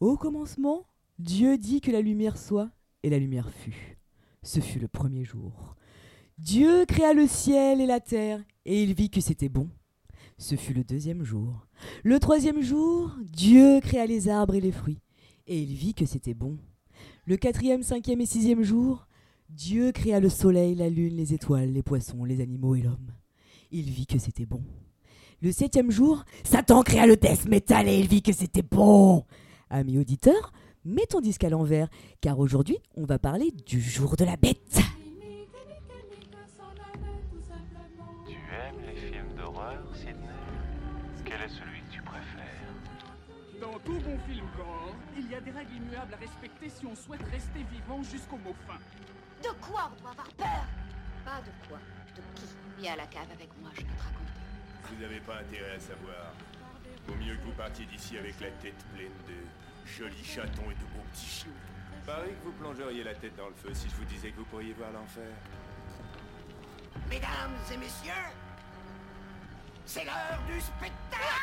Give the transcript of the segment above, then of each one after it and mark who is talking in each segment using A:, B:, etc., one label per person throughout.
A: Au commencement, Dieu dit que la lumière soit, et la lumière fut. Ce fut le premier jour. Dieu créa le ciel et la terre, et il vit que c'était bon. Ce fut le deuxième jour. Le troisième jour, Dieu créa les arbres et les fruits, et il vit que c'était bon. Le quatrième, cinquième et sixième jour, Dieu créa le soleil, la lune, les étoiles, les poissons, les animaux et l'homme. Il vit que c'était bon. Le septième jour, Satan créa le death metal et il vit que c'était bon. Ami auditeur, mets ton disque à l'envers, car aujourd'hui, on va parler du jour de la bête.
B: Tu aimes les films d'horreur, Sidney Quel est celui que tu préfères
C: Dans tout bon film gore, il y a des règles immuables à respecter si on souhaite rester vivant jusqu'au mot fin.
D: De quoi on doit avoir peur Pas de quoi, de qui Viens à la cave avec moi, je vais te raconter.
E: Vous n'avez pas intérêt à savoir. Vaut mieux que vous partiez d'ici avec la tête pleine de jolis chatons et de beaux petits chiots. Pareil que vous plongeriez la tête dans le feu si je vous disais que vous pourriez voir l'enfer.
F: Mesdames et messieurs, c'est l'heure du spectacle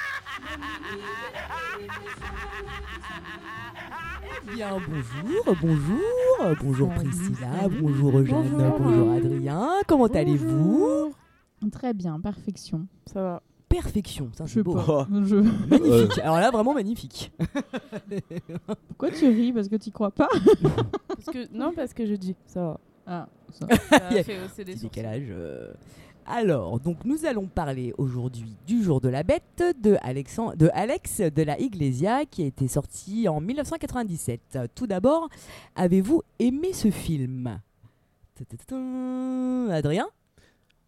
A: Bien, bonjour, bonjour, bonjour Priscilla, bonjour Eugène,
G: Bonjour.
A: bonjour Adrien, comment allez-vous
G: Très bien, perfection.
H: Ça va.
A: Perfection, ça
G: Je sais
A: c'est beau.
G: pas. Je-
A: Magnifique, alors là vraiment magnifique.
G: Pourquoi tu ris Parce que tu crois pas
H: Parce que, non, parce que je dis ça va.
G: Ah, ça.
H: Ça
A: Yeah.
H: fait hausser les
A: Petit
H: sourcils.
A: décalage. euh. Alors, donc nous allons parler aujourd'hui du jour de la bête de, Alexan- de Alex de la Iglesia qui a été sorti en 1997. Tout d'abord, avez-vous aimé ce film Tadadadam. Adrien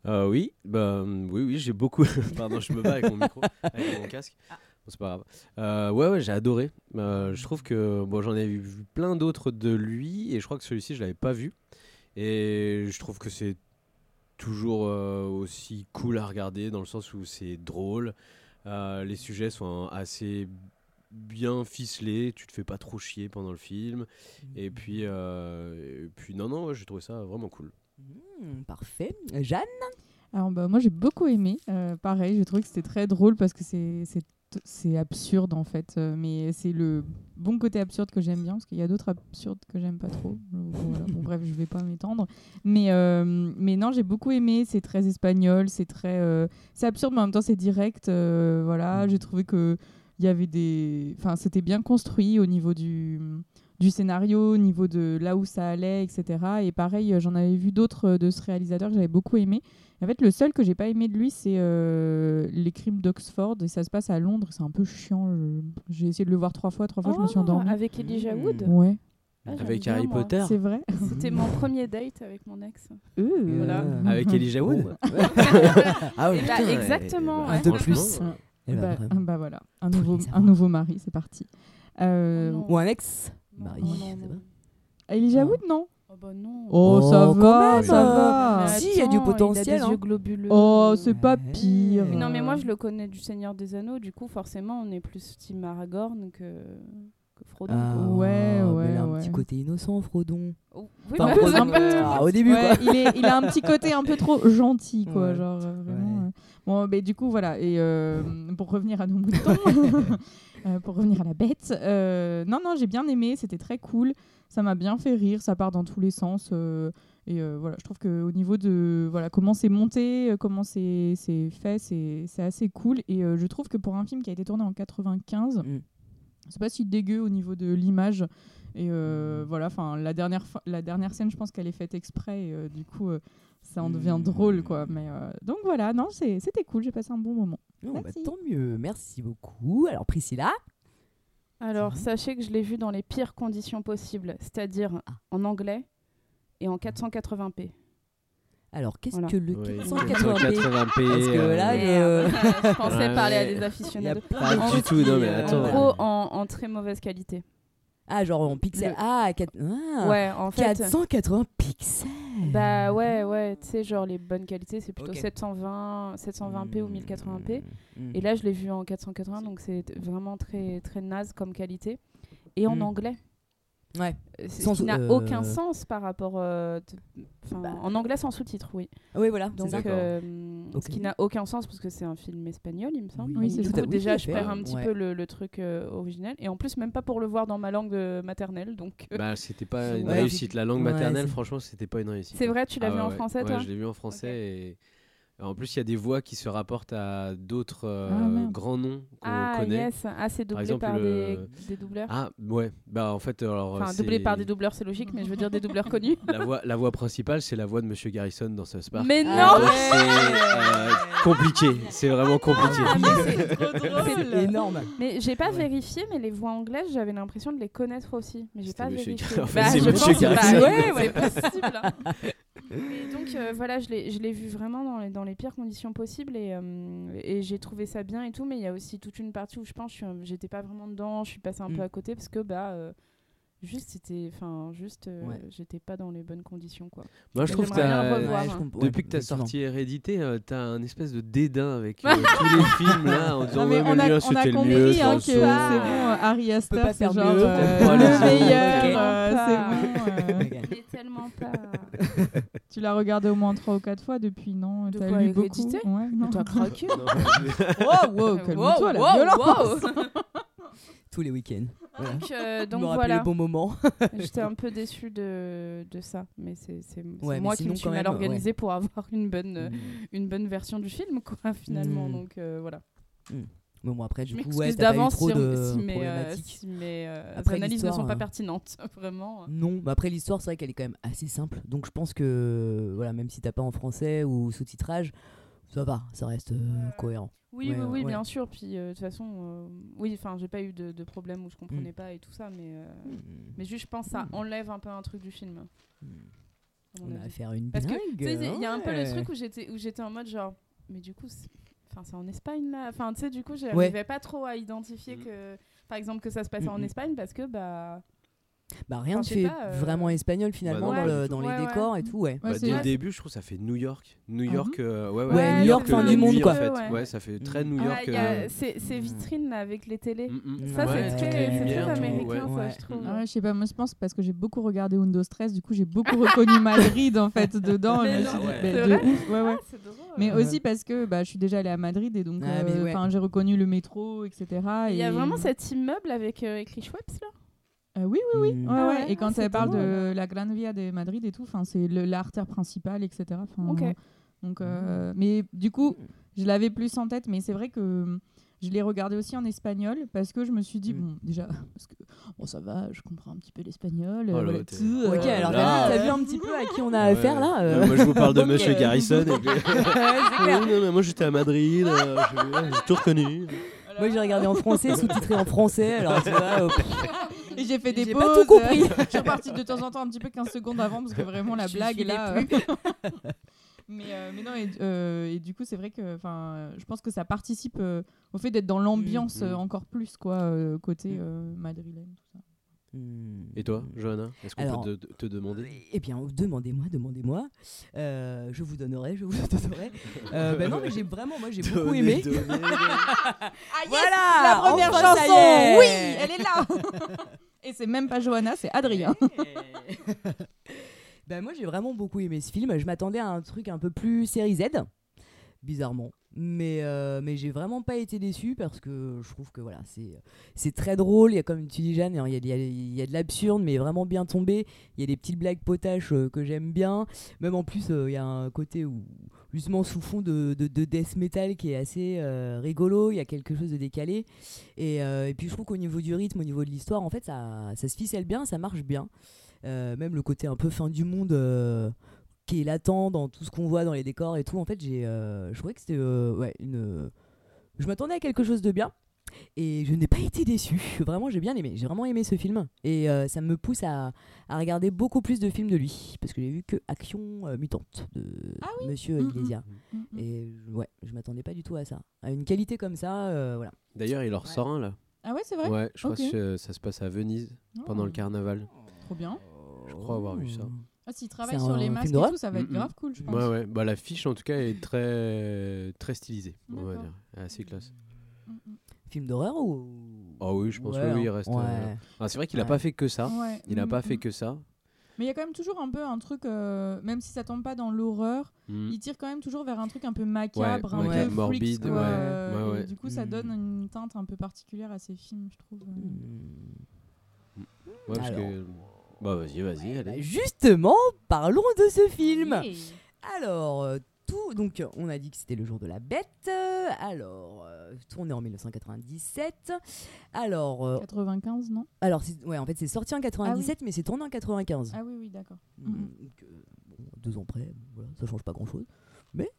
I: Euh, oui, bah, euh, oui, oui, j'ai beaucoup. Pardon, je me bats avec mon micro, avec mon casque. Bon, c'est pas grave. Euh, ouais, ouais, j'ai adoré. Euh, je trouve que bon, j'en ai vu plein d'autres de lui et je crois que celui-ci, je l'avais pas vu. Et je trouve que c'est toujours euh, aussi cool à regarder dans le sens où c'est drôle. Euh, les sujets sont assez bien ficelés. Tu te fais pas trop chier pendant le film. Et puis, euh, et puis non, non, ouais, j'ai trouvé ça vraiment cool.
A: Hmm, Parfait. Jeanne
G: Alors, bah, moi, j'ai beaucoup aimé. Euh, pareil, j'ai trouvé que c'était très drôle parce que c'est- c'est c'est absurde en fait. Euh, mais c'est le bon côté absurde que j'aime bien parce qu'il y a d'autres absurdes que j'aime pas trop. Donc, voilà. Bon, bref, je vais pas m'étendre. Mais, euh, mais non, j'ai beaucoup aimé. C'est très espagnol, c'est très. euh, c'est absurde, mais en même temps, c'est direct. euh, voilà, j'ai trouvé que. Il y avait des. Enfin, c'était bien construit au niveau du, du scénario, au niveau de là où ça allait, etc. Et pareil, j'en avais vu d'autres euh, de ce réalisateur que j'avais beaucoup aimé. En fait, le seul que j'ai pas aimé de lui, c'est euh, les crimes d'Oxford et ça se passe à Londres. C'est un peu chiant. je- J'ai essayé de le voir trois fois, trois fois, je me suis
H: Oh,
G: endormie.
H: Avec Elijah
A: Mm.
H: Wood
G: Ouais,
H: Ah, j'aime
I: Avec
H: bien,
I: Harry
H: moi.
I: Potter.
G: c'est vrai.
H: C'était mon premier date avec mon ex.
A: Ah,
H: Voilà.
A: Euh,
I: Avec Elijah Wood
A: Bon,
I: Ah
A: Oh,
H: Eh bah, exactement,
A: ouais. De plus. eh ben,
G: Bah,
A: vraiment.
G: bah voilà, un
A: Tous
G: nouveau,
A: les
G: un
A: avoirs.
G: nouveau mari, c'est parti. Euh,
H: Oh non.
A: Ou un ex
H: Non,
A: Marie,
H: non,
A: c'est
H: non.
A: bon.
G: Elijah
A: Ah.
G: Wood, non
H: Oh bah non.
G: Oh,
A: Oh,
G: ça
A: quand
G: va,
A: même.
G: ça
H: Mais
G: va.
A: Ah, Si, il y a du
H: attends, Il a
A: potentiel,
H: des
A: hein.
H: yeux globuleux.
G: Oh, c'est pas pire.
H: Mais Euh, Non, mais moi je le connais du Seigneur des Anneaux, du coup forcément on est plus Team Aragorn que, que Frodon.
A: Ah,
H: quoi.
G: Ouais,
A: mais
G: ouais,
A: là, un
G: ouais.
A: petit côté innocent, Frodon.
H: Oh, oui,
A: Enfin,
H: mais
A: Frodon,
H: c'est pas-
A: euh, au début,
G: Ouais,
A: quoi.
G: il, est, il a un petit côté un peu trop gentil, quoi.
A: Ouais.
G: Genre, euh, vraiment.
A: Ouais.
G: euh. Bon, mais du coup, voilà. Et euh, pour revenir à nos moutons, euh, pour revenir à la bête, euh, non, non, j'ai bien aimé. C'était très cool. Ça m'a bien fait rire. Ça part dans tous les sens. euh, et euh, voilà, je trouve que au niveau de voilà comment c'est monté, euh, comment c'est c'est fait, c'est c'est assez cool. Et euh, je trouve que pour un film qui a été tourné en 95,
A: Mm.
G: c'est pas si dégueu au niveau de l'image. Et
A: Mm.
G: euh, voilà, enfin la dernière fo- la dernière scène, je pense qu'elle est faite exprès. Et, euh, du coup, euh, ça en devient
A: Mm.
G: drôle, quoi. Mais euh, donc voilà, non, c'est- c'était cool. J'ai passé un bon moment.
A: Non, bah,
G: Merci.
A: tant mieux, merci beaucoup. Alors Priscilla,
H: Alors,
A: Mhm.
H: sachez que je l'ai vu dans les pires conditions possibles, c'est-à-dire en anglais et en 480p.
A: alors qu'est-ce
H: Voilà.
A: que le
I: Ouais,
A: 480p
I: 480p,
A: Parce que
I: euh,
A: là,
H: Merde,
A: les, euh,
H: Je pensais
I: Ouais,
H: parler à
I: mais-
H: des
A: il y a
H: aficionados.
A: pas
H: En
I: du tout, non, mais
A: euh,
H: En
I: attends.
H: gros, en, en très mauvaise qualité.
A: Ah, genre en pixels.
H: Le-
A: Ah, quatre- ah,
H: ouais, en fait.
A: 480 pixels.
H: Bah ouais, ouais, tu sais, genre les bonnes qualités, c'est plutôt
A: Ok.
H: 720, 720p ou 1080p.
A: Mm.
H: Et là, je l'ai vu en 480, donc c'est vraiment très, très naze comme qualité. Et en
A: Mm.
H: anglais.
A: Ouais.
H: Euh, c'est-
A: Sans
H: ce qui
A: sou-
H: n'a
A: euh,
H: aucun sens par rapport. euh, t- enfin, en anglais sans sous-titres, oui.
A: Bah. Ah Oui, voilà. c'est
H: Donc,
A: ça.
I: D'accord.
H: euh,
A: Ok.
H: ce qui n'a aucun sens parce que c'est un film espagnol, il me semble.
G: Oui,
H: Donc,
G: c'est
H: du
G: ça.
H: coup,
G: Tout à-
A: oui,
H: déjà,
A: tout à
H: je
A: fait,
H: perds
A: hein.
H: un petit
A: Ouais.
H: peu le, le truc euh, original. Et en plus, même pas pour le voir dans ma langue euh, maternelle. Donc, euh,
I: Bah, c'était pas une
A: Ouais.
I: réussite. La langue
A: Ouais,
I: maternelle,
A: c'est-
I: franchement, c'était pas une réussite.
H: c'est vrai, tu l'as
I: Ah
H: vu
I: ouais,
H: en
I: ouais.
H: français,
I: Ouais,
H: toi
I: je l'ai vu en français. Et... En plus, il y a des voix qui se rapportent à d'autres euh,
G: Ah, merde.
I: grands noms qu'on
H: Ah,
I: connaît.
H: yes. Ah, c'est doublé
I: exemple,
H: par des,
I: le-
H: des doubleurs.
I: Ah, ouais. Bah, en fait, alors.
H: enfin,
I: c'est-
H: doublé par des doubleurs, c'est logique, mais je veux dire des doubleurs connus.
I: La voix, la voix principale, c'est la voix de Monsieur Garrison dans ce Park.
H: Mais
A: Ah
H: non Ah,
I: Donc, c'est euh, compliqué. C'est vraiment compliqué.
A: C'est énorme.
H: Mais j'ai pas
A: Ouais.
H: vérifié, mais les voix anglaises, j'avais l'impression de les connaître aussi. Mais j'ai
I: C'était
H: pas
I: Monsieur
H: vérifié. Bah,
I: Gar- en fait, c'est
H: je
I: Monsieur
H: pense,
I: Garrison.
H: bah ouais, ouais, c'est possible. hein. Mais donc euh, voilà, je l'ai je l'ai vu vraiment dans les, dans les pires conditions possibles et, euh, et j'ai trouvé ça bien et tout. Mais il y a aussi toute une partie où je pense que je suis un- j'étais pas vraiment dedans, je suis passée un
A: Mm.
H: peu à côté parce que bah. euh, Juste, c'était. Enfin, juste, euh,
A: Ouais.
H: j'étais pas dans les bonnes conditions, quoi.
I: Moi, je trouve que
H: J'aimerais bien
I: t'as.
H: revoir.
A: je comprends- ouais,
I: Depuis que t'as
A: effectivement.
I: sorti Hérédité, euh, t'as un espèce de dédain avec euh, tous les films là en disant
G: Non, mais
I: ouais, mais
G: on a,
I: le mien,
G: on a
I: c'était le
G: compris
I: mieux.
G: hein,
I: sans
G: que c'est
I: son.
G: bon, euh, Ari
A: pas
G: Aster, c'est
A: faire
G: genre
A: mieux.
G: euh,
I: On peut pas
G: le
I: les autres.
G: meilleur,
H: Ok.
G: euh, c'est bon. euh.
A: Ok.
H: Mais tellement pas.
G: Tu l'as regardé au moins 3 ou 4 fois depuis, non
H: De
G: T'as
H: quoi,
G: lu
H: avec
G: beaucoup
H: Hérédité
G: ouais, non.
H: T'as craqué
G: Wow, wow, calme-toi, la violence
A: Tous les week-ends. Voilà.
H: Donc, euh, donc
A: me rappeler
H: voilà.
A: les bons moments.
H: J'étais un peu déçue de, de ça, mais c'est c'est- c'est
A: Ouais, mais
H: moi qui
A: sinon,
H: me suis
A: quand
H: mal
A: même,
H: organisée pour avoir une bonne, euh,
A: Mm.
H: une bonne version du film, quoi, finalement.
A: Mm.
H: Donc euh, voilà.
A: Mais bon, après,
H: Je
A: du coup,
H: m'excuse
A: ouais, t'as pas eu
H: d'avance
A: trop
H: si,
A: de
H: si mes, euh,
A: problématiques.
H: si mes, euh,
A: Après,
H: analyses ne
A: l'histoire,
H: sont pas
A: hein. Mm.
H: pertinentes, vraiment.
A: Non, mais après l'histoire, c'est vrai qu'elle est quand même assez simple. Donc je pense que voilà, même si t'as pas en français ou sous-titrage, ça va, ça reste euh, cohérent.
H: Oui,
A: Ouais,
H: oui, oui,
A: ouais.
H: bien sûr. Puis euh, de toute façon, euh, oui, enfin, j'ai pas eu de, de problème où
A: Mm.
H: je comprenais pas et tout ça, mais, euh, mais juste, je pense que ça enlève un peu un truc du film. à mon
A: On
H: avis.
A: va faire une
H: Parce que,
A: dingue. hein.
H: Tu sais, il y a un peu le
A: ouais.
H: truc où j'étais où j'étais en mode genre mais du coup c'est enfin, c'est en Espagne là enfin tu sais du coup j'arrivais pas trop à identifier
I: Mhm.
H: que par exemple que ça se passait en
A: Mhm.
H: Espagne parce que bah
A: Bah rien
H: Enfin,
A: ne
H: je sais
A: fait
H: pas, euh,
A: vraiment espagnol finalement
I: Bah non,
A: dans,
I: pas
A: le-
I: du
A: dans
H: tout.
A: les
H: Ouais, ouais.
A: décors et tout, ouais.
G: Ouais,
I: Bah,
G: c'est
I: dès le
G: vrai.
I: début, je trouve que ça fait New York. New
A: Ah
I: York, euh, ouais, ouais,
A: Ouais, New York, fin du
I: euh,
A: monde, quoi.
I: En fait.
H: Ouais.
I: ouais. ça fait très New
H: ah,
I: York.
H: il y a
I: euh,
H: ces, ces
A: Mhm.
H: vitrines avec les télés
I: mm, mm.
H: ça
I: Ouais,
H: c'est
I: toutes les
H: très, c'est
I: lumières,
H: très
I: tout, ouais.
H: américain ça
A: ouais.
H: je trouve
G: Ah ouais, je sais pas, moi je pense parce que j'ai beaucoup regardé Windows 13, du coup j'ai beaucoup reconnu Madrid en fait dedans.
H: Mais
G: Je me suis
H: non,
G: dit, bah,
I: ouais.
H: C'est
G: de
H: vrai
G: ouf, ouais, ouais.
H: Ah, c'est drôle
G: Mais
A: Ouais.
G: aussi parce que bah, je suis déjà allée à Madrid et donc
A: Ah, mais
G: euh,
A: ouais.
G: enfin, j'ai reconnu le métro, etc.
H: il y a
G: et-
H: vraiment cet immeuble avec euh, écrit Schweppes là
G: Euh, oui, oui, oui.
A: Mm.
G: Ouais,
H: Ah
G: ouais.
H: ouais,
G: Et quand
H: c'est
G: elle parle
H: drôle.
G: de la Gran Via de Madrid et tout, enfin, c'est le- l'artère principale, etc. Enfin,
H: Ok.
G: Donc, euh, mais du coup, je l'avais plus en tête, mais c'est vrai que je l'ai regardé aussi en espagnol parce que je me suis dit
A: Mm.
G: bon, déjà, parce que bon, ça va, je comprends un petit peu l'espagnol.
I: Oh,
G: euh,
I: le
G: voilà,
I: hôtel.
G: tout,
A: Ok,
H: Ah,
G: euh,
A: alors
I: là.
A: t'as vu- t'as vu un petit peu à qui on a
I: Ouais.
A: affaire là euh.
I: Ouais, Moi, je vous parle de
A: Donc,
I: Monsieur
A: euh,
I: Garrison. et puis- Oui, non, mais moi, j'étais à Madrid. euh, je- J'ai tout reconnu.
A: Moi j'ai regardé en français, sous-titré en français, alors tu vois, euh,
G: Et j'ai fait des
A: J'ai
G: pauses.
A: pas tout compris.
G: je suis repartie de temps en temps un petit peu 15 secondes avant parce que vraiment la
A: Je
G: blague est
A: filais
G: là. euh. mais, euh, mais non, et, euh, et du coup, c'est vrai que enfin, euh, je pense que ça participe euh, au fait d'être dans l'ambiance
A: Mm,
I: Mhm.
G: euh, encore plus, quoi, euh, côté
A: Mhm.
G: euh, madrilène. Tout ça.
I: Et toi,
A: Mm.
I: Johanna Est-ce qu'on
A: Alors-
I: peut te, te demander
A: Eh bien, demandez-moi, demandez-moi. Euh, je vous donnerai, je vous donnerai. Euh, bah non, mais j'ai vraiment, moi j'ai beaucoup aimé. voilà,
G: Ah, la première
A: enfin, ça y
G: chanson
A: est. Eh
G: Oui, elle est là Et c'est même pas Johanna, c'est Adrien.
A: Eh. bah moi j'ai vraiment beaucoup aimé ce film. Je m'attendais à un truc un peu plus série Z, bizarrement. Mais, euh, mais j'ai vraiment pas été déçu parce que je trouve que voilà, c'est, c'est très drôle. Il y a, comme tu dis, Jeanne, hein, il y a, il y a- il y a de l'absurde, mais vraiment bien tombé. Il y a des petites blagues potaches euh, que j'aime bien. Même en plus, euh, il y a un côté où, justement, sous fond de, de, de death metal qui est assez euh, rigolo. Il y a quelque chose de décalé. Et, euh, et puis je trouve qu'au niveau du rythme, au niveau de l'histoire, en fait, ça, ça se ficelle bien, ça marche bien. Euh, même le côté un peu fin du monde euh, qui est latent dans tout ce qu'on voit dans les décors et tout. En fait, j'ai, euh, je trouvais que c'était euh, ouais, une. Je m'attendais à quelque chose de bien et je n'ai pas été déçu. Vraiment, j'ai bien aimé. J'ai vraiment aimé ce film et euh, ça me pousse à, à regarder beaucoup plus de films de lui parce que j'ai vu que Action euh, mutante de Monsieur
G: Mhm.
A: Iglesia.
G: Mhm.
A: Et ouais, je m'attendais pas du tout à ça, à une qualité comme ça. euh, voilà.
I: D'ailleurs, il en ressort un là.
G: Ah ouais, c'est vrai
I: Ouais, je crois
G: Ok.
I: que euh, ça se passe à Venise pendant
G: Oh,
I: le carnaval.
G: Trop bien.
I: Je crois avoir vu ça.
A: Oh.
G: Ah, S'il travaille
A: C'est
G: sur
A: un
G: les
A: film
G: masques et
A: d'horreur Mm,
G: tout, ça va être
I: Mhm.
G: grave cool, je pense.
I: Ouais, ouais. Bah, l'affiche, en tout cas, est euh, très, très stylisée, on va
G: D'accord.
I: dire. Assez classe.
G: Mhm.
A: Film d'horreur ou.
I: Ah oui, je pense que
A: Ouais,
I: oui, il
A: hein.
I: reste. euh,
A: Ouais.
I: Ah, c'est vrai qu'il n'a
A: Ouais.
I: pas fait que ça.
G: Ouais,
I: Il n'a
G: mm,
I: pas fait
G: mm.
I: que ça.
G: Mais il y a quand même toujours un peu un truc, euh, même si ça tombe pas dans l'horreur,
I: Mm.
G: il tire quand même toujours vers un truc un peu macabre, un
A: macabre,
G: peu freaks,
I: morbide,
G: quoi,
A: ouais.
G: euh,
I: Ouais,
G: et
I: ouais.
G: Du coup, ça
A: Mm.
G: donne une teinte un peu particulière à ces films, je trouve. euh.
I: Mm.
A: Hmm.
I: Ouais, parce
A: Alors.
I: que- Bah vas-y, vas-y,
A: Bah,
I: allez.
A: justement, parlons de ce film. Alors, euh, tout. Donc, euh, on a dit que c'était le jour de la bête. Euh, Alors, euh, tourné en 1997. Alors,
G: Oh.
A: euh,
G: 95, non
A: alors c'est- ouais, en fait, c'est sorti en 97, mais c'est tourné en 95.
G: Ah oui, oui, d'accord.
A: Mm,
G: mhm.
A: donc, euh, bon, deux ans près, voilà, ça change pas grand chose.
I: Ouais,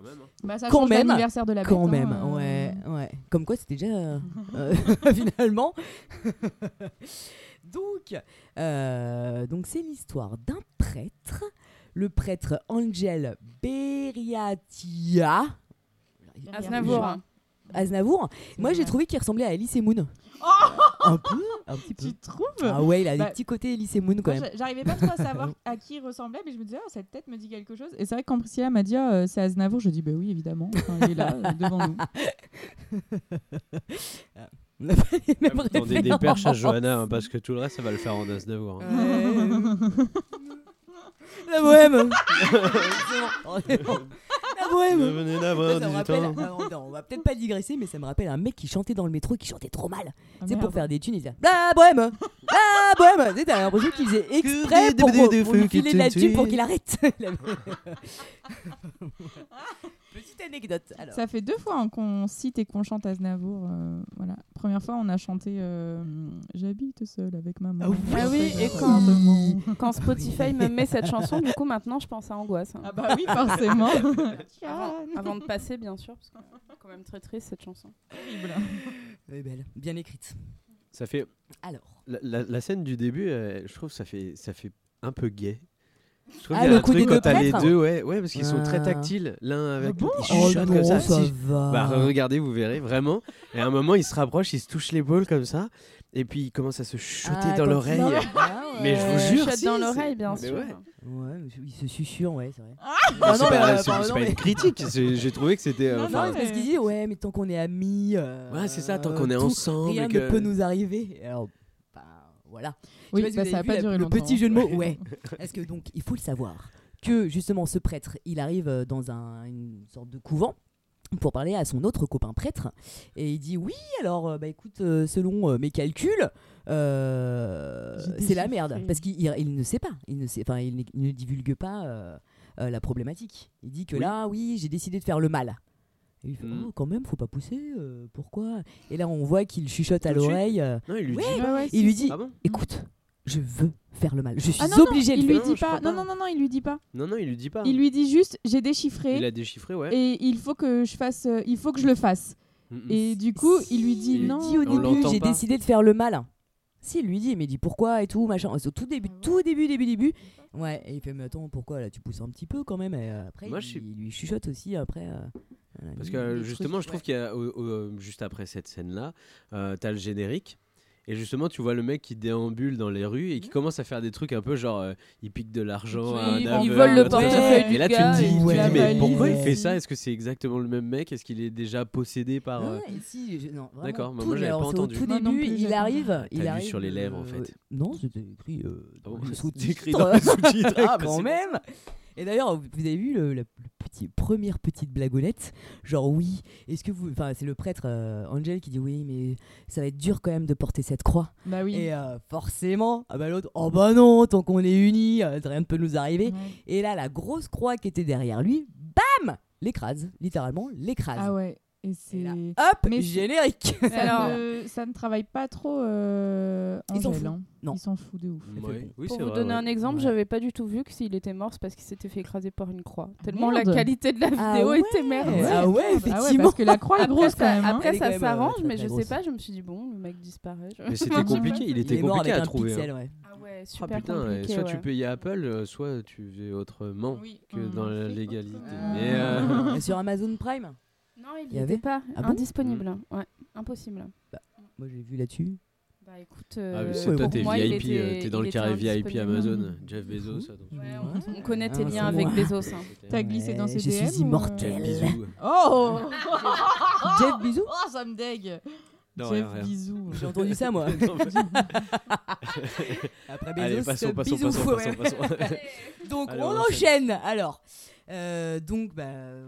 I: même, hein.
G: Bah, ça
A: Quand
G: change
A: même,
G: l'anniversaire de la bête.
A: Quand
G: hein,
A: même,
G: euh,
A: ouais, ouais. Comme quoi, c'était déjà euh, euh, finalement. donc, euh, donc c'est l'histoire d'un prêtre, le prêtre Angel Beriatia.
H: Aznavour. hein.
A: Aznavour. Moi, j'ai trouvé qu'il ressemblait à Alice et Moon. un peu, un petit
I: Hein
A: peu.
G: Tu trouves
A: Ah ouais, il a
G: Bah,
A: des petits côtés Alice et Moon quand
G: Moi,
A: même.
G: j'a- J'arrivais pas trop à savoir à qui il ressemblait, mais je me disais, oh, cette tête me dit quelque chose. Et c'est vrai que quand Priscilla m'a dit, Ah, euh, c'est Aznavour, je dis, bah oui, évidemment, Enfin, il est là, euh, devant nous.
A: On n'a pas les mêmes
I: Vous tendez des
A: références.
I: perches à Johanna, hein, parce que tout le reste, ça va le faire en Aznavour. hein.
A: La bohème. C'est bon, La bohème.
I: Venez là,
A: Ça,
I: voir,
A: ça me
I: 18
A: rappelle,
I: ans.
A: Ah, non, on va peut-être pas digresser, mais ça me rappelle un mec qui chantait dans le métro, qui chantait trop mal.
G: Ah,
A: C'est
G: merde.
A: pour faire des thunes, il disait La bohème La bohème Tu sais, T'as l'impression qu'il faisait exprès pour, pour,
I: des
A: lui
I: feux qui
A: filer de la
I: tuent.
A: thune pour qu'il arrête. Il avait- Petite anecdote. Alors.
G: Ça fait deux fois hein, qu'on cite et qu'on chante Aznavour. euh, voilà. Première fois, on a chanté euh, J'habite seul avec maman.
A: Ah oui.
H: Ah oui,
G: J'habite
H: et
G: seul
H: quand-
G: avec maman.
H: Quand Spotify me met cette chanson, du coup, maintenant, je pense à Angoisse. hein.
G: Ah bah oui, forcément.
H: Avant, avant de passer, bien sûr, parce que c'est quand même très triste cette chanson.
A: Elle est belle, bien écrite.
I: Ça fait.
A: Alors.
I: La, la- la scène du début, euh, je trouve ça fait ça fait un peu gay. Je trouve
A: Ah,
I: qu'il y a
A: le
I: un
A: coup des
I: truc
A: deux
I: quand t'as les
A: prêtres hein.
I: deux, ouais, ouais, parce qu'ils sont
A: Ah.
I: très tactiles, l'un avec l'autre. Ils
A: Oh
I: chuchotent
A: non,
I: comme ça.
A: ça,
I: Si.
A: va.
I: Bah regardez, vous verrez vraiment. Et à un moment, ils se rapprochent, ils se touchent l'épaule comme ça, et puis ils commencent à se chuchoter
A: Ah,
I: dans
A: quand-
I: l'oreille.
A: Non,
I: Bah Mais je vous
H: Euh,
I: jure,
H: Shot
I: si,
H: dans
I: c'est-
H: l'oreille, bien
I: Mais
H: sûr.
I: ouais.
A: Ouais, mais il se susurre, ouais, c'est vrai.
I: Bah,
A: Ah
I: c'est
A: non, mais,
I: pas,
A: euh,
I: c'est-
A: bah,
I: c'est
A: non,
I: pas
A: mais-
I: une critique, c'est- j'ai trouvé que c'était. euh,
G: Non,
A: Non,
I: enfin,
A: mais parce qu'il dit, ouais, mais tant qu'on est amis. euh,
I: ouais, c'est ça, tant qu'on est
A: tout-
I: ensemble.
A: Rien
I: et
A: ne
I: que-
A: peut nous arriver. Alors, bah, voilà.
G: Oui,
A: Je sais
G: bah,
A: pas si vous
G: ça a
A: avez
G: pas
A: vu la-
G: duré
A: le
G: longtemps.
A: petit jeu de mots, ouais. Parce que donc, il faut le savoir que justement ce prêtre, il arrive euh, dans un, une sorte de couvent pour parler à son autre copain prêtre et il dit oui alors euh, bah écoute euh, selon euh, mes calculs euh,
G: J'ai
A: c'est la
G: déchiffré.
A: merde parce qu'il il- il ne sait pas il ne sait enfin il, n- il ne divulgue pas euh, euh, la problématique il dit que
I: Oui.
A: là oui j'ai décidé de faire le mal et il fait
I: Mm.
A: Oh, quand même faut pas pousser euh, pourquoi et là on voit qu'il chuchote à
I: Tout de suite
A: l'oreille euh,
I: Non, il lui
A: Ouais,
I: dit.
G: Ouais, ouais,
A: il lui dit
I: Ah bon
A: écoute, je veux faire le mal. Je suis
G: Ah non, non,
A: obligé de
G: il
A: le
G: lui
A: faire.
I: Non,
G: dit
I: je
G: pas.
I: crois
G: Non,
I: pas.
G: non, non, non, il lui dit pas.
I: Non, non, il lui dit pas.
G: Il lui dit juste, j'ai
I: Il
G: déchiffré
I: a déchiffré, ouais.
G: et il faut que je fasse, euh, il faut que je le fasse.
I: Mm, mm.
G: Et du coup, il lui dit
I: Il lui
G: non.
A: dit au
I: On
A: début,
I: l'entend
A: j'ai
I: pas.
A: décidé de faire le mal. Si, il lui dit, mais il dit pourquoi et tout, machin. Au tout début, tout début, début, début. Ouais, et il fait, mais attends, pourquoi là, tu pousses un petit peu quand même. Et euh, après,
I: Moi,
A: il,
I: je suis-
A: il lui chuchote aussi après. euh, voilà,
I: Parce
A: il-
I: que euh,
A: des
I: justement,
A: trucs,
I: je trouve qu'il y a, au- au- euh, juste après cette scène-là, euh, t'as le générique. Et justement, tu vois le mec qui déambule dans les rues et qui commence à faire des trucs un peu genre, euh, il pique de l'argent à un
H: Ils
I: aveugle,
H: volent le
I: un
A: Ah,
I: truc comme ça.
H: portefeuille
I: Et
H: du
I: là, tu
H: gars
I: te dis,
A: et
I: tu
A: tout.
I: te dis,
A: La
I: mais
A: valise,
I: pourquoi il
A: ouais.
I: fait ça Est-ce que c'est exactement le même mec Est-ce qu'il est déjà possédé par...
A: Ouais,
I: euh,
A: et si, je- non, vraiment,
I: D'accord, mais
A: tout,
I: moi,
A: mais
I: j'avais
A: alors,
I: pas
A: c'est au
I: entendu.
A: Tout
G: Moi non
A: début,
G: plus,
A: il
G: j'avais-
A: arrive, il
I: lu
A: arrive
I: sur les lèvres, en
A: euh,
I: fait.
A: Non, c'était écrit euh,
I: Ah
A: dans
I: bon,
A: le
I: c'est écrit dans les sous-titres. Ah, bah,
A: quand
I: c'est-
A: même. Et d'ailleurs, vous avez vu le, la petit- première petite blagounette Genre, oui, est-ce que vous. Enfin, c'est le prêtre euh, Angel qui dit oui, mais ça va être dur quand même de porter cette croix.
G: Bah oui.
A: Et euh, forcément, ah bah l'autre, oh bah non, tant qu'on est unis, euh, rien ne peut nous arriver.
G: Ouais.
A: Et là, la grosse croix qui était derrière lui, bam L'écrase, littéralement, l'écrase.
G: Ah ouais. Et c'est.
A: Et là, hop,
G: Mais c'est-
A: générique
G: Ça,
H: Alors-
G: ne, ça ne travaille pas trop. Euh,
A: Ils s'en
G: Angèle,
A: foutent.
G: hein.
A: Non.
G: Ils s'en foutent de ouf.
I: Ouais. Oui,
H: Pour
I: c'est
H: vous
I: vrai,
H: donner
I: ouais.
H: un exemple,
A: Ouais.
H: j'avais pas du tout vu que s'il était mort, c'est parce qu'il s'était fait écraser par une croix. Tellement la
G: merde.
H: qualité de la
A: Ah
H: vidéo était merde.
A: ouais, Ah ouais, effectivement.
G: Ah ouais, parce que la croix est
H: Après,
G: grosse
H: ça,
G: quand même. hein.
H: après,
A: Elle est
H: ça
A: quand même, euh,
H: s'arrange,
A: très,
H: mais
A: très
H: je sais
A: grosse.
H: pas, je me suis dit, bon, le mec disparaît. je-
I: Mais c'était compliqué, il était
A: Il est mort
I: compliqué
A: avec
I: à
A: un
I: trouver. hein.
A: pixel, ouais.
H: Ah ouais,
I: Ah
H: super
I: putain, ouais,
H: compliqué.
I: soit tu
H: ouais.
I: payais Apple, euh, soit tu faisais autrement
G: Oui,
I: que
G: on
I: dans
G: le
I: la
G: fait.
I: légalité.
G: Euh,
I: Mais euh,
A: Et Sur Amazon Prime
H: Non, il
A: Il y
H: n'y
A: avait
H: avait pas.
A: Ah bon
H: Indisponible. Ouais, impossible.
A: Moi, j'ai vu là-dessus.
H: Bah écoute,
I: ah, mais
H: euh,
I: c'est toi,
H: pour
I: t'es
H: moi, il
I: VIP, euh,
H: était-
I: t'es dans
H: il
I: le
H: était
I: carré VIP
H: indisponible.
I: Amazon, Jeff Bezos. attention.
H: Ouais,
A: Ouais.
H: on, on connaît tes
A: Ah,
H: liens
A: c'est
H: avec
A: moi.
H: Bezos. hein.
G: T'as glissé dans
A: Ouais,
G: ses
A: je
G: DM
A: suis
G: ou, euh,
A: immortel.
I: Bisous.
G: Oh
A: Jeff Bezos
G: Oh, ça me dégue
I: Non,
G: Jeff
I: rien, rien.
G: Bisou.
A: J'ai entendu ça, moi.
I: Non, mais-
A: Après
I: Allez,
A: Bezos,
I: passons, passons,
A: bisous.
I: passons,
A: Ouais.
I: passons, passons.
A: Donc
I: Allez,
A: on,
I: on
A: enchaîne. Alors, euh, donc bah,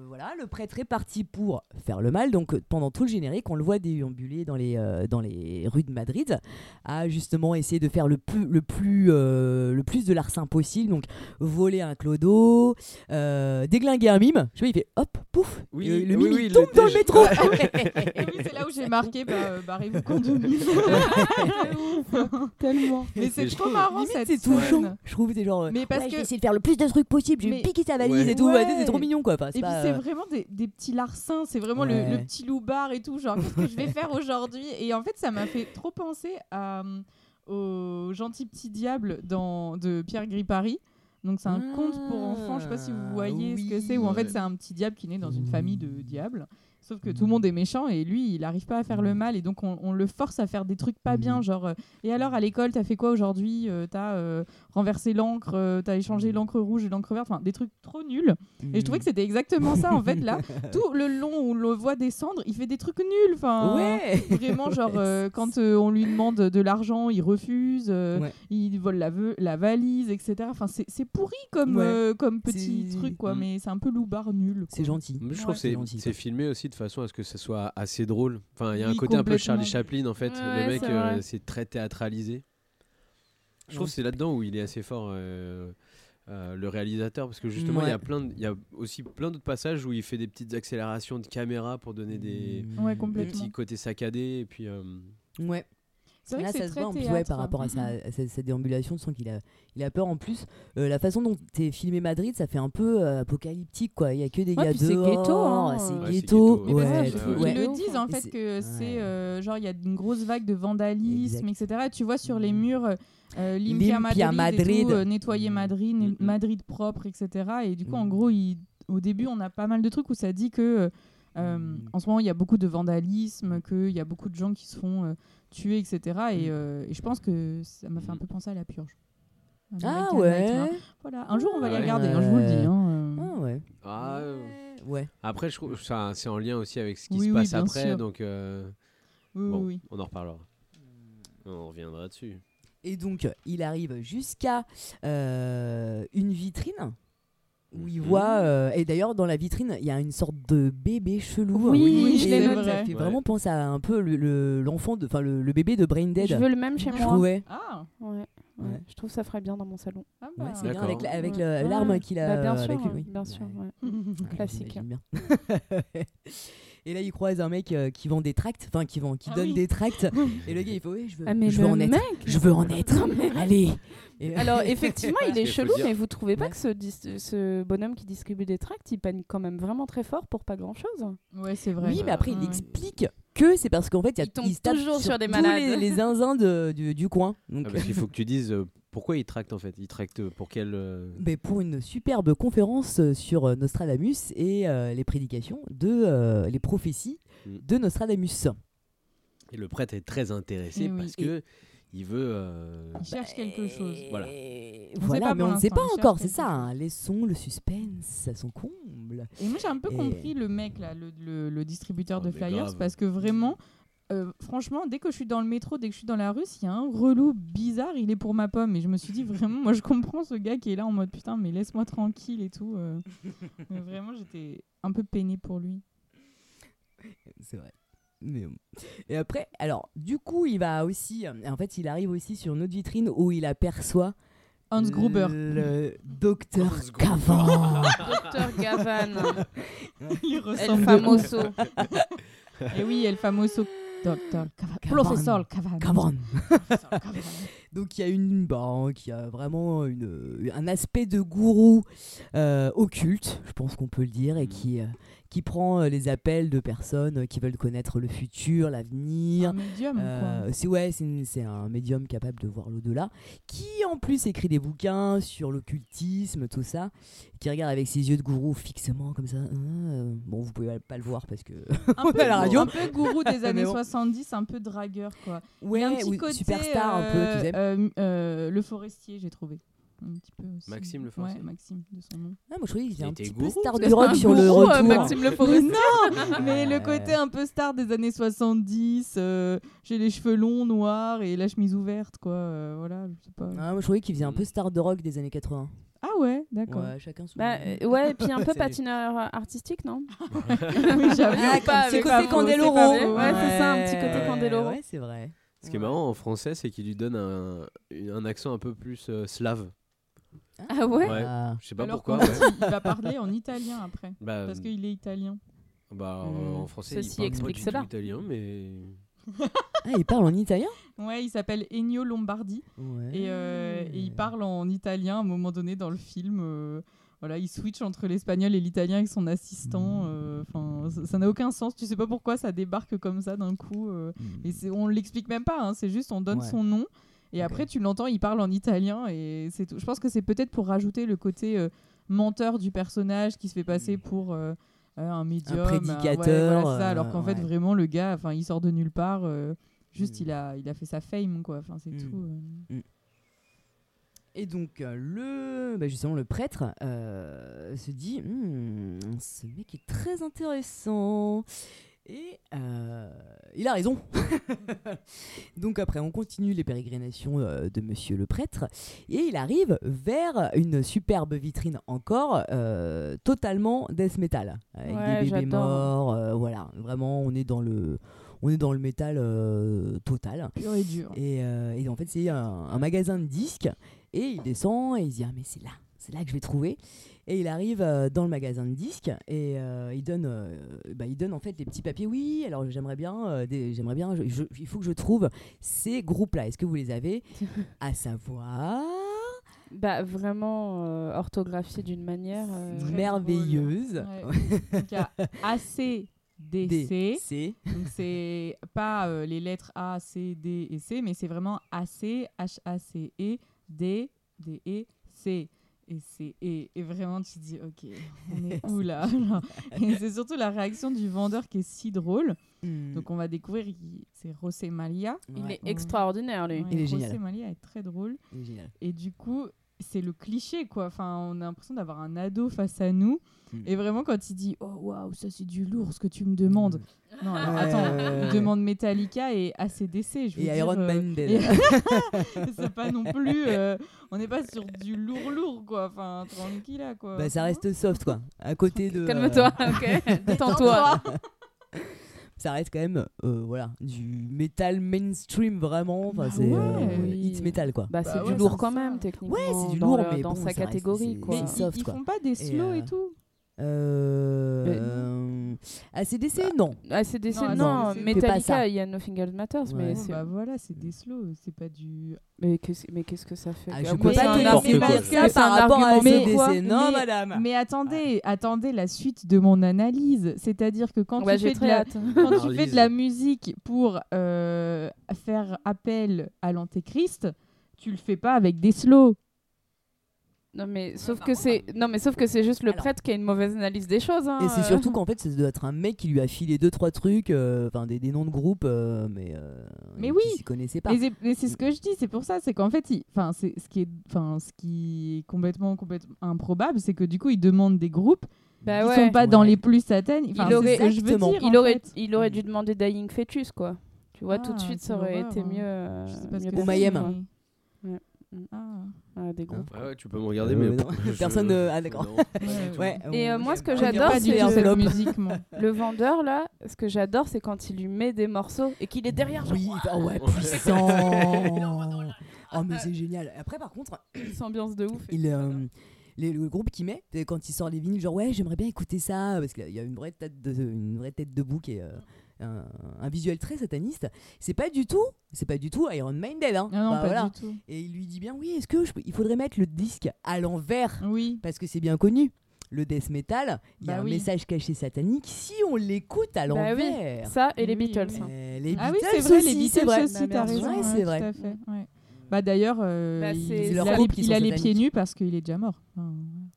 A: voilà, le prêtre est parti pour faire le mal. Donc euh, pendant tout le générique, on le voit déambuler dans les euh, dans les rues de Madrid, à justement essayer de faire le plus le plus euh, le plus de larcin possible. Donc voler un clodo, euh, déglinguer un mime. Je vois, il fait hop, pouf,
I: Oui,
A: et le
I: oui,
A: mime
I: oui,
A: il
I: il
A: tombe dans le
I: était-
A: métro.
G: Et oui, c'est là où j'ai marqué, bah, euh, barrez-vous quand demi.
J: Tellement.
G: Mais c'est
I: Mais je
G: trop
I: trouve-
G: marrant
A: Limite,
G: cette
A: c'est
G: scène.
A: touchant. Je trouve c'est genre. euh,
G: Mais parce
A: ouais, je vais
G: que.
A: essayer de faire le plus de trucs possible. Je vais
G: Mais-
A: me piquer sa valise
I: Ouais.
A: et tout.
G: Ouais.
A: C'est trop mignon quoi. Enfin, c'est
G: Et puis
A: pas,
G: c'est
A: euh,
G: vraiment des, des petits larcins, c'est vraiment le- le,
A: Ouais.
G: petit loupard et tout, genre qu'est-ce que je vais faire aujourd'hui Et en fait ça m'a fait trop penser à, euh, au gentil petit diable dans, de Pierre Gripari. Donc c'est un conte pour enfants, je sais pas si vous
A: Ah,
G: voyez ce que
A: oui. Mm.
G: c'est, où en fait
I: Ouais.
G: c'est un petit diable qui naît dans une famille de diables. Sauf que tout le monde est méchant et lui, il n'arrive pas à faire le
A: Mm.
G: mal et donc on, on le force à faire des trucs pas bien, genre euh, et alors à l'école t'as fait quoi aujourd'hui Euh, T'as euh, renversé l'encre, euh, t'as
A: Mm.
G: échangé l'encre rouge et l'encre verte, enfin des trucs trop nuls.
A: hmm.
G: Et je trouvais que c'était exactement ça en fait là. Tout le long où on le voit descendre, il fait des trucs nuls. Enfin,
A: Ouais.
G: Vraiment, genre euh, quand euh, on lui demande de l'argent, il refuse, euh,
A: Ouais.
G: il vole la, ve- la valise, etc. Enfin, c'est c'est pourri comme,
A: Ouais.
G: euh, comme petit
A: C'est-
G: truc quoi,
I: Mm.
G: mais c'est un peu loupard nul. quoi.
A: C'est gentil.
I: Mais je
G: Ouais.
I: trouve que c'est-
A: C'est gentil,
I: c'est
A: quoi.
I: filmé aussi de façon à ce que ce soit assez drôle. Enfin, il y a un
G: Oui,
I: côté un peu Charlie
G: complètement.
I: Chaplin en fait.
H: Ouais,
I: le mec,
H: c'est
I: euh,
H: vrai.
I: c'est très théâtralisé. Je trouve
A: Ouais.
I: que c'est là-dedans où il est assez fort, euh, euh, le réalisateur, parce que justement, il y a
A: Ouais.
I: plein, de- il y a aussi plein d'autres passages où il fait des petites accélérations de caméra pour donner des,
G: Ouais,
I: des
G: Mm, complètement.
I: petits côtés saccadés. Et puis, euh,
A: Ouais.
G: C'est vrai
A: Là,
G: que
A: ça
G: c'est
A: se
G: très
A: voit en plus, ouais,
G: théâtre. hein.
A: par rapport à sa, à sa- sa déambulation, tu sens qu'il a, il a peur. En plus, euh, la façon dont t'es filmé Madrid, ça fait un peu euh, apocalyptique, quoi. Il y a que des
H: Ouais,
A: gars
H: puis c'est
A: dehors,
H: ghetto, hein.
A: c'est
H: Ouais,
I: c'est
A: ghetto.
I: ghetto,
G: Mais
A: ouais,
G: parce que
I: ouais,
A: tu-
G: ils-
H: ouais.
G: ils
A: ouais.
G: le
H: Et
G: disent en
A: c'est-
G: fait que
A: ouais.
G: c'est euh, genre il y a une grosse vague de vandalisme, etc. Et tu vois sur les murs euh,
A: Limpia
G: Limpia Madrid, et
A: Mm. Madrid. Mm,
G: tout, euh, nettoyer Madrid, né-
I: Mhm.
G: Madrid propre, etc. Et du coup, en
A: Mhm.
G: gros, il- au début, on a pas mal de trucs où ça dit que euh,
A: Mhm.
G: en ce moment il y a beaucoup de vandalisme, qu'il y a beaucoup de gens qui se font euh, tuer, etc.
A: Mm.
G: Et, euh, et je pense que ça m'a fait un peu penser à la purge.
A: Ah
G: American
A: ouais.
G: Nightmare. Voilà, un jour on va les
I: Ouais.
G: regarder, hein, je vous le dis. hein, euh.
A: Ah ouais.
I: ah, euh,
A: Ouais.
I: Après, je trouve ça c'est en lien aussi avec ce qui
G: Oui,
I: se
G: oui,
I: passe
G: bien
I: après.
G: sûr.
I: Donc, euh,
G: Oui, oui,
I: bon,
G: oui.
I: on en reparlera. On reviendra dessus.
A: Et donc, euh, il arrive jusqu'à euh, une vitrine où il
I: Mhm.
A: voit. euh, et d'ailleurs, dans la vitrine, il y a une sorte de bébé chelou.
H: Oui,
A: Et
G: je l'ai noté.
A: Ça fait
I: Ouais.
A: vraiment penser à un peu le- le- l'enfant, de- enfin le, le bébé de Brain Dead.
H: Je veux le même chez
A: Je
H: moi.
A: trouvais.
G: Ah,
H: Ouais, ouais.
A: Ouais.
H: Je trouve ça ferait bien dans mon salon.
G: ah bah.
A: Ouais, c'est bien
I: D'accord.
A: avec la- avec
H: Ouais.
A: le-
H: Mm. Ouais.
A: l'arme qu'il a.
H: Bah, bien
A: euh,
H: sûr,
A: avec lui,
H: ouais,
A: oui.
H: bien sûr.
A: Ouais.
H: ouais.
A: Ouais,
H: Classique.
A: j'imagine bien. et là, il croise un mec euh, qui vend des tracts, enfin qui vend, qui
G: Ah
A: donne
G: oui.
A: des tracts. Et le gars, il fait oui, je veux,
H: Ah, mais
A: je
H: le
A: veux en être,
H: mec
A: je veux en être. Allez. Et-
H: Alors effectivement, il est
I: qu'il faut
H: chelou,
I: dire-
H: mais vous trouvez pas
A: Ouais.
H: que ce, dis- ce bonhomme qui distribue des tracts, il panne quand même vraiment très fort pour pas grand-chose
G: Ouais, c'est vrai.
A: oui, mais après, il
G: Ouais.
A: explique que c'est parce qu'en fait, il, y a,
H: Il tombe
A: il se tape
H: toujours sur des
A: tous
H: malades.
A: les, les zinzins de- du, du coin. Donc,
I: Ah, parce qu'il faut que tu dises euh, pourquoi il tracte en fait. Il tracte pour quel. euh,
A: mais pour une superbe conférence euh, sur euh, Nostradamus et euh, les prédications de euh, les prophéties
I: Mm.
A: de
G: Bah,
A: Nostradamus.
I: Et le prêtre est très intéressé
G: Eh oui.
I: parce que il veut. euh,
G: Il cherche quelque chose.
I: Voilà.
G: eh, sait
A: Bah, Voilà,
G: pas
A: mais
G: pour
A: on ne sait
G: l'instant,
A: pas
G: il cherche
A: encore, c'est
G: quelque
A: ça.
G: chose.
A: hein. Laissons le suspense à son comble.
G: Et moi, j'ai un peu
A: Et-
G: compris le mec, là, le, le- le distributeur
I: Oh,
G: de
I: mais
G: flyers,
I: grave.
G: parce que vraiment, euh, franchement, dès que je suis dans le métro, dès que je suis dans la rue, s'il y a un relou bizarre, il est pour ma pomme. Et je me suis dit, vraiment, moi, je comprends ce gars qui est là en mode putain, mais laisse-moi tranquille et tout. euh. Mais vraiment, j'étais un peu peinée pour lui.
A: C'est vrai. Mais bon. Et après, alors, du coup, il va aussi. En fait, il arrive aussi sur une autre vitrine où il aperçoit.
G: Hans
A: Euh,
G: Gruber.
A: Le docteur
I: Hans Gruber.
A: Cavan.
H: Docteur Gavan,
G: il
H: El
G: ressemble.
H: Famoso.
G: Et oui, El Famoso. Docteur Cavan.
A: Cavan.
G: Professeur Cavan.
A: Cavan.
G: Professeur Cavan.
A: Donc, il y a une banque, il y a vraiment une, un aspect de gourou euh, occulte, je pense qu'on peut le dire, et
I: Mm.
A: qui, euh, qui prend euh, les appels de personnes euh, qui veulent connaître le futur, l'avenir.
G: Un médium,
A: Euh,
G: Ah, quoi.
A: c'est ouais, c'est une- c'est un médium capable de voir l'au-delà, qui en plus écrit des bouquins sur l'occultisme, tout ça, qui regarde avec ses yeux de gourou fixement comme ça. Euh, bon, vous pouvez pas le voir parce que
G: Un peu,
A: à la radio.
G: un peu gourou des années
A: bon.
G: 70, un peu dragueur, quoi.
A: ouais,
G: Il y a un petit
A: ou
G: côté,
H: euh,
A: superstar un peu, tu sais.
G: euh, euh, euh, le forestier, j'ai trouvé. un petit peu aussi.
I: Maxime Le
G: Ouais,
I: Forestier.
G: Maxime, de son nom.
A: Ah, moi, je croyais qu'il était
I: Il
A: un
I: était
A: petit peu
I: gourou,
A: star
G: c'est
A: du rock
G: un
A: sur le
G: gourou, euh,
A: retour.
G: Maxime
H: Le
G: Mais
H: Forestier.
G: non Mais le
A: Ouais.
G: côté un peu star des années 70, euh, j'ai les cheveux longs, noirs et la chemise ouverte, quoi. euh, voilà, je sais pas.
A: Ah, moi, je croyais qu'il faisait un peu star de rock des années 80.
G: Ah ouais, d'accord.
A: Ouais, chacun son.
H: Bah, euh, ouais, et puis un peu
I: C'est-
H: patineur euh, artistique, non
G: Oui, j'avoue.
A: Ah,
H: Ou
A: comme
H: pas,
A: petit
H: avec
A: côté
H: Pablo,
A: Candeloro.
H: c'est pas vrai Ouais, c'est ça, un petit côté
A: Ouais,
H: Candeloro.
A: Ouais, c'est vrai.
I: Ce qui est marrant en français, c'est qu'il lui donne un, une- un accent un peu plus euh, slave.
H: Ah ouais
I: Ouais.
A: Ah.
I: Je sais pas
G: Alors
I: Ben, pourquoi.
G: qu'en
I: ouais.
G: fait, Il va parler en italien après.
I: Bah,
G: Parce qu'il est italien.
I: bah,
A: Hmm.
I: en français,
H: Ceci
I: il parle
H: explique
I: pas du
H: cela.
I: tout italien, mais
A: Ah, il parle en italien
G: Ouais, il s'appelle Ennio Lombardi.
A: Ouais.
G: Et, euh, et il parle en italien à un moment donné dans le film. euh, voilà, il switch entre l'espagnol et l'italien avec son assistant.
A: Mm.
G: euh, Enfin, ça- ça n'a aucun sens. Tu sais pas pourquoi ça débarque comme ça d'un coup. euh, et c'est- on l'explique même pas. hein, c'est juste on donne
A: Ouais.
G: son nom. Et
A: Ok.
G: après, tu l'entends, il parle en italien et c'est tout. Je pense que c'est peut-être pour rajouter le côté euh, menteur du personnage qui se fait passer pour euh, euh, un médium, ouais,
A: Mm. prédicateur,
G: voilà, c'est ça, alors
A: euh,
G: qu'en fait,
A: ouais.
G: vraiment, le gars, enfin, il sort de nulle part. euh, juste,
A: Mm.
G: il a, il a fait sa fame, quoi. Enfin, c'est
A: Mm.
G: tout. euh.
A: Et donc, euh, le, bah, justement, le prêtre euh, se dit Hmm, Ce mec est très intéressant. Et euh, il a raison. donc, après, on continue les pérégrinations euh, de monsieur le prêtre. Et il arrive vers une superbe vitrine encore, euh, totalement death metal. Avec
H: Ouais,
A: des bébés
H: j'adore.
A: morts. euh, voilà, vraiment, on est dans le, on est dans le métal euh, total.
G: Pur et dur.
A: Et, euh, et en fait, c'est un, un magasin de disques. Et il descend et il se dit Ah, mais c'est là, c'est là que je vais trouver. Et il arrive euh, dans le magasin de disques et euh, il, donne, euh, bah, il donne en fait les petits papiers. Oui, alors j'aimerais bien, euh, des- j'aimerais bien je- je- il faut que je trouve ces groupes-là. Est-ce que vous les avez À savoir.
H: Bah, vraiment euh, orthographié d'une manière. euh,
G: Très
A: merveilleuse.
G: Donc, il y a ACDC.
A: C.
G: Donc, c'est pas euh, les lettres A, C, D et C, mais c'est vraiment AC, H, A, C, E, D, D, E, C. Et c'est et, et vraiment, tu te dis, ok, on est où là Et c'est surtout la réaction du vendeur qui est si drôle.
A: Mm.
G: Donc, on va découvrir, qu'il- c'est José Malia.
A: Hmm.
H: Il est
G: Ouais.
H: extraordinaire, lui.
A: Il est
G: José
A: génial.
G: Malia est très drôle. Et du coup, c'est le cliché, quoi. Enfin, on a l'impression d'avoir un ado face à nous.
A: Mm.
G: Et vraiment, quand il dit Oh waouh, ça c'est du lourd ce que tu me demandes.
A: Mm.
G: Non, alors, Ah, attends, il demande Metallica et ACDC. Je veux
A: Et
G: dire,
A: Iron
G: euh,
A: Maiden.
G: et- c'est pas non plus. euh, on n'est pas sur du lourd, lourd, quoi. Enfin, tranquille, là, quoi.
A: Bah, ça reste soft quoi. À côté de. euh,
H: Calme-toi, ok Détends-toi.
A: ça reste quand même euh, voilà du métal mainstream vraiment enfin
G: Bah
A: c'est euh,
G: ouais.
A: hit metal quoi
H: Bah, c'est
G: Bah
H: du
G: ouais,
H: lourd
G: c'est
H: quand
G: ça.
H: même, techniquement.
A: Ouais, c'est du
H: dans
A: lourd,
H: le-
A: mais
H: dans
A: bon,
H: sa
A: ça reste-
H: catégorie,
A: c'est-
H: quoi.
G: Mais
A: Ouais.
G: ils,
A: Soft,
G: ils
A: quoi.
G: font pas des slow et,
A: euh,
G: tout.
A: euh,
H: Mais-
A: euh, ACDC
H: bah,
A: non
H: ACDC,
G: Non,
H: non,
G: ACDC.
A: C'est pas ça.
H: Metallica, il y a Nothing Else Matters,
A: Ouais.
H: mais
G: Bon,
H: c'est-
G: bah voilà, c'est des slow, c'est pas du.
H: mais qu'est-ce mais qu'est-ce que ça fait
A: Ah, je
H: comme-
A: peux
H: Mais
A: pas
H: c'est
A: te
H: un
A: laisser
H: argument-
A: dire ça
H: c'est un
A: par rapport à
H: argument- mais
A: ACDC
H: quoi
A: non
G: Mais-
H: Bah.
A: madame
G: Mais attendez, attendez la suite de mon analyse. C'est-à-dire que quand
H: Ouais,
G: tu
H: Bah, j'ai
G: fais de
H: très
G: la
H: hâte.
G: quand tu
I: Alors,
G: fais
I: Lise.
G: de la musique pour euh, faire appel à l'antéchrist, tu le fais pas avec des slows.
H: Non mais
G: bah,
H: sauf que c'est non mais sauf que c'est juste le
A: Alors.
H: prêtre qui a une mauvaise analyse des choses. hein,
A: et c'est
H: euh.
A: surtout qu'en fait ça doit être un mec qui lui a filé deux trois trucs euh, enfin des, des noms de groupes euh, mais euh,
G: Mais
A: qui
G: oui.
A: s'y connaissait pas
G: Mais c'est- mais c'est ce que je dis, c'est pour ça, c'est qu'en fait, il- enfin, c'est ce qui est, enfin, ce qui est complètement, complètement improbable, c'est que du coup, ils demandent des groupes
H: Bah
G: qui
H: ouais.
G: sont pas dans
A: Ouais.
G: les plus satanes. Enfin,
H: Il
G: c'est
H: aurait-
G: ce que je veux
A: Exactement.
G: dire,
H: il
G: en
H: aurait
G: fait. Mm.
H: il aurait dû demander Dying Fetus quoi. Tu vois tout de
G: Ah,
H: suite
G: quelle
H: ça aurait
G: horreur,
H: été
G: hein.
H: mieux. euh,
G: Je sais pas ce
H: mieux
G: que
A: Ou
G: c'est,
H: perçu,
A: Mayhem.
H: quoi.
G: mais- Ah.
H: Ah, des groupes.
I: Ah ouais, tu peux me regarder,
A: Euh,
I: mais
A: mais non, personne, euh, ah, d'accord.
I: non,
G: Ouais,
I: du tout.
A: ouais
H: Et,
A: on-
H: euh, moi, ce que
A: on-
G: Je reviens
H: j'adore,
G: pas du
H: c'est
G: tout
H: le-
G: cette musique, moi.
H: Le vendeur là, ce que j'adore c'est quand il lui met des morceaux et qu'il est derrière genre
A: oui oh ouais
I: Ouais.
A: puissant oh mais c'est génial après par contre
H: cette ambiance de ouf.
A: il euh, les- le groupe qui met c'est quand il sort les vinyles genre ouais j'aimerais bien écouter ça parce qu'il y a une vraie tête de une vraie tête de bouc et euh, un, un visuel très sataniste c'est pas du tout c'est pas du tout Iron Maiden hein.
G: Ah non,
A: Bah
G: pas
A: voilà.
G: du tout.
A: et il lui dit bien oui est-ce que je peux- il faudrait mettre le disque à l'envers
G: Oui.
A: parce que c'est bien connu le death metal il y a
G: Mm. Bah
A: un
G: oui.
A: message caché satanique si on l'écoute à
H: Bah oui.
A: l'envers
H: Ça et les
G: Oui,
H: Beatles.
G: oui.
H: hein.
A: Euh, les
G: Ah
A: Beatles
G: oui, c'est vrai, les
A: aussi,
G: Beatles
A: c'est vrai.
G: aussi, t'as
H: Ouais,
G: raison. hein,
A: c'est
G: ouais,
A: vrai.
G: Tout à fait, ouais. Bah d'ailleurs, euh,
H: Bah,
G: il,
H: c'est-
G: il
H: c'est leur
G: a, les,
A: groupe qui
G: il
A: sont
G: a les
A: sataniques.
G: pieds nus parce qu'il est déjà mort. Enfin,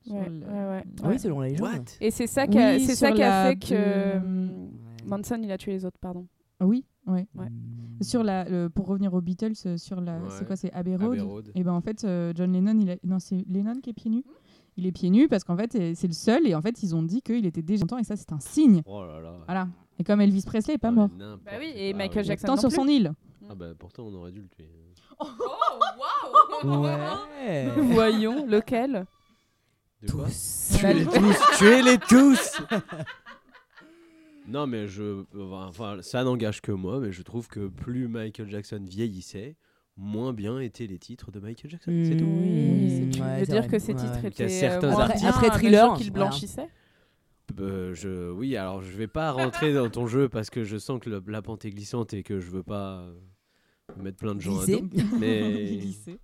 G: sur
H: Ouais,
G: le-
H: ouais, ouais.
A: Ah oui selon la légende
I: What
H: Et c'est ça
G: Oui,
H: qui a, c'est
G: sur
H: ça qui a
G: la-
H: fait que
G: de-
A: Ouais.
H: euh,
A: Hmm.
H: Manson il a tué les autres, pardon.
G: Ah Oui, Ouais.
H: Ouais.
G: Sur la, le- pour revenir aux Beatles, euh, sur la,
I: Ouais.
G: c'est quoi, c'est Abbey
I: Abbey
G: Road.
I: Road.
G: Et ben en fait, euh, John Lennon, il a- non, c'est Lennon qui est pieds nus. Il est pieds nus parce qu'en fait, euh, c'est le seul. Et en fait, ils ont dit qu'il était déjà temps et ça, c'est un signe.
I: Oh là là.
G: Voilà. Et comme Elvis Presley est pas
I: Oh,
G: Ah, mort,
I: mais n'importe
H: Bah oui, et
I: quoi.
H: Michael
I: Ah,
H: Jackson
G: tant
H: non
G: sur
H: plus.
G: son île.
I: Ah bah pourtant on aurait dû le tuer.
A: Ouais.
H: Voyons, lequel
I: De quoi
A: Tous.
I: Tuez-les tous Tuez-les tous Non mais je... Enfin, ça n'engage que moi, mais je trouve que plus Michael Jackson vieillissait, moins bien étaient les titres de Michael Jackson.
A: Hmm.
I: C'est tout.
A: Oui,
H: Tu
A: Mm. ouais,
H: veux
A: c'est
H: dire
A: vrai.
H: que ces
A: Ouais,
H: titres
A: ouais.
I: Il y a
H: étaient
I: certains
H: euh, moins
A: artistes-
H: bien
A: Après
H: à mesure
A: Thriller,
H: qu'ils
A: voilà.
H: blanchissaient
I: Euh, je... Oui, alors je vais pas rentrer dans ton jeu parce que je sens que le- la pente est glissante et que je veux pas euh, mettre plein de gens à
A: Glisser.
I: dos. Mais
G: Lycée.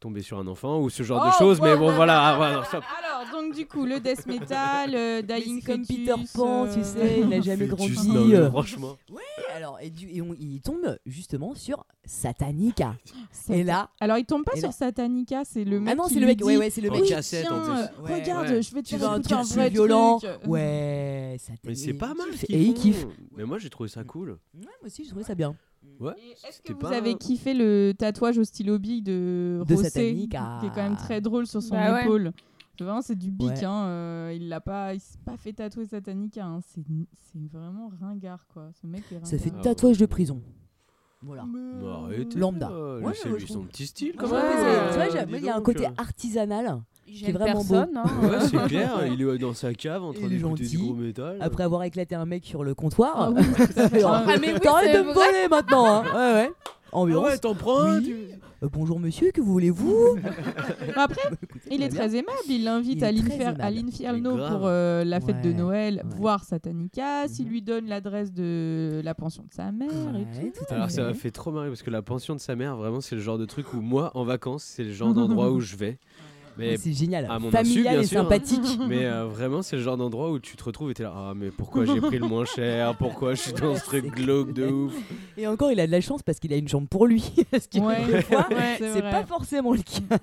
I: tomber sur un enfant ou ce genre de
G: Oh,
I: choses. Mais
G: ouais,
I: bon,
G: ouais,
I: voilà.
G: ouais,
I: ah, voilà,
G: ouais,
I: stop.
G: ouais. Alors, donc, du coup, le death metal, euh,
A: Mais
G: Dying
A: c'est comme
G: Fetus,
A: Peter Pan,
G: euh,
A: tu sais, il n'a jamais
I: Fœtus,
A: grandi.
I: non, mais
A: euh.
I: Franchement.
A: Et alors, et du- et on- il tombe justement sur Satanica.
G: Satan-
A: Et là,
G: Alors, il tombe pas
A: et
G: sur
A: là-
G: Satanica, c'est le mec.
A: ah non,
G: qui
A: c'est le
G: lui
A: mec. Ouais,
G: dit, Oh,
A: ouais, c'est le
I: En
A: mec.
G: Oui,
I: cassette, en
G: tiens,
I: plus.
G: euh,
A: Ouais,
G: regarde,
I: ouais.
G: je vais te
A: Tu
G: faire
A: veux un
G: écouter
A: truc
G: un
A: plus
G: vrai
A: violent
G: truc.
A: Ouais, Satanica.
I: Mais c'est pas mal. ce
A: Et
I: qu'ils
A: il
I: font.
A: kiffe.
I: Mais moi j'ai trouvé ça cool.
A: Ouais, moi aussi, j'ai trouvé ça bien.
G: Et Est-ce que
I: C'était
G: vous
I: pas
G: avez
I: un-
G: kiffé le tatouage au stylo bille de
A: De
G: Rosé,
A: Satanique à-
G: qui est quand même très drôle sur son
H: Bah ouais.
G: épaule C'est Vraiment, c'est du bic.
A: Ouais.
G: Hein. euh, il l'a pas, il s'est pas fait tatouer Satanica. Hein. C'est c'est vraiment ringard, quoi. Ce mec est ringard. Ah,
A: Ça fait
I: ouais.
A: tatouage de prison. Voilà.
I: Mais
G: Mais-
I: Bah, arrêtez,
A: Hmm, Lambda.
I: euh,
A: Ouais,
I: laissez
A: ouais,
I: lui
A: je
I: son
A: trouve-
I: petit style
A: Tu
I: quand
H: Ouais,
A: vois,
I: même.
H: ouais,
A: c'est- tu vois,
H: ouais,
A: j'ai-
I: dis
A: moi, il y a un
I: donc,
A: côté
I: euh,
A: artisanal.
H: J'aime
A: qui est vraiment beau.
H: personne, hein.
I: Ouais, c'est clair, il est dans sa cave en train
A: Il est
I: d'écouter du
A: gentil.
I: gros métal.
A: Après avoir éclaté un mec sur le comptoir.
G: Ah oui, ça fait-
A: Alors,
H: Ah, mais oui,
A: T'arrêtes
H: c'est
A: de me
H: vrai.
A: voler maintenant. hein. Ouais, ouais.
I: Ah
A: Ambiance.
I: ouais, t'en prends un,
A: Oui.
I: tu-
A: Euh, bonjour monsieur, que voulez-vous
G: Après, il
A: Très bien.
G: est très aimable. Il l'invite
A: Il
G: à
A: est très
G: l'Infer- à
A: aimable.
G: l'Inferno
I: Mais grave.
G: pour euh, la fête de
A: Ouais,
G: Noël,
A: ouais.
G: voir Satanica. S'il
A: Mhm.
G: lui donne l'adresse de la pension de sa mère et tout.
A: Ouais, tout à
I: Alors ça
A: fait. Ah,
I: m'a fait trop marrer parce que la pension de sa mère, vraiment, c'est le genre de truc où moi, en vacances, c'est le genre d'endroit où je vais. Mais,
A: C'est génial.
I: à mon insu,
A: Familial
I: bien
A: et
I: sûr, hein.
A: sympathique.
I: mais euh, vraiment, c'est le genre d'endroit où tu te retrouves et t'es là, ah mais pourquoi j'ai pris le moins cher Pourquoi je suis dans ce truc glauque de ouf
A: Et encore, il a de la chance parce qu'il a une jambe pour lui. Ce qui,
G: Ouais,
A: des fois,
G: ouais, c'est
A: c'est
G: vrai.
A: pas forcément le cas.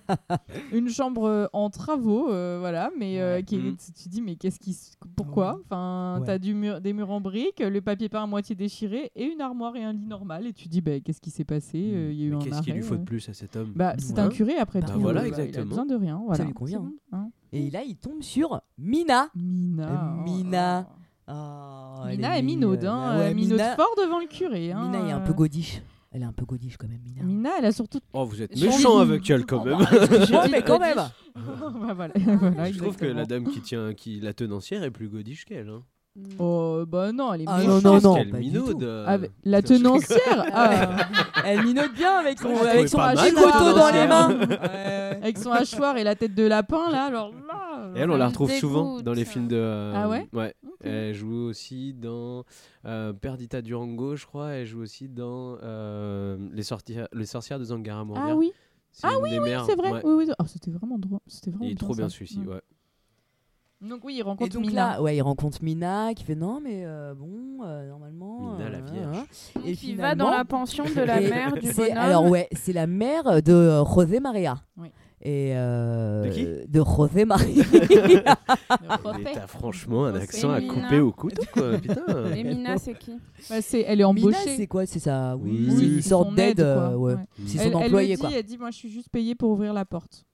G: une chambre euh, en travaux, euh, voilà, mais euh,
A: Ouais.
G: qui est-
I: Mm.
G: tu te dis mais qu'est-ce qui, se- pourquoi Enfin,
A: Ouais.
G: t'as du mur, des murs en briques, le papier peint à moitié déchiré et une armoire et un lit normal et tu te dis bah qu'est-ce qui s'est passé Euh, Il y a eu
I: Mais
G: un
I: qu'est-ce qu'il lui
G: arrêt,
I: faut de
G: ouais.
I: plus à cet homme
G: Bah c'est
A: Mhm. Ouais.
G: un curé après
A: Bah
G: tout.
I: voilà,
G: euh, Il a
I: exactement.
G: besoin de rien, voilà.
A: lui convient.
G: C'est bon, hein.
A: Et là, il tombe sur Mina.
G: Mina.
A: Euh, Mina.
G: oh là là.
A: Oh, elle
G: Mina
A: mignonne. Ah
G: est minaude, hein.
A: Ouais,
G: euh, minaude
A: Mina,
G: fort devant le curé. hein,
A: Mina est un
G: euh.
A: peu godiche. Elle est un peu godiche quand même, Mina.
G: Mina, elle a surtout.
I: Oh, vous êtes
G: J'ai
I: méchant
G: envie de-
I: avec elle quand
A: Oh,
I: même.
A: bah, Ouais, mais quand même.
G: Bah, voilà, voilà,
I: je trouve que la
G: exactement.
I: dame qui tient, qui la tenancière est plus godiche qu'elle. hein.
H: Mm.
G: Oh, bah non, elle est
A: Ah,
G: méchante.
A: non, non,
I: Parce
A: non,
I: qu'elle
A: pas du
I: minaude.
A: tout.
I: euh,
G: Ah, mais la
I: putain, je rigole.
G: tenancière ah.
A: Elle minaude bien avec son,
I: Je la
A: avec son
I: trouvais pas
A: petit
I: mal, la
G: hein,
A: couteau dans les mains.
I: tenancière.
G: avec son hachoir et la tête de lapin là alors là euh.
I: Et elle, on la retrouve
H: dégoûte.
I: souvent dans les films de. euh,
G: Ah ouais
I: Ouais.
G: Ok.
I: Elle joue aussi dans euh, Perdita Durango, je crois. Elle joue aussi dans euh, les, sorcières, les sorcières de Zangaramouria.
G: ah oui
I: ah oui,
G: c'est vrai oui, oui. Ah, c'était vraiment drôle c'était vraiment
I: Il est trop bien
G: ça.
I: celui-ci,
G: Mm.
I: ouais.
G: donc oui il
A: Et
G: rencontre
A: donc
G: Mina
A: là, ouais, il rencontre Mina qui fait non, mais euh, bon, euh, normalement.
I: Mina, la
A: euh,
I: vierge.
A: hein.
H: Donc,
A: Et
H: il va dans
A: finalement-
H: la pension de la
A: Et
H: mère du
A: c'est-
H: bonhomme.
A: Alors ouais, c'est la mère de euh, José Maria.
G: Oui.
A: Et euh,
I: De qui
A: De José Maria.
G: Ah,
I: Mais t'as Oh, franchement un
G: Oh,
H: Refait.
I: accent à
H: Mina.
I: couper au couteau, quoi. Putain.
H: Et Mina, c'est qui
G: Bah, c'est elle
A: Mina,
G: est embauchée
A: c'est quoi C'est ça Oui,
I: Oui,
A: c'est
I: c'est
A: une sorte
G: son aide,
A: d'aide. euh,
G: quoi.
A: ouais.
G: Ouais.
A: C'est
G: elle,
A: son
G: elle le
A: employé
G: dit,
A: quoi.
G: elle dit moi je suis juste payée pour ouvrir la porte